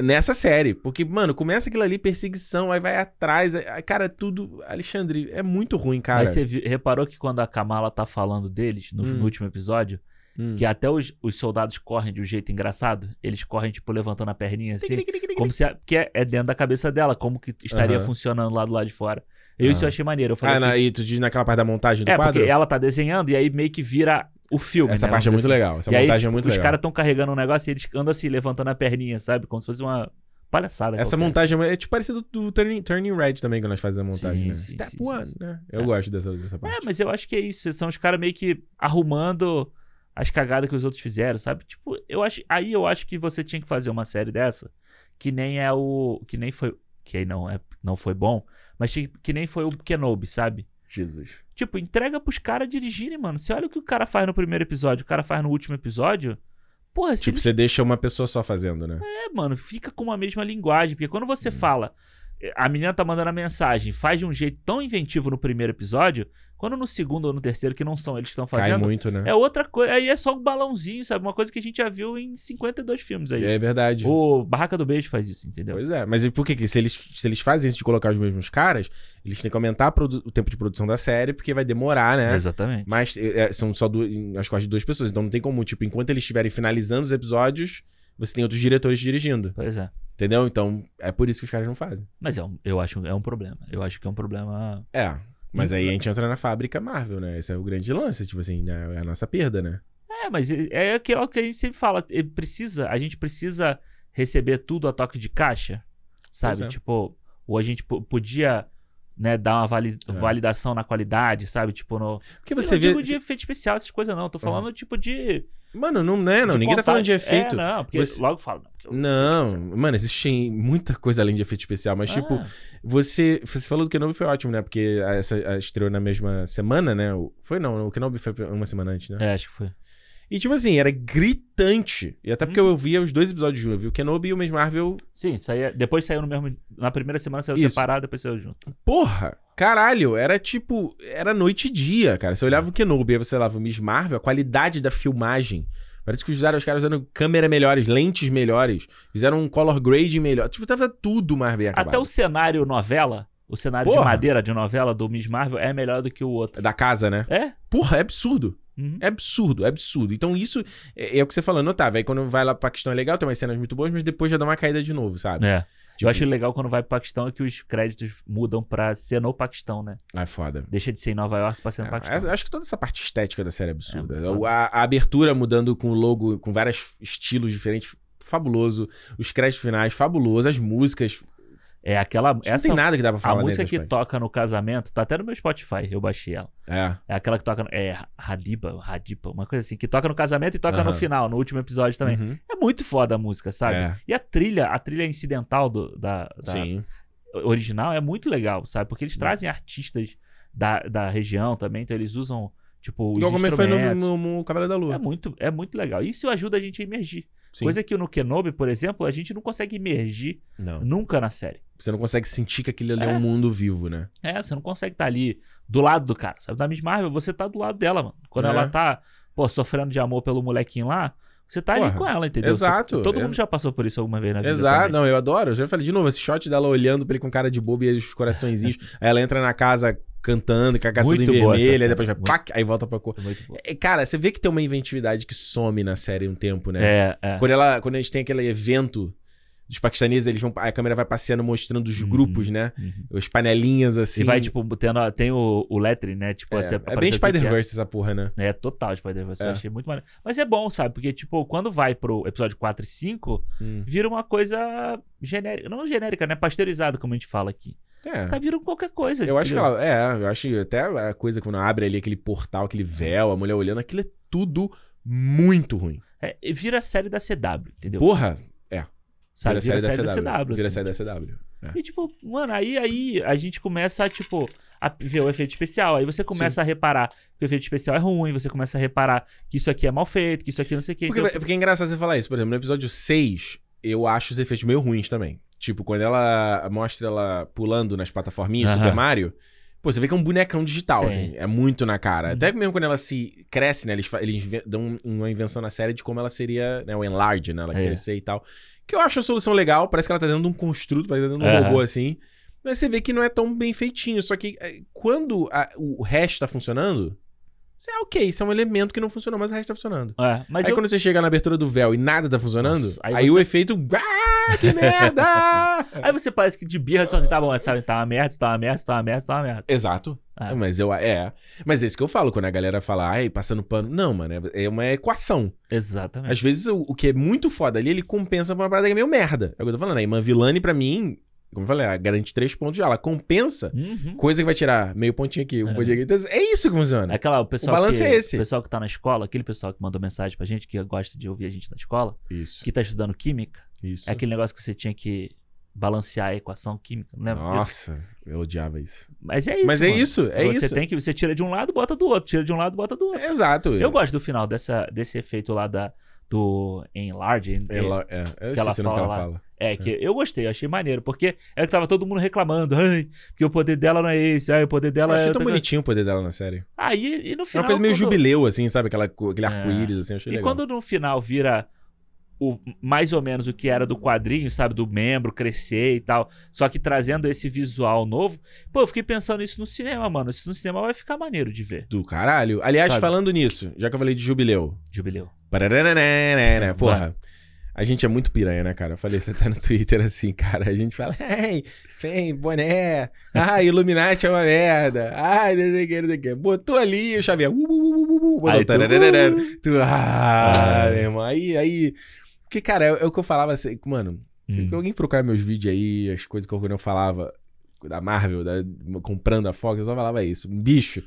Speaker 1: Nessa série. Porque, mano, começa aquilo ali, perseguição, aí vai atrás. aí- cara, é tudo. Alexandre, é muito ruim, cara.
Speaker 2: Mas você viu- reparou que quando a Kamala tá falando deles, no,
Speaker 1: Hum.
Speaker 2: no último episódio,
Speaker 1: Hum.
Speaker 2: que até os, os soldados correm de um jeito engraçado, eles correm, tipo, levantando a perninha assim, como se... A, que é, é dentro da cabeça dela, como que estaria
Speaker 1: Aham.
Speaker 2: funcionando lá do lado de fora. Eu, Isso
Speaker 1: Aham.
Speaker 2: eu achei maneiro, eu falei
Speaker 1: Ah,
Speaker 2: assim...
Speaker 1: na, e tu diz naquela parte da montagem do
Speaker 2: é,
Speaker 1: quadro?
Speaker 2: porque ela tá desenhando e aí meio que vira o filme,
Speaker 1: Essa
Speaker 2: né?
Speaker 1: parte é
Speaker 2: Vamos
Speaker 1: muito
Speaker 2: dizer assim.
Speaker 1: legal. Essa
Speaker 2: E aí,
Speaker 1: montagem é
Speaker 2: tipo,
Speaker 1: muito
Speaker 2: os
Speaker 1: legal.
Speaker 2: caras tão carregando um negócio e eles andam assim, levantando a perninha, sabe? Como se fosse uma palhaçada.
Speaker 1: Essa
Speaker 2: qualquer.
Speaker 1: montagem é tipo parecida do, do Turning, Turning Red também, quando nós fazemos a montagem, né?
Speaker 2: Sim, sim,
Speaker 1: Step
Speaker 2: sim, sim,
Speaker 1: One,
Speaker 2: sim.
Speaker 1: né? Eu
Speaker 2: É.
Speaker 1: gosto dessa, dessa parte.
Speaker 2: É, mas eu acho que é isso. São os caras meio que arrumando as cagadas que os outros fizeram, sabe? Tipo, eu acho, aí eu acho que você tinha que fazer uma série dessa que nem é o que nem foi que aí não é não foi bom, mas que, que nem foi o Kenobi, sabe?
Speaker 1: Jesus.
Speaker 2: Tipo, entrega pros caras dirigirem, mano. Você olha o que o cara faz no primeiro episódio, o cara faz no último episódio. Porra, se
Speaker 1: Tipo,
Speaker 2: ele
Speaker 1: você deixa uma pessoa só fazendo, né?
Speaker 2: é, mano, fica com uma mesma linguagem. Porque quando você
Speaker 1: Uhum.
Speaker 2: fala, eh, a menina tá mandando a mensagem, faz de um jeito tão inventivo no primeiro episódio, quando no segundo ou no terceiro, que não são eles que estão
Speaker 1: Cai
Speaker 2: fazendo,
Speaker 1: muito, né?
Speaker 2: é outra coisa. Aí é só um balãozinho, sabe? Uma coisa que a gente já viu em 52 filmes aí.
Speaker 1: É, verdade.
Speaker 2: O Barraca do Beijo faz isso, entendeu?
Speaker 1: Pois é, mas e por que que se eles, se eles fazem isso de colocar os mesmos caras, eles têm que aumentar a produ- o tempo de produção da série, porque vai demorar, né?
Speaker 2: Exatamente.
Speaker 1: Mas é, é, são só duas, em- as costas de duas pessoas, então não tem como, tipo, enquanto eles estiverem finalizando os episódios, você tem outros diretores dirigindo,
Speaker 2: Pois é.
Speaker 1: entendeu? Então, é por isso que os caras não fazem.
Speaker 2: Mas é um- eu acho é um problema. Eu acho que é um problema.
Speaker 1: É. Mas
Speaker 2: Hum.
Speaker 1: aí a gente entra na fábrica Marvel, né? Esse é o grande lance, tipo assim, é a nossa perda, né?
Speaker 2: É, mas é- é aquilo que a gente sempre fala. ele Precisa, a gente precisa receber tudo a toque de caixa, sabe?
Speaker 1: Pois é.
Speaker 2: Tipo, ou a gente po- podia né, dar uma vali-
Speaker 1: É.
Speaker 2: validação na qualidade, sabe? Tipo, no.
Speaker 1: Porque
Speaker 2: Eu
Speaker 1: você
Speaker 2: não
Speaker 1: vê.
Speaker 2: digo de efeito especial, essas coisas não. Tô falando, tipo, de.
Speaker 1: Mano, não, né, não
Speaker 2: de
Speaker 1: ninguém tá falando de
Speaker 2: contagem.
Speaker 1: efeito.
Speaker 2: É, não, porque
Speaker 1: Você-
Speaker 2: logo falo. Não, porque eu-
Speaker 1: Não, mano, existe muita coisa além de efeito especial, mas tipo,
Speaker 2: Ah,
Speaker 1: você, você falou do Kenobi foi ótimo, né? Porque a- essa a estreou na mesma semana, né? O- Foi não, o Kenobi foi uma semana antes, né?
Speaker 2: É, acho que foi.
Speaker 1: E tipo assim, era gritante. E até porque
Speaker 2: Uhum.
Speaker 1: eu via os dois episódios juntos, eu vi o Kenobi e o Mês Marvel.
Speaker 2: Sim, saía, depois saiu no mesmo. Na primeira semana saiu
Speaker 1: Isso.
Speaker 2: separado, depois saiu junto.
Speaker 1: Porra, caralho, era tipo, era noite e dia, cara. Você olhava o Kenobi, aí você olhava o Miss Marvel, a qualidade da filmagem. Parece que usaram os caras usando câmera melhores, lentes melhores, fizeram um color grading melhor. Tipo, tava tudo mais bem acabado.
Speaker 2: Até o cenário novela, o cenário
Speaker 1: Porra.
Speaker 2: de madeira de novela do Miss Marvel é melhor do que o outro.
Speaker 1: Da casa, né?
Speaker 2: É?
Speaker 1: Porra, é absurdo.
Speaker 2: Uhum.
Speaker 1: É absurdo, é absurdo. Então isso é, é o que você falou, notável. Aí quando vai lá pra Paquistão é legal, tem umas cenas muito boas, mas depois já dá uma caída de novo, sabe?
Speaker 2: É.
Speaker 1: Tipo,
Speaker 2: Eu acho legal quando vai pro Paquistão é que os créditos mudam pra ser no Paquistão, né?
Speaker 1: Ah, é foda.
Speaker 2: Deixa de ser em Nova York pra ser no
Speaker 1: Ah,
Speaker 2: Paquistão.
Speaker 1: essa- acho que toda essa parte estética da série é absurda.
Speaker 2: um É, muito
Speaker 1: a, a abertura mudando com o logo, com vários estilos diferentes, fabuloso. Os créditos finais, fabuloso. As músicas.
Speaker 2: É aquela.
Speaker 1: Acho que
Speaker 2: Essa,
Speaker 1: não tem nada que dá pra
Speaker 2: a
Speaker 1: falar nesse
Speaker 2: música que
Speaker 1: aspecto.
Speaker 2: toca no casamento, tá até no meu Spotify, eu baixei ela.
Speaker 1: É.
Speaker 2: É aquela que toca. no- É Hadiba, Hadipa, uma coisa assim, que toca no casamento e toca
Speaker 1: Aham.
Speaker 2: no final, no último episódio também.
Speaker 1: Uhum.
Speaker 2: É muito foda a música, sabe? Tá.
Speaker 1: É.
Speaker 2: E a trilha, a trilha incidental do, da, da
Speaker 1: Sim. Uhum.
Speaker 2: original é muito legal, sabe? Porque eles trazem artistas da, da região também, então eles usam, tipo, os
Speaker 1: Igual como
Speaker 2: instrumentos.
Speaker 1: foi no, no, no Cavaleiro da
Speaker 2: É
Speaker 1: Lua.
Speaker 2: muito, é muito legal. Isso ajuda a gente a emergir.
Speaker 1: Sim.
Speaker 2: Coisa que no Kenobi, por exemplo, a gente não consegue emergir
Speaker 1: Não.
Speaker 2: nunca na série.
Speaker 1: Você não consegue sentir que aquilo ali é,
Speaker 2: Hum. É.
Speaker 1: um mundo vivo, né?
Speaker 2: É, você não consegue estar ali do lado do cara, sabe? Na Miss Marvel, você tá do lado dela, mano. Quando
Speaker 1: É.
Speaker 2: ela tá, pô, sofrendo de amor pelo molequinho lá, você tá ali
Speaker 1: Porra,
Speaker 2: com ela, entendeu? Você-
Speaker 1: exato.
Speaker 2: todo
Speaker 1: Ex-
Speaker 2: mundo já passou por isso alguma vez na vida.
Speaker 1: Exato,
Speaker 2: também.
Speaker 1: não, eu adoro. Eu já falei de novo, esse shot dela olhando pra ele com cara de bobo e os coraçõezinhos. aí ela entra na casa cantando, com a caça em
Speaker 2: Muito boa essa
Speaker 1: vermelha, aí
Speaker 2: cena.
Speaker 1: depois vai,
Speaker 2: Muito.
Speaker 1: pac, aí volta pra cor.
Speaker 2: É Muito bom.
Speaker 1: É, Cara, você vê que tem uma inventividade que some na série um tempo, né?
Speaker 2: É, é.
Speaker 1: Quando, ela, quando a gente tem aquele evento dos paquistaneses, eles vão, a câmera vai passeando mostrando os
Speaker 2: Uhum.
Speaker 1: grupos, né?
Speaker 2: Uhum.
Speaker 1: As panelinhas assim.
Speaker 2: E vai, tipo, tendo, a- tem o, o lettering, né? Tipo,
Speaker 1: é,
Speaker 2: assim,
Speaker 1: é
Speaker 2: aparece
Speaker 1: bem
Speaker 2: o que que é.
Speaker 1: Spider-Verse essa porra, né?
Speaker 2: É, total Spider-Verse.
Speaker 1: É.
Speaker 2: Eu achei muito maneiro. Mas é bom, sabe? Porque, tipo, quando vai pro episódio 4 e 5, vira uma coisa genérica. Não genérica, né? Pasteurizada, como a gente fala aqui.
Speaker 1: É.
Speaker 2: Sabe? Vira qualquer coisa.
Speaker 1: Eu acho que
Speaker 2: entendeu?
Speaker 1: ela. É, eu acho que até a coisa quando abre ali aquele portal, aquele véu, a mulher olhando, aquilo é tudo muito ruim.
Speaker 2: É, e vira a série da CW, entendeu?
Speaker 1: Porra,
Speaker 2: sabe?
Speaker 1: Vira a série da CW. vira a
Speaker 2: assim.
Speaker 1: série da CW. É.
Speaker 2: E, tipo, mano, aí, aí a gente começa a, tipo, a ver o efeito especial. Aí você começa a reparar que o efeito especial é ruim, você começa a reparar que isso aqui é mal feito, que isso aqui não sei o quê.
Speaker 1: Porque,
Speaker 2: Então,
Speaker 1: porque é engraçado você falar isso. Por exemplo, no episódio 6, eu acho os efeitos meio ruins também. Tipo, quando ela mostra ela pulando nas plataforminhas
Speaker 2: Aham.
Speaker 1: Super Mario, pô, você vê que é um bonecão digital,
Speaker 2: Sim.
Speaker 1: assim. É muito na cara.
Speaker 2: Uhum.
Speaker 1: Até mesmo quando ela se cresce, né? Eles, fa- eles inve- dão um, uma invenção na série de como ela seria, né? O enlarge, né? Ela
Speaker 2: É.
Speaker 1: crescer e tal. Que eu acho a solução legal. Parece que ela tá dentro de um construto, parece dentro de um
Speaker 2: Aham.
Speaker 1: robô, assim. Mas você vê que não é tão bem feitinho. Só que eh, quando a- o resto tá funcionando, você é ok. Isso é um elemento que não funcionou, mas o resto tá funcionando
Speaker 2: é, mas
Speaker 1: aí
Speaker 2: eu,
Speaker 1: quando você chega na abertura do véu e nada tá funcionando,
Speaker 2: Nossa,
Speaker 1: aí,
Speaker 2: aí
Speaker 1: o
Speaker 2: você-
Speaker 1: efeito. Ah, que merda!
Speaker 2: Aí você parece que de birra você fala assim, tá bom, sabe, tá uma merda, isso tá uma merda, isso tá uma merda, isso tá uma merda.
Speaker 1: Exato.
Speaker 2: Ah.
Speaker 1: Mas eu. É. Mas é isso que eu falo quando a galera fala, ai, passando pano. Não, mano, é é uma equação.
Speaker 2: Exatamente.
Speaker 1: Às vezes o, o que é muito foda ali, ele compensa pra uma parada que é meio merda. É o que eu tô falando. A irmã Vilani, pra mim, como eu falei, ela garante três pontos já. Ela compensa
Speaker 2: Uhum. coisa-
Speaker 1: coisa que vai tirar meio pontinho aqui, um
Speaker 2: É.
Speaker 1: pontinho aqui. Então, é isso que funciona.
Speaker 2: Aquela, o pessoal
Speaker 1: O balanço
Speaker 2: que,
Speaker 1: é esse.
Speaker 2: O pessoal que tá na escola, aquele pessoal que mandou mensagem pra gente, que gosta de ouvir a gente na escola,
Speaker 1: Isso.
Speaker 2: que tá estudando química,
Speaker 1: Isso.
Speaker 2: é aquele negócio que você tinha que balancear a equação química, não lembra disso?
Speaker 1: Nossa, eu odiava isso.
Speaker 2: Mas é isso,
Speaker 1: Mas é
Speaker 2: mano.
Speaker 1: isso, é
Speaker 2: você
Speaker 1: isso.
Speaker 2: tem que, você tira de um lado, bota do outro, tira de um lado, bota do outro.
Speaker 1: Exato.
Speaker 2: Eu gosto do final dessa, desse efeito lá da, do enlarge, en-
Speaker 1: Ela, é, eu
Speaker 2: que ela
Speaker 1: esqueci o nome que
Speaker 2: fala
Speaker 1: ela
Speaker 2: lá.
Speaker 1: fala.
Speaker 2: É, que eu gostei, eu achei maneiro, porque era que tava todo mundo reclamando, ai, que o poder dela não é esse, ai, o poder dela
Speaker 1: eu achei
Speaker 2: é.
Speaker 1: tão
Speaker 2: outra coisa."
Speaker 1: bonitinho o poder dela na série.
Speaker 2: Aí, e no
Speaker 1: É
Speaker 2: final.
Speaker 1: uma coisa meio
Speaker 2: quando-
Speaker 1: jubileu, assim, sabe? Aquela, co- aquele
Speaker 2: É.
Speaker 1: arco-íris, assim, eu achei
Speaker 2: E
Speaker 1: legal.
Speaker 2: quando no final vira o, mais ou menos o que era do quadrinho, sabe? Do membro crescer e tal, só que trazendo esse visual novo, pô, eu fiquei pensando isso no cinema, mano. Isso no cinema vai ficar maneiro de ver.
Speaker 1: Do caralho. Aliás,
Speaker 2: Sabe?
Speaker 1: falando nisso, já que eu falei de jubileu.
Speaker 2: Jubileu.
Speaker 1: Pararananá,
Speaker 2: Sim,
Speaker 1: Porra. A gente é muito piranha, né, cara? Eu falei, você tá no Twitter assim, cara. A gente fala, ei, vem, boné. Ah, Illuminati é uma merda. Ah, não sei o que, não sei o que. Botou ali o Xavier. Uh, uh, uh, uh, uh, uh, botou
Speaker 2: Aí tu, uh.
Speaker 1: tarararara. Tu, ah,
Speaker 2: Ah.
Speaker 1: meu irmão. Aí, aí. Porque, Tipo,
Speaker 2: Hum,
Speaker 1: cara, é, é o que eu falava assim, mano. Se alguém procurar meus vídeos aí, as coisas que eu não falava, da Marvel, da- comprando a Fox, eu só falava isso. Bicho,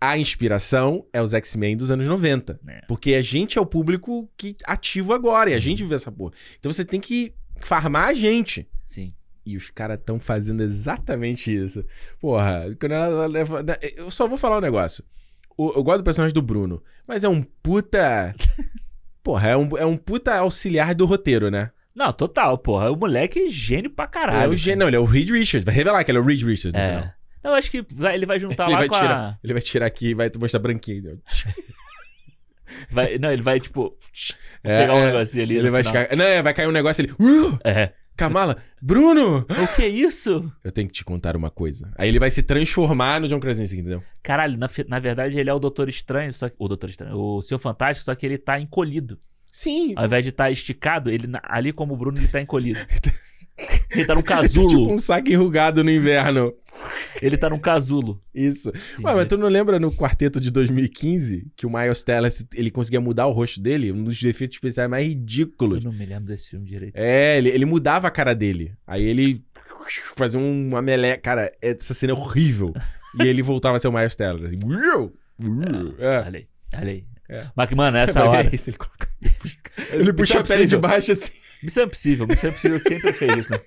Speaker 1: a inspiração é os X-Men dos anos 90.
Speaker 2: É.
Speaker 1: Porque a gente é o público que ativo agora e a gente vê essa porra. Então você tem que farmar a gente.
Speaker 2: Sim.
Speaker 1: E os caras estão fazendo exatamente isso. Porra, quando ela leva- na- eu só vou falar um negócio. O- Eu gosto do personagem do Bruno, mas é um puta. Porra, é um, é um puta auxiliar do roteiro, né?
Speaker 2: Não, total, porra. O moleque é gênio pra
Speaker 1: Ele é
Speaker 2: caralho.
Speaker 1: o gê- Não, ele é o Reed Richards. Vai revelar que ele é o Reed Richards no
Speaker 2: É.
Speaker 1: final.
Speaker 2: Não, eu acho que vai- ele vai
Speaker 1: Ele
Speaker 2: juntar Tá lá
Speaker 1: vai
Speaker 2: com
Speaker 1: tirar.
Speaker 2: a.
Speaker 1: Ele vai tirar aqui e vai mostrar branquinho.
Speaker 2: vai- não, ele vai, tipo,
Speaker 1: É,
Speaker 2: pegar um
Speaker 1: é.
Speaker 2: negocinho ali.
Speaker 1: Ele
Speaker 2: no
Speaker 1: vai,
Speaker 2: final.
Speaker 1: ficar- não, é, vai cair um negócio ele. Uh,
Speaker 2: É.
Speaker 1: Kamala, Bruno!
Speaker 2: O que é isso?
Speaker 1: Eu tenho que te contar uma coisa. Aí ele vai se transformar no John Krasinski, entendeu?
Speaker 2: Caralho, na, fi- na verdade ele é o Doutor Estranho, só que. O Doutor Estranho. O Seu Fantástico, só que ele tá encolhido.
Speaker 1: Sim.
Speaker 2: Ao invés de estar esticado, ele, na- ali como o Bruno, ele tá encolhido. ele tá num
Speaker 1: Ele é tipo
Speaker 2: casulo.
Speaker 1: um saco enrugado no inverno.
Speaker 2: Ele tá num casulo.
Speaker 1: Isso. tipo, Ué, mas tu não lembra no quarteto de 2015 que o Miles Tellis, ele conseguia mudar o rosto dele? Um dos efeitos especiais mais
Speaker 2: Eu
Speaker 1: ridículos.
Speaker 2: não me lembro desse filme direito.
Speaker 1: É, ele, ele mudava a cara dele. Aí ele fazia um- uma melé. Cara, essa cena é horrível. E ele voltava a ser o Miles Tellis. Assim, "Uiu, uiu". É.
Speaker 2: Olha aí, olha aí.
Speaker 1: É.
Speaker 2: Mas, mano, essa
Speaker 1: Mas é
Speaker 2: hora.
Speaker 1: isso, ele coloca- Ele
Speaker 2: Missão
Speaker 1: puxa a pele de
Speaker 2: Impossível.
Speaker 1: baixo assim.
Speaker 2: Missão Impossível, Missão Impossível que sempre fez isso, né?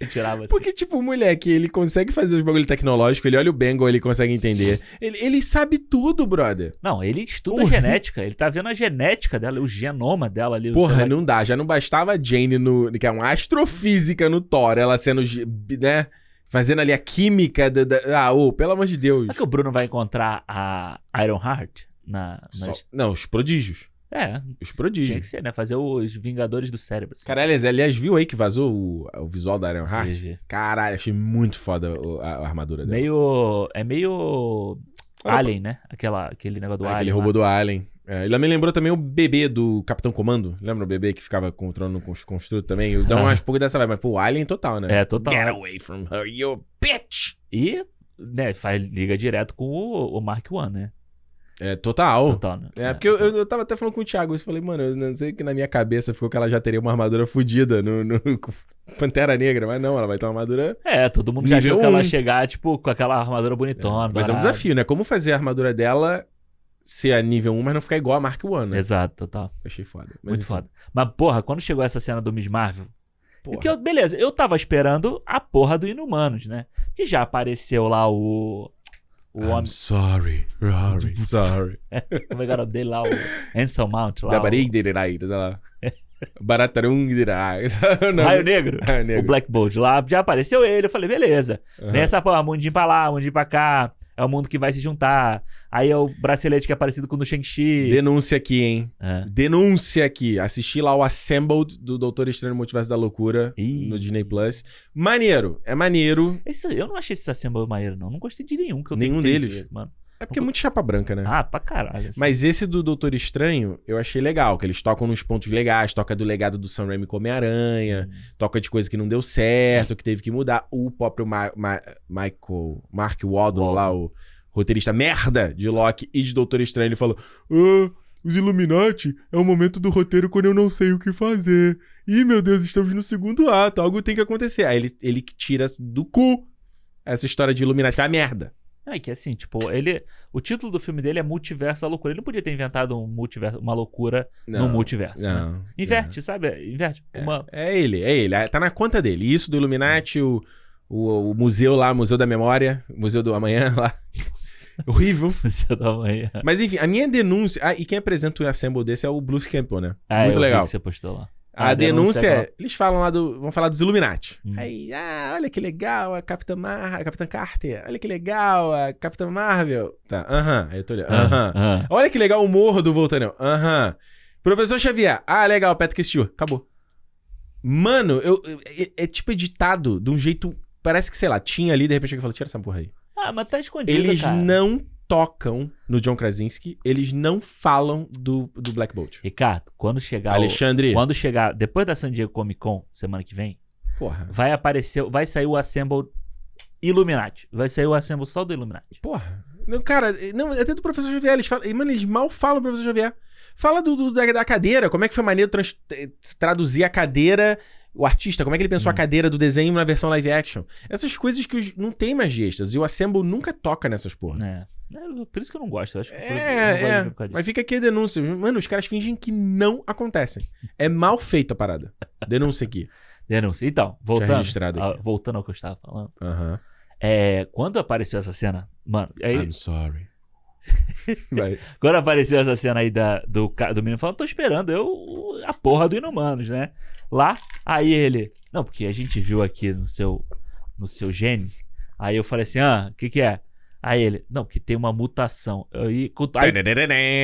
Speaker 2: E tirava assim.
Speaker 1: Porque, tipo, o moleque, ele consegue fazer os bagulho tecnológico, ele olha o Bengal, ele consegue entender. Ele, ele sabe tudo, brother.
Speaker 2: Não, ele estuda
Speaker 1: Porra.
Speaker 2: genética. Ele tá vendo a genética dela, o genoma dela ali. o
Speaker 1: Porra,
Speaker 2: celular.
Speaker 1: não dá. Já não bastava a Jane, no, que é uma astrofísica no Thor, ela sendo, gi- né, fazendo ali a química da... da- ah, ô, pelo amor de Deus.
Speaker 2: Será que o Bruno vai encontrar a Iron Heart? Na,
Speaker 1: Só-
Speaker 2: nas-
Speaker 1: Não, os prodígios.
Speaker 2: É,
Speaker 1: Os
Speaker 2: tinha que
Speaker 1: prodígios.
Speaker 2: ser, né? Fazer os Vingadores do Cérebro. assim.
Speaker 1: Caralho, aliás, viu aí que vazou o, o visual da Iron Heart?
Speaker 2: CG.
Speaker 1: Caralho, achei muito foda o- a, a armadura dela.
Speaker 2: Meio. É meio.
Speaker 1: Ela-
Speaker 2: Alien, né? Aquela, aquele negócio do
Speaker 1: Ah,
Speaker 2: Alien. né?
Speaker 1: aquele
Speaker 2: lá.
Speaker 1: robô do Alien. É, ele me lembrou também o bebê do Capitão Comando. Lembra o bebê que ficava controlando o construto também? Então,
Speaker 2: Ah.
Speaker 1: acho pouco dessa vibe. Mas, pô, Alien total, né?
Speaker 2: É, total.
Speaker 1: Get away from her, you bitch!
Speaker 2: E, né, faz, liga direto com o, o Mark One, né?
Speaker 1: É, total.
Speaker 2: Total, né?
Speaker 1: É, porque eu, eu, eu tava até falando com o Thiago isso. Falei, mano, eu não sei que na minha cabeça ficou que ela já teria uma armadura fodida no, no Pantera Negra. Mas não, ela vai ter uma armadura...
Speaker 2: É, todo mundo já
Speaker 1: Nível
Speaker 2: achou que ela
Speaker 1: um.
Speaker 2: vai chegar, tipo, com aquela armadura bonitona.
Speaker 1: mas é um
Speaker 2: barata.
Speaker 1: desafio, né? Como fazer a armadura dela ser a nível 1, mas não ficar igual a Mark 1, né?
Speaker 2: Exato, total.
Speaker 1: Achei foda. Mas,
Speaker 2: Muito
Speaker 1: enfim,
Speaker 2: foda. Mas, porra, quando chegou essa cena do Miss Marvel,
Speaker 1: porra.
Speaker 2: Porque eu- beleza, eu tava esperando a porra do Inumanos, né? Que já apareceu lá o. O
Speaker 1: I'm
Speaker 2: homem.
Speaker 1: sorry, Rory, sorry.
Speaker 2: Como é que era o nome dele lá? O Anson Mount lá. o
Speaker 1: Dabaridirai, sei lá. Baratarungirai. Não, ah,
Speaker 2: Raio Negro.
Speaker 1: Raio
Speaker 2: O Black Bolt lá. Já apareceu ele. Eu falei, beleza.
Speaker 1: Aham.
Speaker 2: Vem essa porra, mundinho pra lá, mundinho pra cá. É o mundo que vai se juntar. Aí é o bracelete que é parecido com o do Shang-Chi.
Speaker 1: Denúncia aqui, hein?
Speaker 2: É.
Speaker 1: Denúncia aqui. Assisti lá o Assembled do Doutor Estranho no Multiverso da Loucura
Speaker 2: Ih.
Speaker 1: no Disney Plus. Maneiro, é maneiro.
Speaker 2: Esse- eu não achei esse Assemble maneiro, não. Não gostei de nenhum que eu
Speaker 1: Nenhum
Speaker 2: tentei
Speaker 1: deles?
Speaker 2: ver, mano.
Speaker 1: É porque é muito chapa branca, né?
Speaker 2: Ah, pra caralho. assim.
Speaker 1: Mas esse do Doutor Estranho eu achei legal, que eles tocam nos pontos legais, toca do legado do Sam Raimi com Homem-Aranha, toca de coisa que não deu certo, que teve que mudar. O próprio Ma- Ma- Michael, Mark Waddle
Speaker 2: Wahlberg.
Speaker 1: lá, o roteirista merda de Loki e de Doutor Estranho, ele falou: "Ah, os Illuminati é o momento do roteiro quando eu não sei o que fazer. Ih, meu Deus, estamos no segundo ato, algo tem que acontecer. Aí ele, ele que tira do cu essa história de Illuminati, que é uma merda.
Speaker 2: É que assim, tipo, ele. O título do filme dele é Multiverso da Loucura. Ele não podia ter inventado um multiverso, uma loucura no multiverso. né?
Speaker 1: não. não.
Speaker 2: Inverte, sabe? Inverte. Uma...
Speaker 1: É ele, é ele. Ah, Tá na conta dele. E Isso do Illuminati, o, o, o museu lá, Museu da Memória, Museu do Amanhã lá. Horrível.
Speaker 2: Você da manhã.
Speaker 1: Mas enfim, a minha denúncia. Ah, e quem apresenta o assemble desse é o Bruce Campbell, né?
Speaker 2: Ah, eu
Speaker 1: Muito
Speaker 2: vi
Speaker 1: legal.
Speaker 2: que você postou lá.
Speaker 1: A,
Speaker 2: a
Speaker 1: denúncia,
Speaker 2: denúncia
Speaker 1: é.
Speaker 2: é
Speaker 1: Eles falam lá do. Vão falar dos Illuminati.
Speaker 2: Hum.
Speaker 1: Aí, ah, olha que legal, a Capitã Marvel, a Capitã Carter. Olha que legal, a Capitã Marvel. Tá, aham. Aí eu tô olhando. Aham.
Speaker 2: Ah, ah.
Speaker 1: Olha que legal o morro do Voltanel. Aham. Professor Xavier. Ah, legal, Patrick Stewart. Acabou. Mano, eu, eu- é, é tipo editado de um jeito. Parece que, sei lá, tinha ali, de repente alguém falou: tira essa porra aí.
Speaker 2: Ah, mas tá escondido.
Speaker 1: Eles
Speaker 2: cara.
Speaker 1: não tocam no John Krasinski, eles não falam do, do Black Bolt.
Speaker 2: Ricardo, quando chegar. o-
Speaker 1: Alexandre.
Speaker 2: Quando chegar. Depois da San Diego Comic Con, semana que vem,
Speaker 1: Porra.
Speaker 2: vai aparecer. Vai sair o Assemble Illuminati. Vai sair o Assemble só do Illuminati.
Speaker 1: Porra. Não, cara, não, até do professor Xavier. Eles falam, mano, eles mal falam do professor Xavier. Fala do, do- da, da cadeira, como é que foi maneiro trans- eh, traduzir a cadeira O artista, como é que ele pensou
Speaker 2: Hum.
Speaker 1: a cadeira do desenho na versão live action? Essas coisas que os- não tem mais gestas. E o Assemble nunca toca nessas porra.
Speaker 2: É. É, por isso que eu não gosto. Eu acho que eu não gosto
Speaker 1: É, é.
Speaker 2: por causa disso.
Speaker 1: Mas fica aqui a denúncia. Mano, os caras fingem que não acontecem. É mal feita a parada. Denúncia aqui.
Speaker 2: Denúncia. Então, voltando.
Speaker 1: registrado aqui.
Speaker 2: a- voltando ao que eu estava falando.
Speaker 1: Aham.
Speaker 2: É, quando apareceu essa cena, mano, aí,
Speaker 1: I'm sorry. Vai.
Speaker 2: quando apareceu essa cena aí da, do, ca- do menino falando, tô esperando, eu. A porra do Inumanos, né? Lá, aí ele. Não, porque a gente viu aqui no seu. No seu gene. Aí eu falei assim, ah, o que, que é? Aí ele, não, porque tem uma mutação. Aí,
Speaker 1: né?
Speaker 2: aí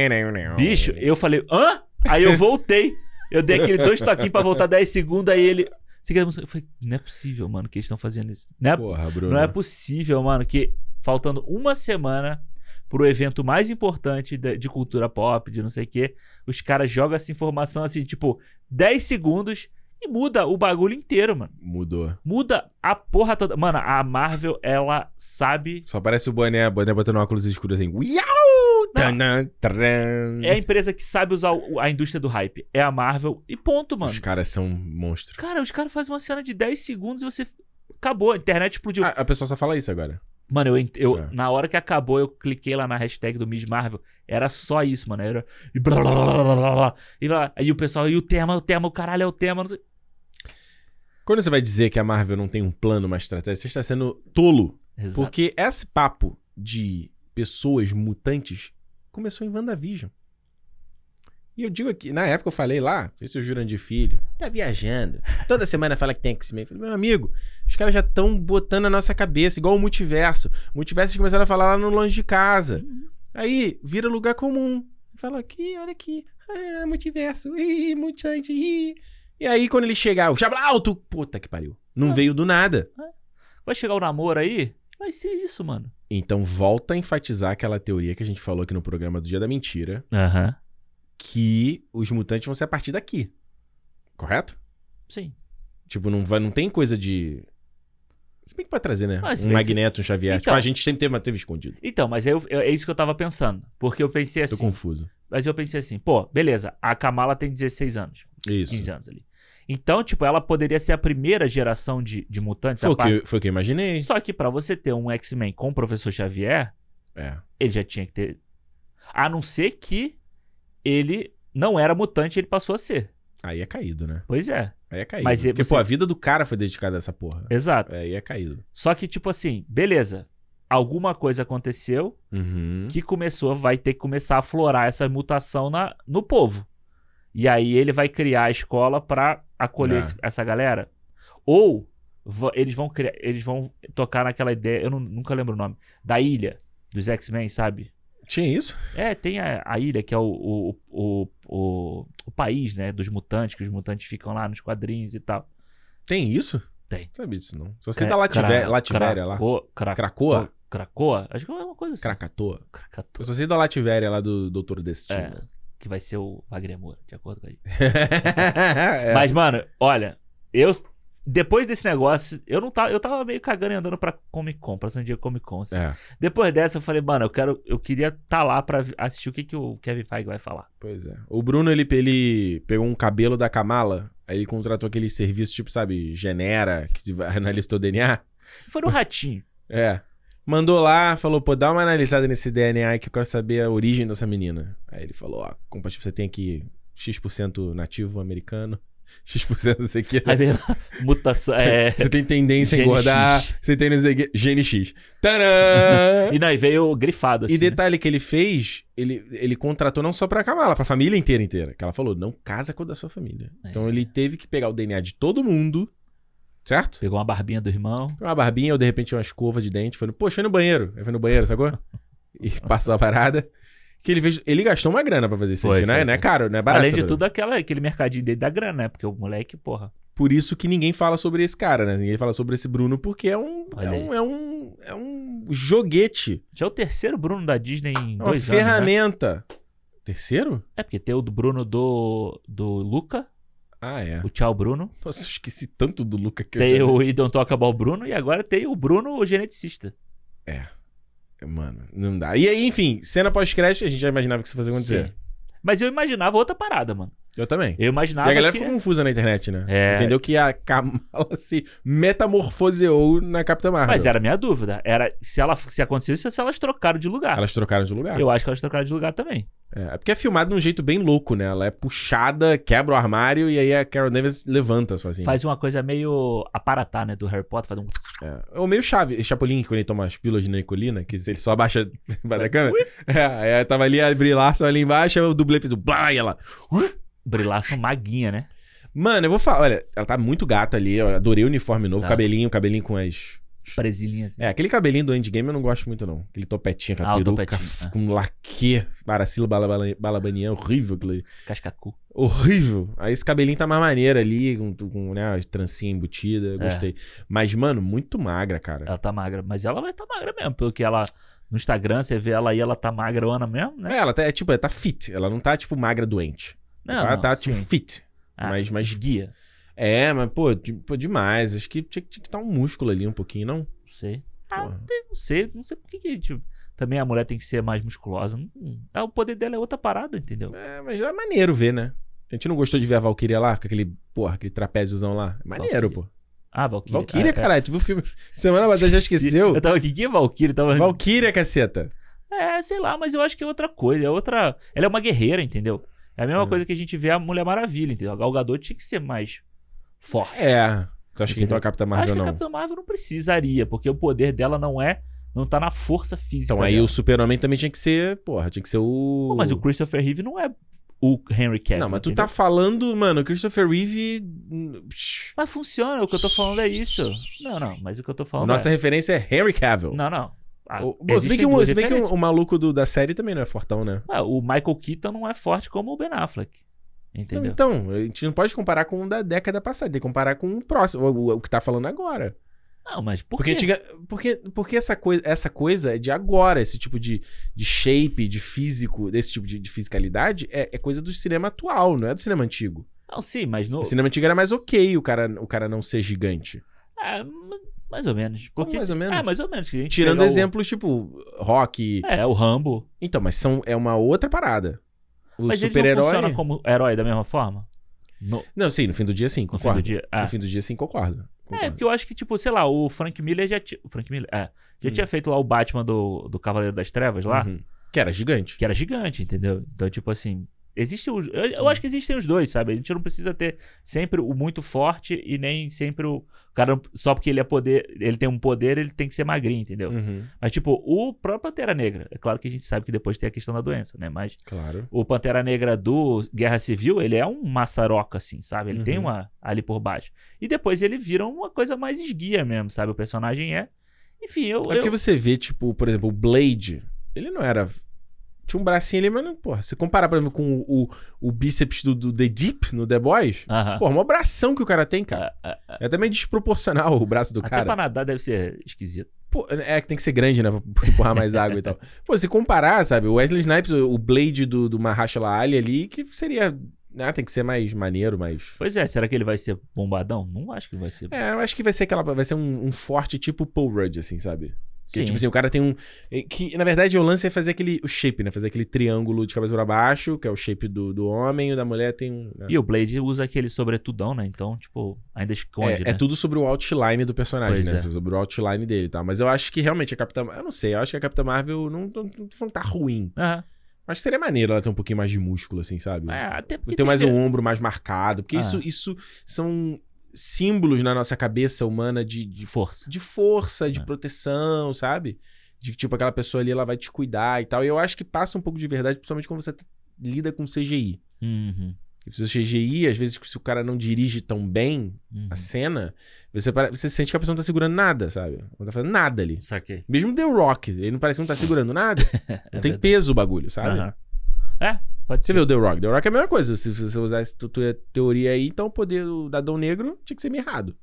Speaker 2: Bicho, eu falei, hã? Aí eu voltei. Eu dei aquele dois toquinhos pra voltar 10 segundos, aí ele. Você quer música? Eu falei, não é possível, mano, que eles estão fazendo isso. Não é,
Speaker 1: Porra, Bruno.
Speaker 2: não é possível, mano, que faltando uma semana pro evento mais importante de, de cultura pop, de não sei o quê, os caras jogam essa informação assim, tipo, 10 segundos e muda o bagulho inteiro, mano.
Speaker 1: Mudou.
Speaker 2: Muda a porra toda. Mano, a Marvel, ela sabe
Speaker 1: Só parece o Boné, Boné botando óculos escuros assim. Uiau! Tanã, taran.
Speaker 2: É a empresa que sabe usar o- a indústria do hype. É a Marvel. E ponto, mano.
Speaker 1: Os caras são monstros.
Speaker 2: Cara, os caras fazem uma cena de 10 segundos e você. Acabou, a internet explodiu.
Speaker 1: Ah, a pessoa só fala isso agora.
Speaker 2: Mano, eu, ent- eu-
Speaker 1: É.
Speaker 2: na hora que acabou, eu cliquei lá na hashtag do Miss Marvel. Era só isso, mano. Era. E blá blá blá blá blá blá, blá. E lá, aí o pessoal, e o tema, o tema, o caralho é o tema. Não sei.
Speaker 1: Quando você vai dizer que a Marvel não tem um plano, uma estratégia, você está sendo tolo.
Speaker 2: Exato.
Speaker 1: Porque esse papo de pessoas mutantes começou em WandaVision. E eu digo aqui, na época eu falei lá, esse é o Jurandir Filho, tá viajando. Toda semana fala que tem X-Men. Eu Falei, meu amigo, os caras já estão botando na nossa cabeça, igual o multiverso. Multiversos começaram a falar lá no longe de casa. Aí vira lugar comum. Fala aqui, olha aqui. Ah, multiverso. Ih, mutante. Ih. E aí quando ele chegar, o Jablauto. Puta que pariu. Não veio do nada.
Speaker 2: Vai chegar o namoro aí? Vai ser isso, mano.
Speaker 1: Então volta a enfatizar aquela teoria que a gente falou aqui no programa do Dia da Mentira,
Speaker 2: Aham.
Speaker 1: que os mutantes vão ser a partir daqui. Correto?
Speaker 2: Sim.
Speaker 1: Tipo, não, vai, não tem coisa de. Se bem que pode trazer, né?
Speaker 2: Mas,
Speaker 1: um
Speaker 2: mas-
Speaker 1: magneto, um Xavier.
Speaker 2: Então-
Speaker 1: Tipo, a gente sempre teve, mas teve escondido.
Speaker 2: Então, mas aí eu- eu- é isso que eu tava pensando. Porque eu pensei
Speaker 1: Tô
Speaker 2: assim.
Speaker 1: confuso.
Speaker 2: Mas eu pensei assim, pô, beleza, a Kamala tem 16 anos.
Speaker 1: Isso.
Speaker 2: 15 anos ali. Então, tipo, ela poderia ser a primeira geração de, de mutantes.
Speaker 1: Foi
Speaker 2: a
Speaker 1: o, que, foi o que eu imaginei.
Speaker 2: Só que pra você ter um X-Men com o Professor Xavier,
Speaker 1: É.
Speaker 2: ele já tinha que ter... A não ser que ele não era mutante, ele passou a ser.
Speaker 1: Aí é caído, né?
Speaker 2: Pois é,
Speaker 1: Aí é caído.
Speaker 2: Mas e
Speaker 1: Porque,
Speaker 2: você-
Speaker 1: pô, a vida do cara foi dedicada a essa porra.
Speaker 2: exato.
Speaker 1: Aí é caído.
Speaker 2: Só que, tipo assim, beleza, alguma coisa aconteceu
Speaker 1: Uhum.
Speaker 2: que começou, vai ter que começar a florar essa mutação na, no povo. E aí ele vai criar a escola pra acolher
Speaker 1: É.
Speaker 2: esse- essa galera. Ou va- eles vão criar, eles vão tocar naquela ideia, eu não- nunca lembro o nome, da ilha dos X-Men, sabe?
Speaker 1: Tinha isso?
Speaker 2: É, tem a, a ilha que é o, o, o, o, o país, né, dos mutantes, que os mutantes ficam lá nos quadrinhos e tal.
Speaker 1: Tem isso?
Speaker 2: Tem.
Speaker 1: Não sabia disso, não. Só sei da Lativé-
Speaker 2: Cra-
Speaker 1: Lativéria tá lá.
Speaker 2: Craco- Cra-
Speaker 1: Cracoa?
Speaker 2: Cracoa? Acho que é uma coisa assim.
Speaker 1: Krakatoa?
Speaker 2: Krakatoa.
Speaker 1: Eu só sei da Lativéria lá do Doutor Destino.
Speaker 2: É, que vai ser o Wagner Moura, de acordo com a gente.
Speaker 1: É.
Speaker 2: Mas, mano, olha, eu. Depois desse negócio, eu não tava. Eu tava meio cagando e andando pra Comic Con, pra San Diego Comic Con. assim.
Speaker 1: É,
Speaker 2: Depois dessa, eu falei, mano, eu quero. Eu queria tá lá pra vi- assistir o que, que o Kevin Feige vai falar.
Speaker 1: pois é. O Bruno, ele, ele pegou um cabelo da Kamala, aí ele contratou aquele serviço, tipo, sabe, Genera, que analisa o DNA.
Speaker 2: Foi no ratinho.
Speaker 1: É. Mandou lá, falou, pô, dá uma analisada nesse DNA aí que eu quero saber a origem dessa menina. Aí ele falou, ó, compatível, você tem aqui X% nativo americano, X% não sei o que.
Speaker 2: Aí veio lá, mutação. É.
Speaker 1: Você tem tendência a
Speaker 2: Gene
Speaker 1: engordar,
Speaker 2: X.
Speaker 1: você tem não sei o quê. Gene X. Tadã!
Speaker 2: E não, e veio grifado, assim.
Speaker 1: É. E detalhe que ele fez, ele, ele contratou não só pra Kamala, pra família inteira inteira. Que ela falou, não casa com a da sua família.
Speaker 2: É.
Speaker 1: Então ele teve que pegar o DNA de todo mundo, certo?
Speaker 2: Pegou uma barbinha do irmão.
Speaker 1: Uma barbinha ou de repente uma escova de dente. Foi no, poxa, foi no banheiro. Aí foi no banheiro, sacou? e passou a parada. Que ele fez, ele gastou uma grana pra fazer isso
Speaker 2: Foi,
Speaker 1: aqui, né?
Speaker 2: foi,
Speaker 1: Não é
Speaker 2: foi.
Speaker 1: caro, não é barato.
Speaker 2: Além de
Speaker 1: sabe?
Speaker 2: tudo, aquela, aquele mercadinho dele da grana, né? Porque o moleque, porra.
Speaker 1: Por isso que ninguém fala sobre esse cara, né? Ninguém fala sobre esse Bruno, porque é um, é
Speaker 2: Olha aí.
Speaker 1: um, é um, é um joguete.
Speaker 2: Já é o terceiro Bruno da Disney em
Speaker 1: É uma
Speaker 2: dois anos. Né?
Speaker 1: ferramenta. Terceiro?
Speaker 2: É, porque tem o do Bruno do, do Luca,
Speaker 1: Ah, é.
Speaker 2: o Tchau Bruno.
Speaker 1: Nossa, eu esqueci tanto do Luca que
Speaker 2: Tem
Speaker 1: eu.
Speaker 2: o Idon Toca Ball Bruno e agora tem o Bruno, o geneticista.
Speaker 1: Mano, não dá. E aí, enfim, cena pós-crédito, a gente já imaginava que isso fosse acontecer.
Speaker 2: Sim. Mas eu imaginava outra parada, mano.
Speaker 1: Eu também.
Speaker 2: Eu imaginava
Speaker 1: e a galera
Speaker 2: que...
Speaker 1: ficou confusa na internet, né?
Speaker 2: É.
Speaker 1: Entendeu que a Kamala se metamorfoseou na Capitã Marvel.
Speaker 2: Mas era a minha dúvida. Era se, ela, se aconteceu isso ou se elas trocaram de lugar.
Speaker 1: Elas trocaram de lugar.
Speaker 2: Eu acho que elas trocaram de lugar também.
Speaker 1: É, é porque é filmado de um jeito bem louco, né? Ela é puxada, quebra o armário e aí a Carol Davis levanta assim. sozinha.
Speaker 2: Faz uma coisa meio aparatá, né? Do Harry Potter. Faz um...
Speaker 1: É. Ou meio chave, Chapolin, quando ele toma as pílulas de Nicolina, que ele só abaixa embaixo da câmera. É, aí ela tava ali, a brilhação ali embaixo, aí o dublê fez o blá e ela.
Speaker 2: Brilhação maguinha, né?
Speaker 1: Mano, eu vou falar, olha, ela tá muito gata ali, eu adorei o uniforme novo,
Speaker 2: Tá.
Speaker 1: cabelinho, cabelinho com as.
Speaker 2: Presilhinha. Assim.
Speaker 1: É, aquele cabelinho do endgame eu não gosto muito, não. Aquele topetinho, aquela
Speaker 2: Ah, o
Speaker 1: peruca,
Speaker 2: topetinho,
Speaker 1: f-
Speaker 2: é.
Speaker 1: com um laque, baracilo, balabala- balabanian, horrível aquilo ali.
Speaker 2: Cascacu.
Speaker 1: Horrível. Aí esse cabelinho tá mais maneiro ali, com, com né, as trancinhas
Speaker 2: É.
Speaker 1: embutidas, gostei. Mas, mano, muito magra, cara.
Speaker 2: Ela tá magra. Mas ela vai tá magra mesmo. Pelo que ela... No Instagram, você vê ela aí, ela tá magrona mesmo, né?
Speaker 1: É, ela tá, é, tipo, ela tá fit. Ela não tá, tipo, magra doente. ela tá,
Speaker 2: sim.
Speaker 1: tipo, fit.
Speaker 2: assim, Ah,
Speaker 1: mas- mas-
Speaker 2: Guia.
Speaker 1: É, mas, pô, de- pô, demais. Acho que tinha, que- tinha que estar um músculo ali um pouquinho, não?
Speaker 2: Não sei. Ah,
Speaker 1: Porra.
Speaker 2: tem- não sei. Não sei por que que, tipo... Também a mulher tem que ser mais musculosa. Não- ah, o poder dela é outra parada, entendeu?
Speaker 1: É, mas é maneiro ver, né? A gente não gostou de ver a Valkyria lá, com aquele, porra, aquele trapéziozão lá. É Maneiro, pô.
Speaker 2: Ah, Valkyria.
Speaker 1: Valkyria,
Speaker 2: ah, é.
Speaker 1: caralho, tu viu o filme? Semana passada já esqueceu?
Speaker 2: Eu tava aqui, que é Valkyria? Tava...
Speaker 1: Valkyria, caceta.
Speaker 2: É, sei lá, mas eu acho que é outra coisa. É outra. Ela é uma guerreira, entendeu? É a mesma
Speaker 1: É.
Speaker 2: coisa que a gente vê a Mulher Maravilha, entendeu? A Galgador tinha que ser mais forte.
Speaker 1: É. Tu acha que então a Capitã
Speaker 2: acho
Speaker 1: Marvel
Speaker 2: que a
Speaker 1: não?
Speaker 2: Capitã Marvel não precisaria, porque o poder dela não é. Não tá na força física.
Speaker 1: Então aí
Speaker 2: dela.
Speaker 1: o Super-Homem também tinha que ser, porra, tinha que ser o...
Speaker 2: é. Pô, Mas o Christopher Reeve não é o Henry Cavill.
Speaker 1: Não, mas tu tá
Speaker 2: entendeu?
Speaker 1: falando, mano, Christopher Reeve... hum, psh,
Speaker 2: Mas funciona, o que eu tô falando é isso. Não, não, mas o que eu tô falando
Speaker 1: Nossa
Speaker 2: é.
Speaker 1: referência é Henry Cavill.
Speaker 2: Não, não. Ah,
Speaker 1: O- Bom, se bem que,
Speaker 2: existem
Speaker 1: um-
Speaker 2: duas
Speaker 1: se bem que um-
Speaker 2: referências.
Speaker 1: o maluco do- da série também não é fortão, né?
Speaker 2: Ah, o Michael Keaton não é forte como o Ben Affleck.
Speaker 1: Não,
Speaker 2: Entendeu?
Speaker 1: Então, a gente não pode comparar com o da década passada, tem que comparar com o próximo, o, o- o que tá falando agora.
Speaker 2: Não, mas por
Speaker 1: Porque,
Speaker 2: quê?
Speaker 1: antiga- porque, porque essa, coisa, essa coisa é de agora, esse tipo de, de shape, de físico, desse tipo de, de fisicalidade, é, é coisa do cinema atual, não é do cinema antigo.
Speaker 2: Não, sim, mas no.
Speaker 1: O cinema antigo era mais ok o cara, o cara não ser gigante.
Speaker 2: Ah, ma- mais ou menos.
Speaker 1: Como
Speaker 2: Porque
Speaker 1: mais
Speaker 2: se-
Speaker 1: ou menos?
Speaker 2: É, mais ou menos. se a gente
Speaker 1: Tirando
Speaker 2: pegar o-
Speaker 1: exemplos tipo rock.
Speaker 2: É, o Rambo.
Speaker 1: Então, mas são, é uma outra parada. O
Speaker 2: Mas ele não
Speaker 1: super-herói.
Speaker 2: funciona como herói da mesma forma? No,
Speaker 1: Não, sim, no fim do dia sim,
Speaker 2: no fim
Speaker 1: concordo.
Speaker 2: do dia. Ah.
Speaker 1: No fim do dia sim, concordo.
Speaker 2: É,
Speaker 1: concordo.
Speaker 2: porque eu acho que, tipo, sei lá, o Frank Miller já tinha. O Frank Miller. É. Já
Speaker 1: Hum.
Speaker 2: tinha feito lá o Batman do, do Cavaleiro das Trevas lá,
Speaker 1: Uhum. Que era gigante.
Speaker 2: que era gigante, entendeu? Então, tipo assim. Existe os, eu,
Speaker 1: Hum.
Speaker 2: eu acho que existem os dois, sabe? A gente não precisa ter sempre o muito forte e nem sempre o. o cara, não- só porque ele é poder. Ele tem um poder, ele tem que ser magrinho, entendeu?
Speaker 1: Uhum,
Speaker 2: Mas, tipo, o próprio Pantera Negra. É claro que a gente sabe que depois tem a questão da doença, né? Mas
Speaker 1: Claro.
Speaker 2: o Pantera Negra do Guerra Civil, ele é um maçaroca, assim, sabe? Ele tem
Speaker 1: Uhum.
Speaker 2: uma ali por baixo. E depois ele vira uma coisa mais esguia mesmo, sabe? O personagem é. Enfim, eu.
Speaker 1: É porque
Speaker 2: eu-
Speaker 1: você vê, tipo, por exemplo, o Blade. Ele não era. Tinha um bracinho ali, mas, não- porra, se comparar, por exemplo, com o, o, o bíceps do, do The Deep no The Boys,
Speaker 2: Aham.
Speaker 1: porra, o maior bração que o cara tem, cara.
Speaker 2: Ah, ah,
Speaker 1: É também desproporcional o braço do
Speaker 2: Até
Speaker 1: cara.
Speaker 2: pra nadar deve ser esquisito.
Speaker 1: Pô, é que tem que ser grande, né? Pra empurrar mais água e tal. Pô, se comparar, sabe? O Wesley Snipes, o o Blade do, do Mahashala Ali ali, que seria. Ah, tem que ser mais maneiro, mais.
Speaker 2: Pois é, será que ele vai ser bombadão? Não acho que vai ser.
Speaker 1: É, eu acho que vai ser aquela. Vai ser um, um forte tipo Paul Rudd, assim, sabe? Que,
Speaker 2: Sim.
Speaker 1: tipo assim, o cara tem um. eh, Que, na verdade, o lance é fazer aquele. O shape, né? Fazer aquele triângulo de cabeça pra baixo, que é o shape do, do homem, e o da mulher tem um. né?
Speaker 2: E o Blade usa aquele sobretudão, né? Então, tipo, ainda esconde,
Speaker 1: é,
Speaker 2: né?
Speaker 1: é tudo sobre o outline do personagem,
Speaker 2: Pois
Speaker 1: né?
Speaker 2: é.
Speaker 1: Sobre o outline dele, tá? Mas eu acho que realmente a Capitã. Eu não sei, eu acho que a Capitã Marvel não, não, não tô falando que tá ruim.
Speaker 2: Aham.
Speaker 1: Mas seria maneiro ela ter um pouquinho mais de músculo, assim, sabe?
Speaker 2: É, até porque.
Speaker 1: ter mais
Speaker 2: que-
Speaker 1: um ombro mais marcado. Porque
Speaker 2: Ah.
Speaker 1: isso, isso são símbolos na nossa cabeça humana de, de
Speaker 2: de força.
Speaker 1: de força, de
Speaker 2: É.
Speaker 1: proteção, sabe? De que, tipo, aquela pessoa ali, ela vai te cuidar e tal. E eu acho que passa um pouco de verdade, principalmente quando você t- lida com CGI.
Speaker 2: Uhum,
Speaker 1: Porque se o CGI, às vezes, se o cara não dirige tão bem
Speaker 2: uhum.
Speaker 1: a cena, você, para- você sente que a pessoa não tá segurando nada, sabe? Não tá fazendo nada ali.
Speaker 2: Saquei.
Speaker 1: Mesmo The Rock, ele não parece que não tá segurando nada.
Speaker 2: É
Speaker 1: Não tem
Speaker 2: verdade.
Speaker 1: peso o bagulho, sabe?
Speaker 2: Aham. É, pode
Speaker 1: Você
Speaker 2: ser.
Speaker 1: vê o The Rock. The Rock é a mesma coisa. Se, se você usar essa tu- tua teoria aí, então o poder do Dadão Negro tinha que ser mirrado.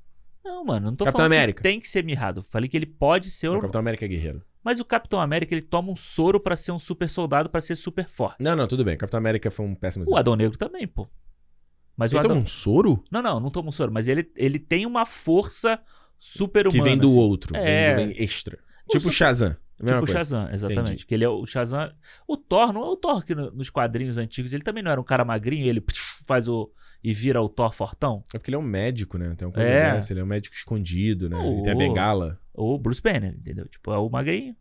Speaker 2: Não, mano, não tô
Speaker 1: Capitão
Speaker 2: falando
Speaker 1: América.
Speaker 2: que tem que ser mirrado. Falei que ele pode ser.
Speaker 1: O
Speaker 2: o-
Speaker 1: Capitão América é guerreiro.
Speaker 2: Mas o Capitão América, ele toma um soro pra ser um super soldado, pra ser super forte.
Speaker 1: Não, não, tudo bem. Capitão América foi um péssimo
Speaker 2: O Adão Negro também, pô. Mas
Speaker 1: Ele
Speaker 2: o Adão...
Speaker 1: toma um soro?
Speaker 2: Não, não, não toma um soro, mas ele, ele tem uma força super
Speaker 1: Que
Speaker 2: humana.
Speaker 1: vem do
Speaker 2: assim.
Speaker 1: outro.
Speaker 2: É.
Speaker 1: Vem, vem extra.
Speaker 2: O
Speaker 1: tipo
Speaker 2: super-
Speaker 1: Shazam. Mesma
Speaker 2: tipo o
Speaker 1: coisa.
Speaker 2: Shazam, exatamente.
Speaker 1: Entendi.
Speaker 2: Que ele é o Shazam. O Thor, não é o Thor que no- nos quadrinhos antigos, ele também não era um cara magrinho, ele faz o. e vira o Thor fortão?
Speaker 1: É porque ele é um médico, né? Tem uma coisa
Speaker 2: É.
Speaker 1: dessa. Ele é um médico escondido, né? Ele tem a
Speaker 2: Oh.
Speaker 1: bengala.
Speaker 2: Ou o Bruce Banner, entendeu? Tipo, é o magrinho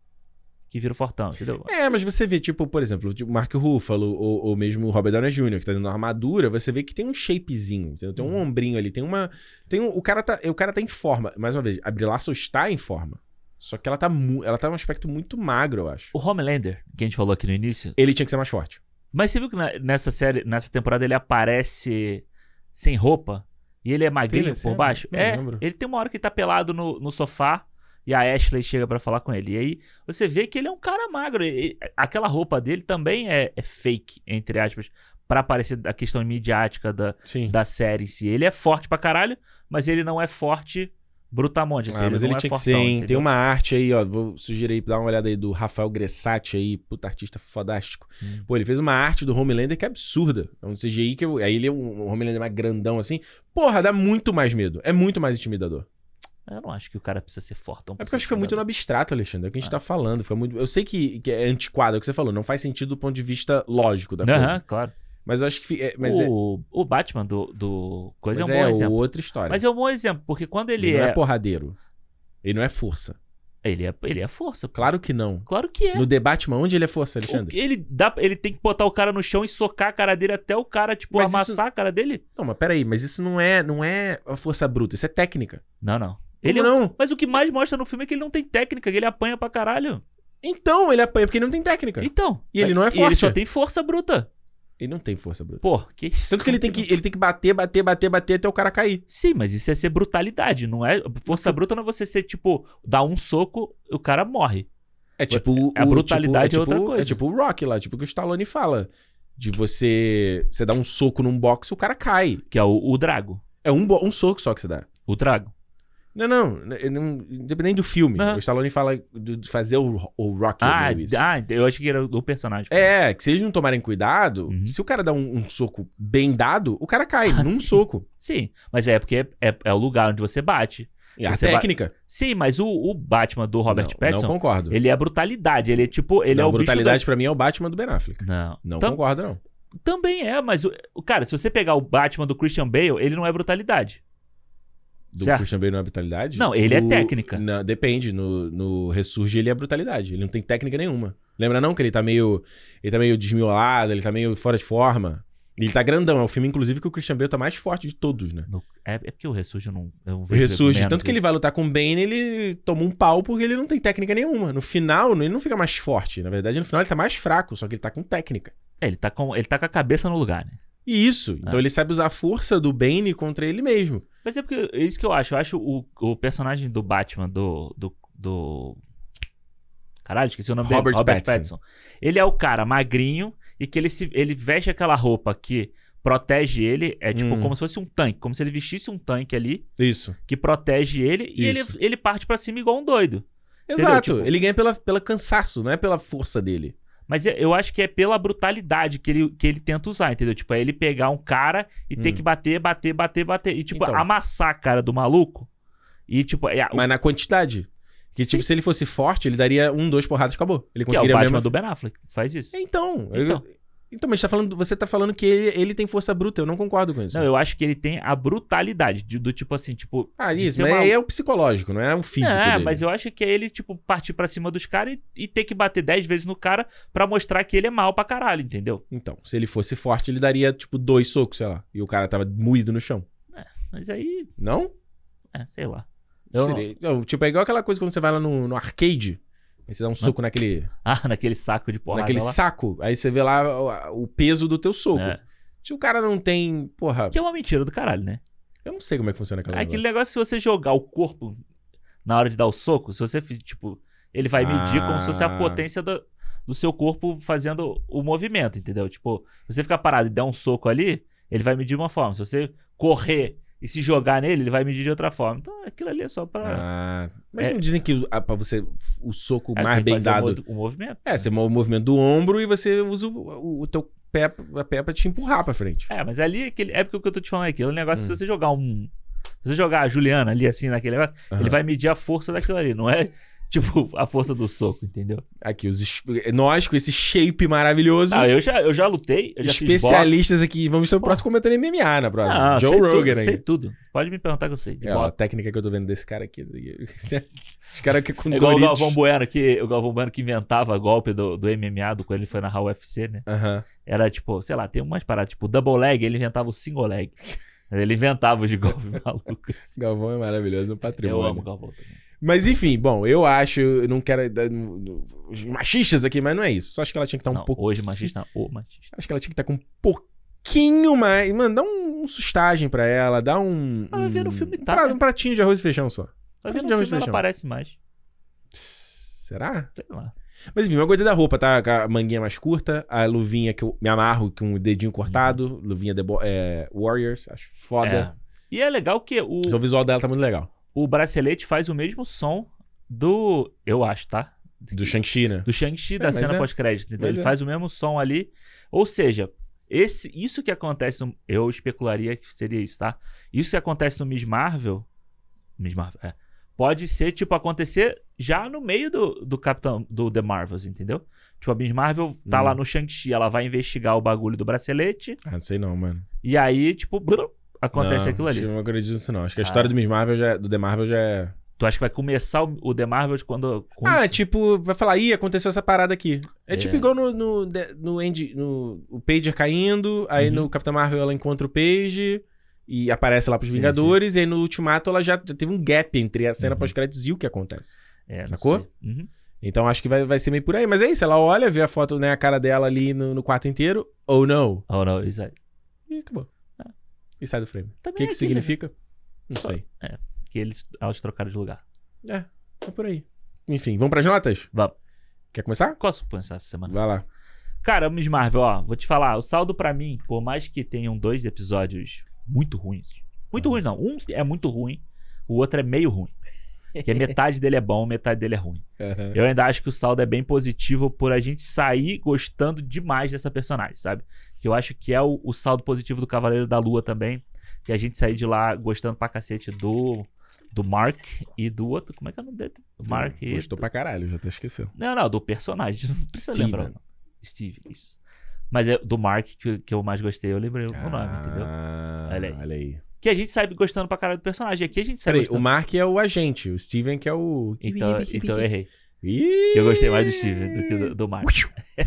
Speaker 2: que vira o fortão, entendeu?
Speaker 1: É, mas você vê, tipo, por exemplo, tipo, Mark Ruffalo ou, ou mesmo o Robert Downey Jr., que tá dentro da armadura, você vê que tem um shapezinho, entendeu? Tem um
Speaker 2: Uhum.
Speaker 1: ombrinho ali, tem uma... Tem um, o, cara tá, o cara tá em forma. Mais uma vez, a Brie Larson está em forma. Só que ela tá, mu- ela tá num aspecto muito magro, eu acho.
Speaker 2: O Homelander, que a gente falou aqui no início.
Speaker 1: Ele tinha que ser mais forte.
Speaker 2: Mas você viu que na- nessa série, nessa temporada, ele aparece sem roupa? E ele é magrinho
Speaker 1: essa
Speaker 2: por
Speaker 1: cena?
Speaker 2: baixo?
Speaker 1: Não
Speaker 2: é,
Speaker 1: lembro.
Speaker 2: ele tem uma hora que ele tá pelado no, no sofá e a Ashley chega pra falar com ele. E aí você vê que ele é um cara magro. e- e aquela roupa dele também é, é fake, entre aspas, pra parecer da questão midiática da,
Speaker 1: Sim.
Speaker 2: da série em si. Ele é forte pra caralho, mas ele não é forte brutamonte. assim,
Speaker 1: Ah, mas
Speaker 2: não
Speaker 1: ele
Speaker 2: é
Speaker 1: tinha que ser,
Speaker 2: fortão,
Speaker 1: hein? Tem
Speaker 2: entendeu?
Speaker 1: uma arte aí, ó. Vou sugerir aí, dá uma olhada aí do Rafael Gressati aí, puta artista fodástico.
Speaker 2: Hum.
Speaker 1: Pô, ele fez uma arte do Homelander que é absurda. É um CGI que eu, aí ele é um, um Homelander mais grandão assim. Porra, dá muito mais medo. É muito mais intimidador.
Speaker 2: Eu não acho que o cara precisa ser fortão.
Speaker 1: É
Speaker 2: pra
Speaker 1: porque eu acho
Speaker 2: ser
Speaker 1: que foi muito
Speaker 2: cidadão.
Speaker 1: no abstrato, Alexandre. É o que a gente
Speaker 2: Ah.
Speaker 1: tá falando. Foi muito... Eu sei que, que é antiquado, é o que você falou. Não faz sentido do ponto de vista lógico da
Speaker 2: Aham,
Speaker 1: coisa.
Speaker 2: claro.
Speaker 1: Mas eu acho que. fi- é- mas é,
Speaker 2: o, o Batman do, do
Speaker 1: mas
Speaker 2: Coisa é um bom
Speaker 1: é,
Speaker 2: exemplo.
Speaker 1: outra história.
Speaker 2: Mas é um bom exemplo, porque quando ele,
Speaker 1: não
Speaker 2: é,
Speaker 1: é porradeiro. Ele não é força.
Speaker 2: Ele é. Ele é força. pô.
Speaker 1: Claro que não.
Speaker 2: Claro que é.
Speaker 1: No debate, mas onde ele é força,
Speaker 2: O-
Speaker 1: Alexandre?
Speaker 2: ele, dá, ele tem que botar o cara no chão e socar a cara dele até o cara, tipo,
Speaker 1: Mas
Speaker 2: amassar
Speaker 1: isso-
Speaker 2: a cara dele?
Speaker 1: Não, mas peraí, mas isso não é, não é a força bruta, isso é técnica.
Speaker 2: Não, não.
Speaker 1: Ele
Speaker 2: Ele é um-
Speaker 1: não.
Speaker 2: Mas o que mais mostra no filme é que ele não tem técnica, que ele apanha pra caralho.
Speaker 1: Então ele apanha porque ele não tem técnica.
Speaker 2: Então.
Speaker 1: E ele não é
Speaker 2: ele
Speaker 1: forte.
Speaker 2: só tem força bruta.
Speaker 1: Ele não tem força bruta.
Speaker 2: Pô, que isso.
Speaker 1: Tanto que ele tem que, ele tem que bater, bater, bater, bater até o cara cair.
Speaker 2: Sim, mas isso é ser brutalidade, não é? Força bruta não é você ser, tipo, dar um soco, o cara morre.
Speaker 1: É tipo
Speaker 2: a
Speaker 1: o-
Speaker 2: brutalidade é
Speaker 1: tipo,
Speaker 2: outra coisa.
Speaker 1: É tipo o Rock lá, tipo o que o Stallone fala. De você. Você dá um soco num box, o cara cai.
Speaker 2: Que é o, o Drago.
Speaker 1: É um, bo- um soco só que você dá.
Speaker 2: O Drago.
Speaker 1: Não, não. eu não- Independente do filme.
Speaker 2: Aham.
Speaker 1: O Stallone fala do- de fazer o, o Rock
Speaker 2: Ah,
Speaker 1: é meio isso.
Speaker 2: ah, eu achei que era do personagem.
Speaker 1: É, que se eles não tomarem cuidado,
Speaker 2: Uhum.
Speaker 1: se o cara dá um, um soco bem dado, o cara cai
Speaker 2: Ah,
Speaker 1: num
Speaker 2: sim.
Speaker 1: soco.
Speaker 2: Sim, mas é porque é, é- é o lugar onde você bate.
Speaker 1: É a
Speaker 2: Você vai-
Speaker 1: técnica.
Speaker 2: Sim, mas o, o Batman do Robert
Speaker 1: não,
Speaker 2: Pattinson,
Speaker 1: Não concordo.
Speaker 2: ele é brutalidade. Ele é tipo. Ele
Speaker 1: não,
Speaker 2: é o
Speaker 1: brutalidade pra mim é o Batman do Ben Affleck.
Speaker 2: Bicho da... Não.
Speaker 1: Não
Speaker 2: Tam-
Speaker 1: concordo, não.
Speaker 2: Também é, mas. O, o- cara, se você pegar o Batman do Christian Bale, ele não é brutalidade.
Speaker 1: Do
Speaker 2: Certo.
Speaker 1: Christian Bale não é brutalidade?
Speaker 2: Não, ele é
Speaker 1: Do-
Speaker 2: técnica.
Speaker 1: Não, depende. No, no Ressurge ele é brutalidade. Ele não tem técnica nenhuma. Lembra não que ele tá meio. Ele tá meio desmiolado, ele tá meio fora de forma. Ele tá grandão. É o filme, inclusive, que o Christian Bale tá mais forte de todos, né?
Speaker 2: No- é, é porque o Ressurge eu não. Eu
Speaker 1: O
Speaker 2: vejo
Speaker 1: Ressurge,
Speaker 2: menos
Speaker 1: tanto que ele vai lutar com o Bane, ele toma um pau porque ele não tem técnica nenhuma. No final, ele não fica mais forte. Na verdade, no final ele tá mais fraco, só que ele tá com técnica.
Speaker 2: É, ele tá com, ele tá com a cabeça no lugar, né?
Speaker 1: E isso. Então ele sabe usar a força do Bane contra ele mesmo.
Speaker 2: Mas é porque. É isso que eu acho. Eu acho o, o personagem do Batman do. do, do- Caralho, esqueci o nome
Speaker 1: Robert
Speaker 2: dele. Robert
Speaker 1: Pattinson.
Speaker 2: Pattinson. Ele é o cara magrinho e que ele, se, ele veste aquela roupa que protege ele. É tipo
Speaker 1: Hum.
Speaker 2: como se fosse um tanque. Como se ele vestisse um tanque ali
Speaker 1: Isso.
Speaker 2: que protege ele e ele,
Speaker 1: Isso.
Speaker 2: ele parte pra cima igual um doido. Entendeu?
Speaker 1: Exato.
Speaker 2: Tipo-
Speaker 1: Ele ganha pela, pela cansaço, não é pela força dele.
Speaker 2: Mas eu- eu acho que é pela brutalidade que ele, que ele tenta usar, entendeu? Tipo, é ele pegar um cara e ter
Speaker 1: Hum.
Speaker 2: que bater, bater, bater, bater. E, tipo,
Speaker 1: Então.
Speaker 2: amassar a cara do maluco. E, tipo, é, o
Speaker 1: Mas na quantidade. Que, tipo,
Speaker 2: Sim.
Speaker 1: se ele fosse forte, ele daria um, dois porradas e acabou. Ele
Speaker 2: que é o
Speaker 1: conseguiria assim.
Speaker 2: Batman
Speaker 1: a mesma...
Speaker 2: do Ben Affleck. Faz isso.
Speaker 1: Então. Então,
Speaker 2: Então.
Speaker 1: eu... então mas tá falando, você tá falando que ele, ele tem força bruta. Eu não concordo com isso.
Speaker 2: Não, eu acho que ele tem a brutalidade de- do tipo assim, tipo.
Speaker 1: Ah,
Speaker 2: de
Speaker 1: isso.
Speaker 2: ser
Speaker 1: Mas
Speaker 2: maluco.
Speaker 1: aí é o psicológico, não é o físico
Speaker 2: é,
Speaker 1: dele.
Speaker 2: mas eu acho que é ele, tipo, partir pra cima dos caras e, e ter que bater 10 vezes no cara pra mostrar que ele é mal pra caralho, entendeu?
Speaker 1: Então, se ele fosse forte, ele daria, tipo, dois socos, sei lá. E o cara tava moído no chão.
Speaker 2: Mas aí,
Speaker 1: Não?
Speaker 2: é, sei lá. Eu não-
Speaker 1: Seria- não, tipo, é igual aquela coisa quando você vai lá no, no arcade. Aí você dá um soco naquele,
Speaker 2: Ah, naquele saco de porrada.
Speaker 1: naquele
Speaker 2: lá.
Speaker 1: saco. Aí você vê lá o, o peso do teu soco.
Speaker 2: É.
Speaker 1: Se o cara não tem. Porra,
Speaker 2: Que é uma mentira do caralho, né?
Speaker 1: eu não sei como é que funciona aquela
Speaker 2: Aquele negócio, se você jogar o corpo na hora de dar o soco, se você, fi- tipo, ele vai medir como se fosse
Speaker 1: Ah.
Speaker 2: a potência do, do seu corpo fazendo o movimento, entendeu? Tipo, você ficar parado e der um soco ali, ele vai medir de uma forma. Se você correr e se jogar nele, ele vai medir de outra forma. Então, aquilo ali é só pra...
Speaker 1: Ah, mas
Speaker 2: É.
Speaker 1: não dizem que o- ah, pra você f- o soco
Speaker 2: Aí você
Speaker 1: mais
Speaker 2: tem que
Speaker 1: bem
Speaker 2: fazer um
Speaker 1: dado.
Speaker 2: O, mo- o movimento.
Speaker 1: É, você move o movimento do ombro e você usa o, o teu pé, a pé pra te empurrar pra frente.
Speaker 2: É, mas ali, é aquele, é porque o que eu tô te falando é aquilo. O negócio,
Speaker 1: Hum.
Speaker 2: se você jogar um... Se você jogar a Juliana ali, assim, naquele negócio,
Speaker 1: Aham.
Speaker 2: ele vai medir a força daquilo ali. Não é, Tipo, a força do soco, entendeu?
Speaker 1: Aqui, os, es- nós com esse shape maravilhoso.
Speaker 2: Ah, eu já, eu já lutei, eu já fiz boxe.
Speaker 1: especialistas aqui. Vamos ser o próximo comentando MMA na próxima.
Speaker 2: Ah,
Speaker 1: Joe
Speaker 2: sei
Speaker 1: Rogan
Speaker 2: tudo,
Speaker 1: aí.
Speaker 2: sei tudo. Pode me perguntar que eu sei. de
Speaker 1: É, ó, a
Speaker 2: boxe.
Speaker 1: técnica que eu tô vendo desse cara aqui. tá Os caras que com
Speaker 2: É igual o
Speaker 1: Doritos.
Speaker 2: Galvão Bueno, que, o Galvão Bueno que inventava golpe do, do MMA, do quando ele foi narrar o UFC, né?
Speaker 1: Aham.
Speaker 2: Era tipo, sei lá, tem umas paradas, tipo, double leg, ele inventava o single leg. Ele inventava os golpes malucos. assim.
Speaker 1: Galvão é maravilhoso no
Speaker 2: Eu
Speaker 1: patrimônio.
Speaker 2: amo o Galvão também.
Speaker 1: Mas enfim, bom, eu acho, eu não quero dar- não- não- os machistas aqui, mas não é isso. Só acho que ela tinha que estar um
Speaker 2: Não,
Speaker 1: pouco,
Speaker 2: Hoje machista, ô machista.
Speaker 1: acho que ela tinha que estar com um pouquinho mais, mano, dá um, um sustagem pra ela, dá um
Speaker 2: Ela vai ver no
Speaker 1: um-
Speaker 2: filme
Speaker 1: um,
Speaker 2: tá,
Speaker 1: pra-
Speaker 2: né?
Speaker 1: um pratinho de arroz e feijão só.
Speaker 2: Tá vendo o
Speaker 1: Praticamente
Speaker 2: filme, ela
Speaker 1: fechou.
Speaker 2: aparece mais.
Speaker 1: Pss, Será?
Speaker 2: Sei lá.
Speaker 1: Mas enfim, eu gostei da roupa, tá? Com a manguinha mais curta, a luvinha que eu me amarro com o dedinho cortado,
Speaker 2: Uhum.
Speaker 1: luvinha The Bo- é, Warriors, acho foda.
Speaker 2: É. E é legal que o,
Speaker 1: Então, O visual dela tá muito legal.
Speaker 2: o bracelete faz o mesmo som do. Eu acho, tá?
Speaker 1: Do Shang-Chi, né?
Speaker 2: do Shang-Chi da
Speaker 1: mas
Speaker 2: cena
Speaker 1: é.
Speaker 2: pós-crédito. Então
Speaker 1: Mas
Speaker 2: ele
Speaker 1: é.
Speaker 2: faz o mesmo som ali. Ou seja, esse, isso que acontece no, Eu especularia que seria isso, tá? Isso que acontece no Miss Marvel. Miss Marvel, é. Pode ser, tipo, acontecer já no meio do, do Capitão do The Marvels, entendeu? Tipo, a Miss Marvel tá
Speaker 1: Hum.
Speaker 2: lá no Shang-Chi, ela vai investigar o bagulho do bracelete,
Speaker 1: Ah, não sei não, mano.
Speaker 2: e aí, tipo, blum, acontece
Speaker 1: Não,
Speaker 2: aquilo ali.
Speaker 1: acho que Eu não acredito nisso, não. Acho que a
Speaker 2: Ah.
Speaker 1: história do Miss Marvel já, do The Marvel já é.
Speaker 2: Tu acha que vai começar o, o The Marvels quando. com
Speaker 1: ah,
Speaker 2: isso?
Speaker 1: tipo, vai falar, ih, aconteceu essa parada aqui. É,
Speaker 2: É.
Speaker 1: tipo igual no, no, de- no, Andy- no- o Pager caindo, aí
Speaker 2: Uhum.
Speaker 1: no Capitão Marvel ela encontra o Page e aparece lá pros
Speaker 2: Sim,
Speaker 1: Vingadores, e aí no Ultimato ela já, já teve um gap entre a cena
Speaker 2: Uhum.
Speaker 1: pós-créditos e o que acontece.
Speaker 2: É, não
Speaker 1: sacou?
Speaker 2: sei. Uhum.
Speaker 1: Então acho que vai, vai ser meio por aí. Mas é isso, ela olha, vê a foto, né, a cara dela ali no, no quarto inteiro, ou não,
Speaker 2: Oh, não, isso aí.
Speaker 1: e acabou.
Speaker 2: Ah.
Speaker 1: E sai do frame. O
Speaker 2: Também
Speaker 1: que,
Speaker 2: é
Speaker 1: que
Speaker 2: aquilo,
Speaker 1: significa? Não
Speaker 2: Só-
Speaker 1: sei.
Speaker 2: né? Que eles, elas trocaram de lugar.
Speaker 1: É, é por aí. Enfim, vamos pras notas?
Speaker 2: Vamos.
Speaker 1: Quer começar?
Speaker 2: Qual a sua pensar essa semana?
Speaker 1: Vai lá.
Speaker 2: Cara, Miss Marvel, ó, vou te falar, o saldo pra mim, por mais que tenham dois episódios muito ruins. Muito ruins, não. Um é muito ruim, o outro é meio ruim. Porque metade dele é bom, metade dele é ruim.
Speaker 1: Aham.
Speaker 2: Eu ainda acho que o saldo é bem positivo por a gente sair gostando demais dessa personagem, sabe? Que eu acho que é o, o saldo positivo do Cavaleiro da Lua também. Que a gente sair de lá gostando pra cacete do, do Mark e do outro. Como é que é o nome dele? Mark e.
Speaker 1: Gostou pra caralho, já até esqueceu.
Speaker 2: Não, não, do personagem. Não precisa
Speaker 1: Steven.
Speaker 2: lembrar. o nome. Steve, isso. Mas é do Mark que, que eu mais gostei, eu lembrei o nome,
Speaker 1: Ah.
Speaker 2: entendeu? Olha aí.
Speaker 1: Olha aí.
Speaker 2: Que a gente sai gostando pra caralho do personagem. Aqui a gente sai
Speaker 1: Peraí, o
Speaker 2: gostando.
Speaker 1: Mark é o agente, o Steven que é o.
Speaker 2: Então, então eu errei.
Speaker 1: Ih!
Speaker 2: Eu gostei mais do Steve do que do, do Mark.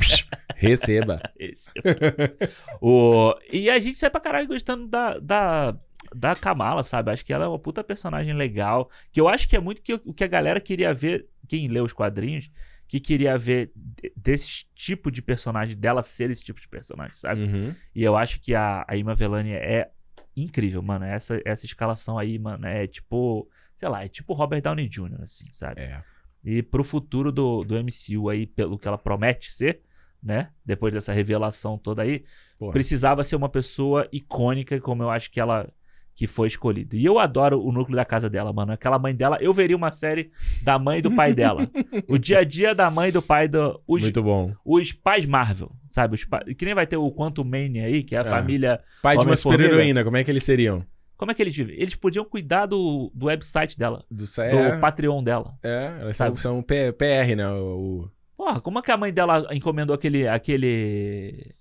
Speaker 1: Receba.
Speaker 2: Esse. o, e a gente sai pra caralho gostando da, da, da Kamala, sabe? Acho que ela é uma puta personagem legal. Que eu acho que é muito que, o que a galera queria ver, quem lê os quadrinhos, que queria ver de- desse tipo de personagem, dela ser esse tipo de personagem, sabe?
Speaker 1: Uhum.
Speaker 2: E eu acho que a, a Ima Velani é incrível, mano. Essa, essa escalação aí, mano, é tipo. Sei lá, é tipo Robert Downey Jr., assim, sabe?
Speaker 1: É.
Speaker 2: E pro futuro do, do MCU aí, pelo que ela promete ser, né? Depois dessa revelação toda aí,
Speaker 1: Porra.
Speaker 2: precisava ser uma pessoa icônica, como eu acho que ela que foi escolhida. E eu adoro o núcleo da casa dela, mano. Aquela mãe dela, eu veria uma série da mãe e do pai dela. o dia a dia da mãe e do pai do. Os,
Speaker 1: Muito bom.
Speaker 2: os pais Marvel, sabe? Os pa-
Speaker 1: Uhum.
Speaker 2: Que nem vai ter o Quanto Mania aí, que é a
Speaker 1: Ah.
Speaker 2: família.
Speaker 1: Pai de uma
Speaker 2: Homem-Formiga?
Speaker 1: super-heroína, como é que eles seriam?
Speaker 2: Como é que eles vivem? Eles podiam cuidar do, do website dela,
Speaker 1: Do
Speaker 2: do
Speaker 1: Saia.
Speaker 2: Patreon dela.
Speaker 1: É, elas são,
Speaker 2: Sabe?
Speaker 1: são P- PR, né? O, o-
Speaker 2: Porra, como é que a mãe dela encomendou aquele. aquele.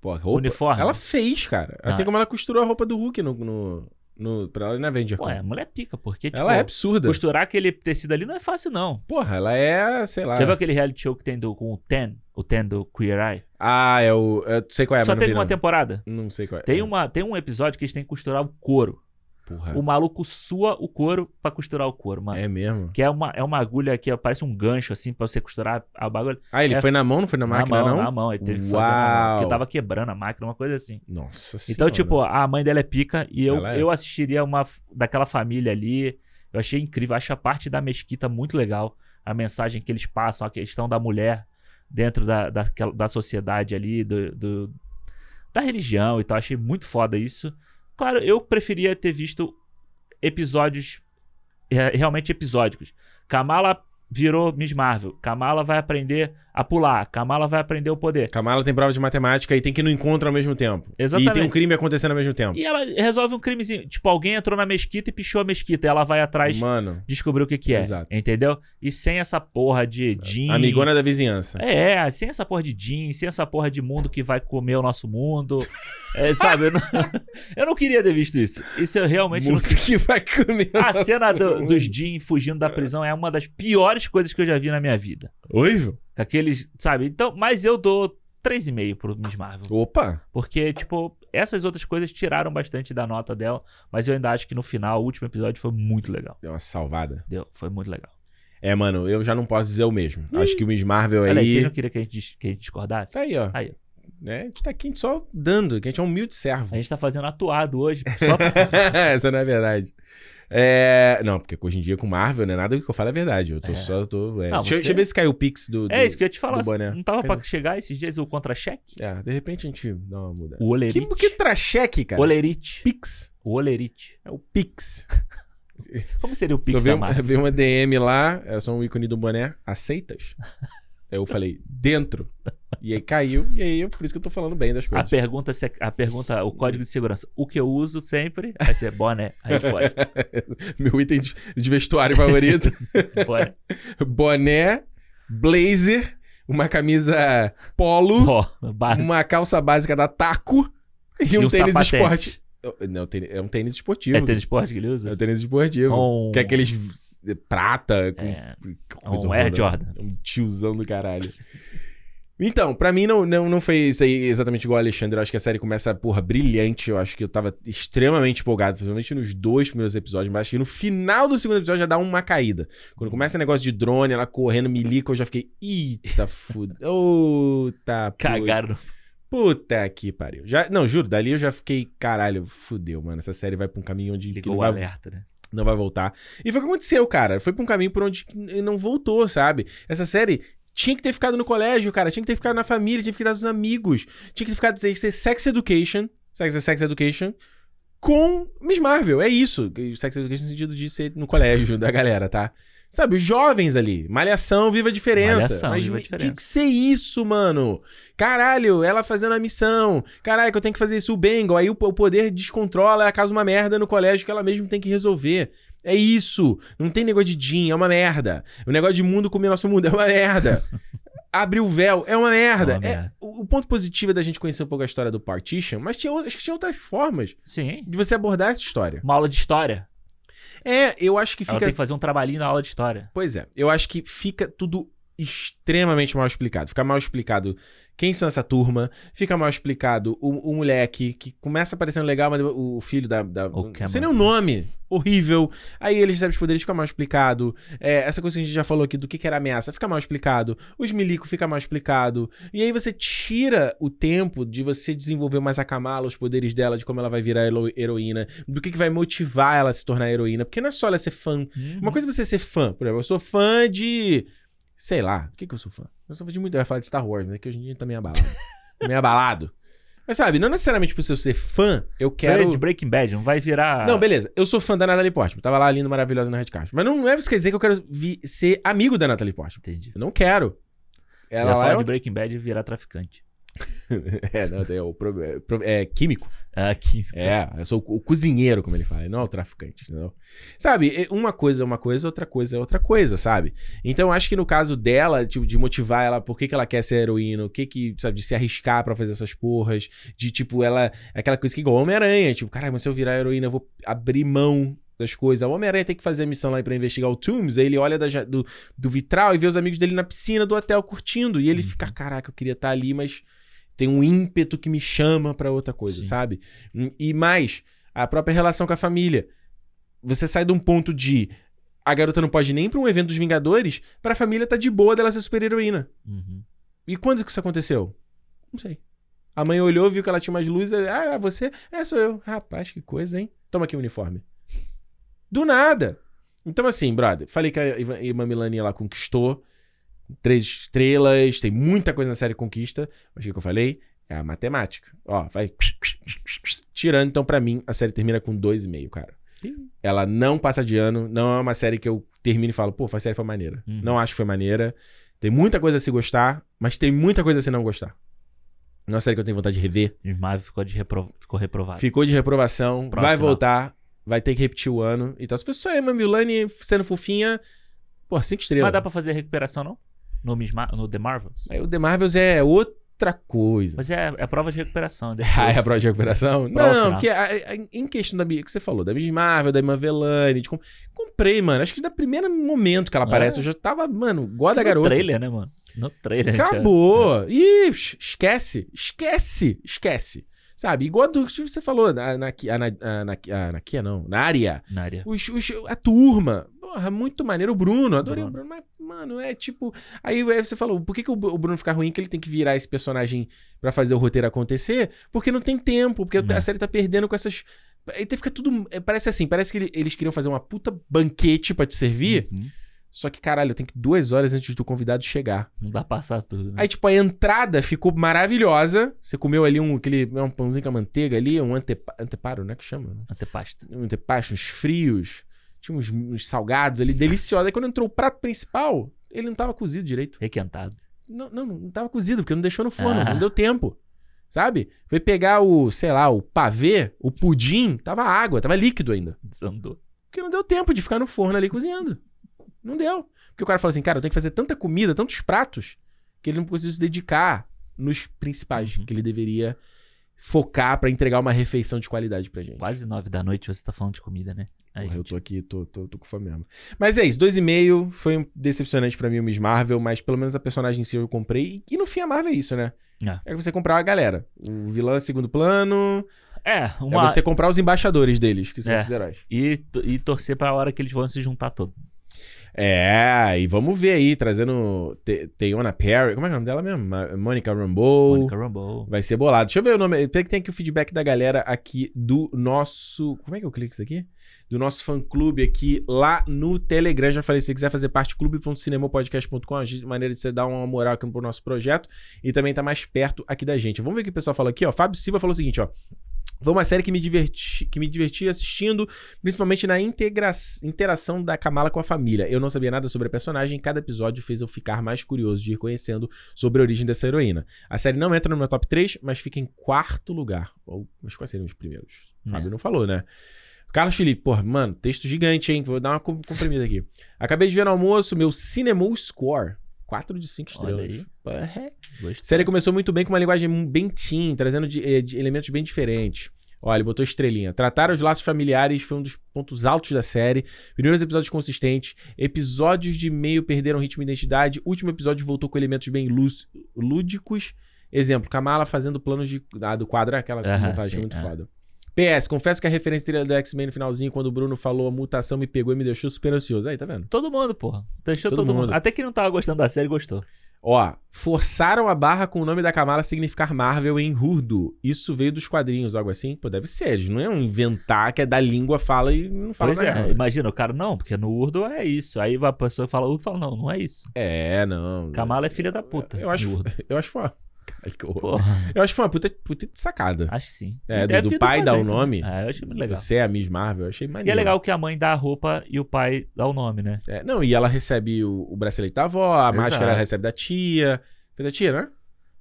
Speaker 1: pô, a roupa.
Speaker 2: uniforme?
Speaker 1: Ela é fez, cara. Assim
Speaker 2: Ah.
Speaker 1: como ela costurou a roupa do Hulk no. no, no pra ela na Avenger.
Speaker 2: Pô, é, a mulher pica, porque, tipo,
Speaker 1: ela é absurda.
Speaker 2: costurar aquele tecido ali não é fácil, não.
Speaker 1: Porra, ela é, sei lá.
Speaker 2: Já viu aquele reality show que tem do, com o Ten, o Ten do Queer Eye?
Speaker 1: Ah, é o. Eu sei qual é,
Speaker 2: Só
Speaker 1: mas não vi,
Speaker 2: teve uma
Speaker 1: não.
Speaker 2: temporada.
Speaker 1: Não sei qual é.
Speaker 2: Tem, uma, tem um episódio que eles têm que costurar o couro.
Speaker 1: Porra.
Speaker 2: O maluco sua o couro pra costurar o couro, mano.
Speaker 1: É mesmo.
Speaker 2: Que é uma, é uma agulha que ó, parece um gancho, assim, pra você costurar a bagulha.
Speaker 1: Ah, ele
Speaker 2: É-
Speaker 1: foi na mão, não foi na máquina,
Speaker 2: mão,
Speaker 1: não?
Speaker 2: na mão. Ele teve que fazer na mão,
Speaker 1: Uau.
Speaker 2: porque tava quebrando a máquina, uma coisa assim.
Speaker 1: Nossa
Speaker 2: Então,
Speaker 1: senhora.
Speaker 2: tipo, a mãe dela é pica e eu,
Speaker 1: Ela é.
Speaker 2: eu assistiria uma f- daquela família ali. Eu achei incrível. Acho a parte da mesquita muito legal. A mensagem que eles passam, a questão da mulher dentro da, daquela- da, sociedade ali, do, do- da religião e tal. Achei muito foda isso. Claro, eu preferia ter visto episódios é, realmente episódicos. Kamala virou Miss Marvel. Kamala vai aprender a pular. Kamala vai aprender o poder.
Speaker 1: Kamala tem prova de matemática e tem que ir no encontro ao mesmo tempo.
Speaker 2: Exatamente.
Speaker 1: E tem um crime acontecendo ao mesmo tempo.
Speaker 2: E ela resolve um crimezinho. Tipo, alguém entrou na mesquita e pichou a mesquita. Ela vai atrás
Speaker 1: Mano,
Speaker 2: descobrir o que, que é.
Speaker 1: Exato. né?
Speaker 2: Entendeu? E sem essa porra de Jean.
Speaker 1: amigona da vizinhança.
Speaker 2: É, sem essa porra de Jean, sem essa porra de mundo que vai comer o nosso mundo. É, sabe? Eu não, eu não queria ter visto isso. Isso eu realmente não. Ah,
Speaker 1: Muito que vai comer.
Speaker 2: A
Speaker 1: nosso
Speaker 2: cena do-
Speaker 1: mundo.
Speaker 2: dos Jean fugindo da prisão é uma das piores coisas que eu já vi na minha vida.
Speaker 1: Oi, viu?
Speaker 2: Com Aqueles, sabe? Então, mas eu dou 3,5 pro Miss Marvel.
Speaker 1: Opa!
Speaker 2: Porque, tipo, essas outras coisas tiraram bastante da nota dela, mas eu ainda acho que no final, o último episódio foi muito legal.
Speaker 1: Deu uma salvada.
Speaker 2: Deu, foi muito legal.
Speaker 1: É, mano, eu já não posso dizer o mesmo. Acho que o Miss Marvel
Speaker 2: Hum. Olha aí, vocês não
Speaker 1: aí.
Speaker 2: queriam que a gente, dis- que a gente discordasse?
Speaker 1: Tá aí, ó.
Speaker 2: Aí.
Speaker 1: Né? A gente tá aqui só dando, que a gente é um humilde servo.
Speaker 2: A gente tá fazendo atuado hoje, só pra...
Speaker 1: Essa não é verdade. É... Não, porque hoje em dia com Marvel, né? Nada que eu falo é verdade. Eu tô
Speaker 2: É.
Speaker 1: só. eu Tô, é. deixa,
Speaker 2: Não,
Speaker 1: eu-
Speaker 2: você-
Speaker 1: deixa eu ver se caiu o Pix do. do-
Speaker 2: É isso que eu ia te falar.
Speaker 1: do boné.
Speaker 2: Não tava pra chegar esses dias o contra-cheque?
Speaker 1: É, de repente a gente dá uma mudada.
Speaker 2: O
Speaker 1: Que,
Speaker 2: olerite.
Speaker 1: que tracheque, cara?
Speaker 2: Olerite.
Speaker 1: Pix.
Speaker 2: O olerite.
Speaker 1: É o Pix.
Speaker 2: Como seria o
Speaker 1: Só
Speaker 2: Pix
Speaker 1: veio,
Speaker 2: da Marvel?
Speaker 1: veio uma DM lá, é só um ícone do boné. Aceitas? eu falei, dentro. E aí caiu, e aí eu- por isso que eu tô falando bem das
Speaker 2: A
Speaker 1: coisas.
Speaker 2: pergunta, se- é, a pergunta, o código de segurança. O que eu uso sempre? Aí você, boné. A resposta,
Speaker 1: Meu item de, de vestuário favorito:
Speaker 2: boné.
Speaker 1: boné, blazer, uma camisa polo,
Speaker 2: Ó, básico.
Speaker 1: uma calça básica da Taco e, um, tênis
Speaker 2: sapatênis.
Speaker 1: esporte. Não, tênis- é um tênis esportivo.
Speaker 2: É tênis esporte que ele
Speaker 1: É
Speaker 2: usa?
Speaker 1: um tênis esportivo.
Speaker 2: Um-
Speaker 1: Que é aqueles v- prata com
Speaker 2: É.
Speaker 1: f-
Speaker 2: um
Speaker 1: coisa
Speaker 2: Air
Speaker 1: horrorosa.
Speaker 2: Jordan.
Speaker 1: É Um tiozão do caralho. Então, pra mim não, não, não foi isso aí exatamente igual o Alexandre. Eu acho que a série começa, porra, brilhante. Eu acho que eu tava extremamente empolgado, principalmente nos dois primeiros episódios, mas acho que no final do segundo episódio já dá uma caída. Quando começa o negócio de drone, ela correndo, milica, eu já fiquei, tá eita, foda. Puta, puta.
Speaker 2: Cagaram.
Speaker 1: Puta que pariu. Já, não, juro, dali eu já fiquei, caralho, fudeu, mano. Essa série vai pra um caminho onde que
Speaker 2: Ligou
Speaker 1: não
Speaker 2: o
Speaker 1: vai
Speaker 2: alerta, né?
Speaker 1: não vai voltar. E foi o que aconteceu, cara. Foi pra um caminho por onde n- não voltou, sabe? Essa série tinha que ter ficado no colégio, cara. Tinha que ter ficado na família, tinha que ter ficado nos amigos. Tinha que ter ficado ser sex education. Sex, sex education. Com Miss Marvel, é isso. E Sex education no sentido de ser no colégio da galera, tá? Sabe, os jovens ali. Malhação, viva a diferença.
Speaker 2: Malhação,
Speaker 1: Mas
Speaker 2: viva a
Speaker 1: me-
Speaker 2: diferença.
Speaker 1: tinha que ser isso, mano. Caralho, ela fazendo a missão. Caralho, que eu tenho que fazer isso. O Bengal. Aí o, o poder descontrola, ela causa uma merda no colégio que ela mesmo tem que resolver. É isso. Não tem negócio de Jean, é uma merda. O negócio de mundo comer nosso mundo é uma merda. Abrir o véu é uma merda.
Speaker 2: É uma
Speaker 1: É-
Speaker 2: merda.
Speaker 1: o o ponto positivo é da gente conhecer um pouco a história do Partition, mas tinha, ou- acho que tinha outras formas
Speaker 2: Sim.
Speaker 1: de você abordar essa história.
Speaker 2: Uma aula de história.
Speaker 1: É, eu acho que
Speaker 2: Ela
Speaker 1: fica.
Speaker 2: tem que fazer um trabalhinho na aula de história.
Speaker 1: Pois é, eu acho que fica tudo extremamente mal explicado. Fica mal explicado quem são essa turma, fica mal explicado o, o moleque que começa parecendo legal, mas o, o filho da. da
Speaker 2: O
Speaker 1: não sei nem
Speaker 2: Cameron.
Speaker 1: o nome. Horrível. Aí ele recebe os poderes, fica mal explicado. É, essa coisa que a gente já falou aqui do que, que era ameaça, fica mal explicado. Os milico fica mal explicado. E aí você tira o tempo de você desenvolver mais a Kamala, os poderes dela, de como ela vai virar hero- heroína, do que, que vai motivar ela a se tornar heroína. Porque não é só ela ser fã uma coisa é você ser fã, por exemplo, eu sou fã de. Sei lá, do que, que eu sou fã? Eu sou fã de muito. Eu ia falar de Star Wars, né? Que hoje em dia tá meio abalado. meio abalado. Mas sabe, não necessariamente por eu ser fã, eu
Speaker 2: Quero...
Speaker 1: quero.
Speaker 2: de Breaking Bad, não vai virar.
Speaker 1: Não, beleza. Eu sou fã da Natalie Portman. Tava lá linda, maravilhosa na Red Carpet. Mas não é isso que quer dizer que eu quero vi- ser amigo da Natalie Portman.
Speaker 2: Entendi.
Speaker 1: Eu não quero. Ela
Speaker 2: Ela fala
Speaker 1: lá é.
Speaker 2: de
Speaker 1: o-
Speaker 2: Breaking Bad e virar traficante.
Speaker 1: é, não, tem o pro- é, pro- é químico.
Speaker 2: Ah, Aqui.
Speaker 1: É, eu sou o cozinheiro, como ele fala, ele não é o traficante, entendeu? Sabe, é- uma coisa é uma coisa, outra coisa é outra coisa, sabe? Então, eu acho que no caso dela, tipo, de motivar ela, por que, que ela quer ser heroína, o que que, sabe, de se arriscar pra fazer essas porras, de, tipo, ela, aquela coisa que é igual Homem-Aranha, tipo, caralho, mas se eu virar heroína, eu vou abrir mão das coisas. O Homem-Aranha tem que fazer a missão lá pra investigar o Tombs, aí ele olha da ja- do, do vitral e vê os amigos dele na piscina do hotel curtindo, e ele
Speaker 2: Uhum.
Speaker 1: fica, caraca, eu queria estar ali, mas tem um ímpeto que me chama pra outra coisa,
Speaker 2: Sim.
Speaker 1: sabe? Hum, E mais, a própria relação com a família. Você sai de um ponto de a garota não pode nem pra um evento dos Vingadores, pra família tá de boa dela ser super-heroína.
Speaker 2: Uhum.
Speaker 1: E quando que isso aconteceu? Não sei. A mãe olhou, viu que ela tinha umas luzes, ah, você? É, sou eu. Rapaz, que coisa, hein? Toma aqui o uniforme. Do nada. Então assim, brother, falei que a Ivan- Irmã Milani ela conquistou três estrelas, tem muita coisa na série conquista, mas o que que eu falei? É a matemática. Ó, vai tirando, então pra mim a série termina com 2,5, cara.
Speaker 2: Ih.
Speaker 1: Ela não passa de ano, não é uma série que eu termino e falo, pô, a série foi maneira.
Speaker 2: Uhum.
Speaker 1: Não acho que foi maneira. Tem muita coisa a se gostar, mas tem muita coisa a se não gostar. Não é uma série que eu tenho vontade de rever.
Speaker 2: E Marvel ficou, de repro... ficou reprovado.
Speaker 1: Ficou de reprovação,
Speaker 2: Próxima.
Speaker 1: vai voltar, vai ter que repetir o ano e tal. Se fosse só a Emma Milani sendo fofinha, pô, cinco estrelas.
Speaker 2: Mas dá pra fazer recuperação, não? No, Miss Mar- no The Marvels?
Speaker 1: Aí o The Marvels é outra coisa.
Speaker 2: Mas é, é prova de recuperação.
Speaker 1: Ah, é a prova de recuperação? Não,
Speaker 2: final.
Speaker 1: porque a- a- em questão da que você falou, da Miss Marvel, da Emma Velani, de com- comprei, mano. Acho que da primeiro momento que ela aparece,
Speaker 2: É.
Speaker 1: eu já tava, mano, gosta da
Speaker 2: No
Speaker 1: garota.
Speaker 2: trailer, né, mano? No trailer. já-
Speaker 1: Acabou. Ih, es- esquece. Esquece. Esquece. Sabe? Igual do que você falou, na, na, a- na, a- na, a- na Kia, não, na área.
Speaker 2: Na área.
Speaker 1: Os, os- a turma. Porra, muito maneiro. O Bruno, adorei
Speaker 2: Bruno.
Speaker 1: o Bruno, mas, mano, é tipo. Aí aí você falou, por que, que o Bu- o Bruno fica ruim? Que ele tem que virar esse personagem pra fazer o roteiro acontecer? Porque não tem tempo, porque
Speaker 2: É.
Speaker 1: a série tá perdendo com essas. Aí fica tudo. é, Parece assim, parece que ele- eles queriam fazer uma puta banquete pra te servir.
Speaker 2: Uhum.
Speaker 1: Só que, caralho, tem que duas horas antes do convidado chegar.
Speaker 2: Não dá pra passar tudo. né?
Speaker 1: Aí, tipo, a entrada ficou maravilhosa. Você comeu ali um, aquele, um pãozinho com a manteiga ali, um antepa, anteparo, né? Que chama?
Speaker 2: Antepasto.
Speaker 1: Um antepasto, uns frios. Tinha uns, uns salgados ali, deliciosos. Aí, quando entrou o prato principal, ele não tava cozido direito.
Speaker 2: Requentado.
Speaker 1: Não, não, não tava cozido, porque não deixou no forno.
Speaker 2: Ah.
Speaker 1: Não deu tempo. Sabe? Foi pegar o, sei lá, o pavê, o pudim, tava água, tava líquido ainda.
Speaker 2: Desandou.
Speaker 1: Porque não deu tempo de ficar no forno ali cozinhando. Não deu. Porque o cara fala assim, cara, eu tenho que fazer tanta comida, tantos pratos, que ele não conseguiu se dedicar nos principais,
Speaker 2: Uhum.
Speaker 1: que ele deveria focar pra entregar uma refeição de qualidade pra gente.
Speaker 2: Quase nove da noite você tá falando de comida, né? Aí,
Speaker 1: Porra, eu
Speaker 2: gente,
Speaker 1: tô aqui, tô, tô, tô com fome mesmo. Mas é isso, dois e meio. Foi um- decepcionante pra mim o Miss Marvel, mas pelo menos a personagem em si eu comprei. E, e no fim a Marvel é isso, né?
Speaker 2: É.
Speaker 1: É, você comprar a galera. O vilão é segundo plano.
Speaker 2: É, uma.
Speaker 1: É você comprar os embaixadores deles, que são
Speaker 2: É.
Speaker 1: esses heróis.
Speaker 2: E, e torcer pra hora que eles vão se juntar todo.
Speaker 1: É, e vamos ver aí, trazendo Te- Teyona Perry. Como é que é o nome dela mesmo? Ma- Monica Rambeau.
Speaker 2: Monica Rambeau.
Speaker 1: Vai ser bolado. Deixa eu ver o nome. Tem que tem aqui o feedback da galera aqui do nosso. Como é que eu clico isso aqui? Do nosso fã clube aqui lá no Telegram. Já falei, se você quiser fazer parte, clube.cinemopodcast.com, a gente- maneira de você dar uma moral aqui pro nosso projeto e também tá mais perto aqui da gente. Vamos ver o que o pessoal fala aqui, ó. Fábio Silva falou o seguinte, ó. Foi uma série que me diverti, que me diverti assistindo, principalmente na integra- interação da Kamala com a família. Eu não sabia nada sobre a personagem, cada episódio fez eu ficar mais curioso de ir conhecendo sobre a origem dessa heroína. A série não entra no meu top 3, mas fica em quarto lugar. Ou, mas quais seriam os primeiros? O Fábio
Speaker 2: É.
Speaker 1: não falou, né? Carlos Felipe, porra, mano, texto gigante, hein? Vou dar uma com- comprimida aqui. Acabei de ver no almoço meu Cinemol Score. 4 de 5
Speaker 2: Olha
Speaker 1: estrelas.
Speaker 2: aí. É,
Speaker 1: Porra. A
Speaker 2: Gostei.
Speaker 1: série começou muito bem com uma linguagem bem teen, trazendo de- eh, de elementos bem diferentes. Olha, ele botou estrelinha. Tratar os laços familiares foi um dos pontos altos da série. Primeiros episódios consistentes. Episódios de meio perderam ritmo e identidade. Último episódio voltou com elementos bem luz- lúdicos. Exemplo, Kamala fazendo planos de, ah, do quadro, aquela
Speaker 2: Aham,
Speaker 1: montagem
Speaker 2: sim,
Speaker 1: muito
Speaker 2: é.
Speaker 1: foda. PS, confesso que a referência do X-Men no finalzinho, quando o Bruno falou a mutação, me pegou e me deixou super ansioso. Aí, tá vendo?
Speaker 2: Todo mundo, porra. Deixou
Speaker 1: Todo
Speaker 2: todo, mundo.
Speaker 1: mundo.
Speaker 2: Até quem não tava gostando da série gostou.
Speaker 1: Ó, forçaram a barra com o nome da Kamala significar Marvel em urdu. Isso veio dos quadrinhos, algo assim? Pô, deve ser. Eles não é um inventar que é da língua, fala e não fala
Speaker 2: pois é,
Speaker 1: nada.
Speaker 2: imagina, o cara, não, porque no Urdo é isso. Aí a pessoa fala Urdo fala, não, não é isso.
Speaker 1: É, não.
Speaker 2: Kamala é filha da puta.
Speaker 1: Eu acho-
Speaker 2: no Urdu.
Speaker 1: Eu acho que foi uma... Caralho, que horror.
Speaker 2: Porra,
Speaker 1: Eu acho que foi uma puta, puta sacada.
Speaker 2: acho que sim.
Speaker 1: É, do,
Speaker 2: Deve
Speaker 1: do
Speaker 2: ter
Speaker 1: pai dar o
Speaker 2: quadrinho
Speaker 1: nome.
Speaker 2: também. Ah, É, eu achei muito legal.
Speaker 1: Você é a Miss Marvel, eu achei maneiro.
Speaker 2: E é legal que a mãe dá a roupa e o pai dá o nome, né?
Speaker 1: É, não, e ela recebe o, o bracelete da avó, a
Speaker 2: Exato.
Speaker 1: máscara ela recebe da tia. Foi da tia, né?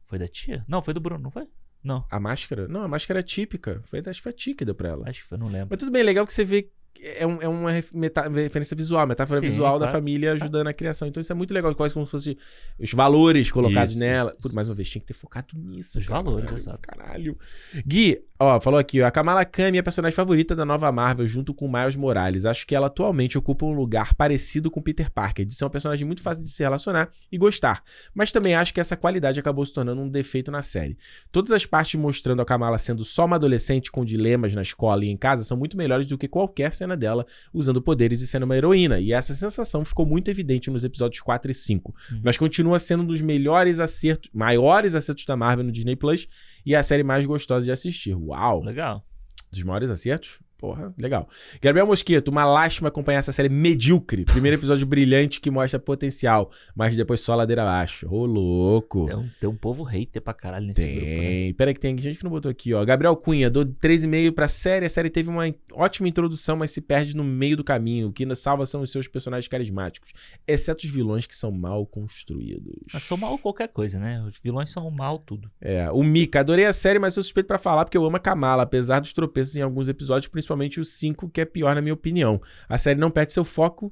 Speaker 2: Foi da tia? Não, foi do Bruno, não foi? Não,
Speaker 1: A máscara? Não, a máscara é típica. Foi da, acho que foi a tia que deu pra ela.
Speaker 2: acho que foi, não lembro.
Speaker 1: Mas tudo bem, é legal que você vê. que É, um- é uma ref- meta- referência visual, metáfora
Speaker 2: Sim,
Speaker 1: visual da
Speaker 2: claro.
Speaker 1: família ajudando a criação. Então isso é muito legal, quase como se fosse os valores colocados
Speaker 2: Isso,
Speaker 1: nela.
Speaker 2: isso,
Speaker 1: Por
Speaker 2: isso.
Speaker 1: mais uma vez, tinha que ter focado nisso.
Speaker 2: Os valores,
Speaker 1: caralho,
Speaker 2: exato.
Speaker 1: Caralho. Gui, ó, falou aqui, ó, a Kamala Khan é minha personagem favorita da nova Marvel, junto com Miles Morales. Acho que ela atualmente ocupa um lugar parecido com Peter Parker, de ser uma personagem muito fácil de se relacionar e gostar. Mas também acho que essa qualidade acabou se tornando um defeito na série. Todas as partes mostrando a Kamala sendo só uma adolescente com dilemas na escola e em casa são muito melhores do que qualquer cena dela usando poderes e sendo uma heroína. E essa sensação ficou muito evidente nos episódios 4 e 5.
Speaker 2: Hum.
Speaker 1: Mas continua sendo um dos melhores acertos, maiores acertos da é Marvel no Disney Plus e a série mais gostosa de assistir. Uau!
Speaker 2: Legal.
Speaker 1: Dos maiores acertos? Porra, legal. Gabriel Mosquito, uma lástima acompanhar essa série medíocre. Primeiro episódio brilhante que mostra potencial, mas depois só ladeira abaixo. Ô, louco.
Speaker 2: Tem um, tem um povo hater pra caralho nesse grupo. né?
Speaker 1: Tem. Pera que tem gente que não botou aqui, ó. Gabriel Cunha, dou 3,5 pra série. A série teve uma ótima introdução, mas se perde no meio do caminho. O que nos salva são os seus personagens carismáticos, exceto os vilões que são mal construídos.
Speaker 2: Mas são mal qualquer coisa, né? Os vilões são mal tudo.
Speaker 1: É, o Mika, adorei a série, mas sou suspeito pra falar porque eu amo a Kamala, apesar dos tropeços em alguns episódios, principalmente o 5, que é pior na minha opinião. A série não perde seu foco.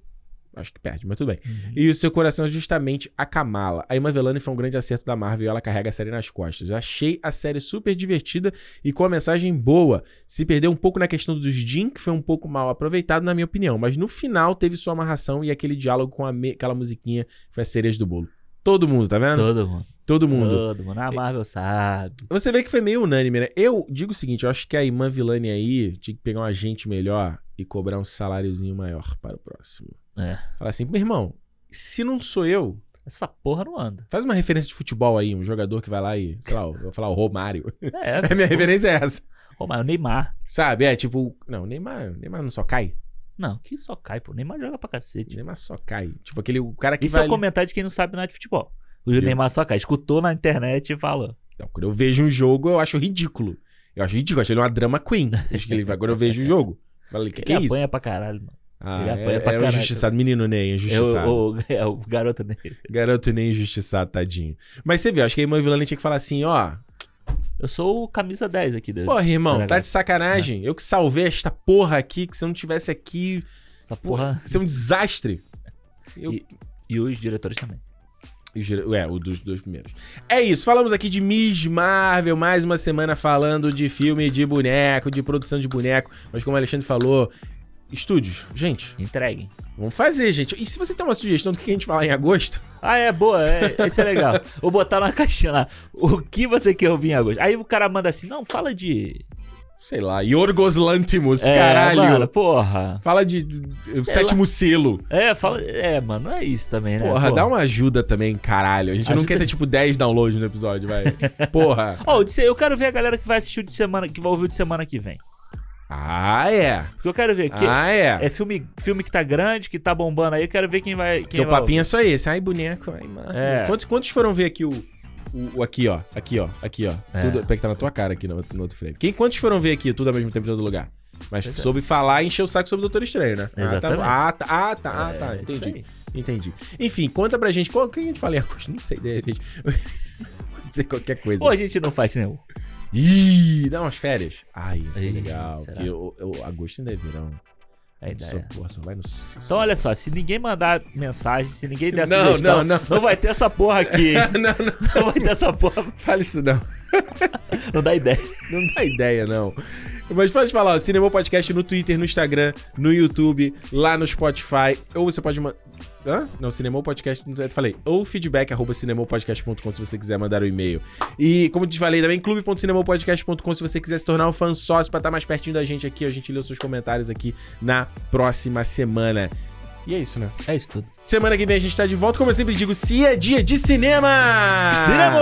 Speaker 1: Acho que perde, mas tudo bem. E o seu coração é justamente a Kamala. A Emma Velani foi um grande acerto da Marvel e ela carrega a série nas costas. Achei a série super divertida e com a mensagem boa. Se perdeu um pouco na questão dos Jim, que foi um pouco mal aproveitado, na minha opinião. Mas no final teve sua amarração e aquele diálogo com a me- aquela musiquinha que foi a cereja do bolo. Todo mundo, tá vendo?
Speaker 2: Todo mundo.
Speaker 1: Todo mundo.
Speaker 2: Todo mundo. A Marvel sabe.
Speaker 1: Você vê que foi meio unânime, né? Eu digo o seguinte, eu acho que a Iman Vilani aí tinha que pegar um agente melhor e cobrar um saláriozinho maior para o próximo.
Speaker 2: É.
Speaker 1: Falar assim, meu irmão, se não sou eu,
Speaker 2: Essa porra não anda.
Speaker 1: faz uma referência de futebol aí, um jogador que vai lá e, sei lá, eu vou falar o Romário.
Speaker 2: É,
Speaker 1: A minha referência é essa.
Speaker 2: pô, mas o Neymar.
Speaker 1: Sabe? É tipo, não, o Neymar, o Neymar não só cai.
Speaker 2: Não, que só cai, pô. O Neymar joga pra
Speaker 1: O
Speaker 2: cacete.
Speaker 1: Neymar só cai. Tipo aquele o cara que
Speaker 2: Isso
Speaker 1: vai
Speaker 2: é o
Speaker 1: ali-
Speaker 2: comentário de quem não sabe nada de futebol. O
Speaker 1: Viu?
Speaker 2: Neymar só cai. Escutou na internet e falou.
Speaker 1: Não, quando eu vejo um jogo, eu acho ridículo. Eu acho ridículo, eu acho ele uma drama queen. Acho que ele vai quando eu vejo o jogo. Eu Falei, que que é
Speaker 2: ele
Speaker 1: isso?
Speaker 2: apanha pra caralho, mano.
Speaker 1: Ah,
Speaker 2: Ele apanha
Speaker 1: é,
Speaker 2: pra
Speaker 1: é um
Speaker 2: caralho.
Speaker 1: injustiçado, menino Ney,
Speaker 2: É o,
Speaker 1: injustiçado.
Speaker 2: o- é o garoto dele.
Speaker 1: Garoto Ney injustiçado, tadinho. Mas você viu, acho que a irmã Vilani tinha que falar assim, ó.
Speaker 2: Eu sou o camisa 10 aqui dele.
Speaker 1: Porra, irmão,
Speaker 2: Caralho.
Speaker 1: tá de
Speaker 2: É.
Speaker 1: sacanagem. Eu que salvei esta porra aqui, que se eu não tivesse aqui,
Speaker 2: Essa porra.
Speaker 1: porra, isso é um desastre. Eu...
Speaker 2: E- E os diretores também.
Speaker 1: E gira- É, o dos dois primeiros. É isso, falamos aqui de Miss Marvel, mais uma semana falando de filme de boneco, de produção de boneco. Mas como o Alexandre falou, estúdios, gente,
Speaker 2: Entreguem.
Speaker 1: vamos fazer, gente. E se você tem uma sugestão do que a gente falar em agosto,
Speaker 2: Ah, é, boa, é, isso é legal. Vou botar na caixinha lá. O que você quer ouvir em agosto? Aí o cara manda assim, não, fala de.
Speaker 1: sei lá, Yorgos Lantimos,
Speaker 2: É,
Speaker 1: caralho.
Speaker 2: mano, porra.
Speaker 1: Fala de eh, sétimo selo.
Speaker 2: É, fala. É, mano, não é isso também, né?
Speaker 1: Porra, dá uma ajuda também, caralho. A gente não
Speaker 2: Ajuda.
Speaker 1: quer ter, tipo, 10 downloads no episódio, vai. Porra.
Speaker 2: Ó, o de se- eu quero ver a galera que vai assistir o de semana, que vai ouvir o de semana que vem.
Speaker 1: Ah, é.
Speaker 2: Porque eu quero ver que
Speaker 1: Ah, é.
Speaker 2: é filme, filme que tá grande, que tá bombando aí, eu quero ver quem vai. Quem
Speaker 1: Porque o
Speaker 2: vai
Speaker 1: papinho é só esse. Ai, boneco. Ai, mano.
Speaker 2: É.
Speaker 1: Quantos, quantos foram ver aqui o, o, o Aqui, ó. Aqui, ó. Aqui, ó.
Speaker 2: É.
Speaker 1: Tudo, peraí que tá na tua cara aqui no, outro- no outro frame. Quem, quantos foram ver aqui tudo ao mesmo tempo em todo lugar? Mas soube falar e encher o saco sobre o Doutor Estranho, né?
Speaker 2: é. Exatamente.
Speaker 1: Ah, tá. Ah, tá. Ah,
Speaker 2: É,
Speaker 1: tá.
Speaker 2: isso
Speaker 1: Entendi.
Speaker 2: aí.
Speaker 1: Entendi. Enfim, conta pra gente. Qual, o que a gente fala em agosto? Não sei, de repente. dizer qualquer coisa.
Speaker 2: Ou a gente não faz cinema.
Speaker 1: Ih, dá umas férias. Ai, isso é
Speaker 2: Ih,
Speaker 1: legal.
Speaker 2: será?
Speaker 1: Porque o, o agosto ainda é verão.
Speaker 2: A
Speaker 1: Só,
Speaker 2: ideia.
Speaker 1: porra, só vai no.
Speaker 2: Então, olha só, se ninguém mandar mensagem, se ninguém der
Speaker 1: Não,
Speaker 2: sugestão,
Speaker 1: não, não.
Speaker 2: vai ter essa porra aqui, hein?
Speaker 1: não, não,
Speaker 2: Não vai ter essa porra,
Speaker 1: fala isso não.
Speaker 2: não dá ideia.
Speaker 1: Não dá ideia, não. Mas pode falar, ó, Cinema Podcast no Twitter, no Instagram, no YouTube, lá no Spotify. Ou você pode mandar. Hã? Não, Cinema Podcast, não sei, eu falei. Ou feedback, arroba cinemopodcast.com se você quiser mandar o e-mail. E, como eu te falei também, clube.cinemopodcast.com se você quiser se tornar um fã sócio pra estar mais pertinho da gente aqui. A gente lê os seus comentários aqui na próxima semana. E é isso, né?
Speaker 2: É isso tudo.
Speaker 1: Semana que vem a gente tá de volta, como eu sempre digo, se é dia de cinema!
Speaker 2: Cinema!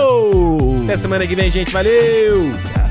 Speaker 1: Até semana que vem, gente. Valeu!
Speaker 2: Tchau.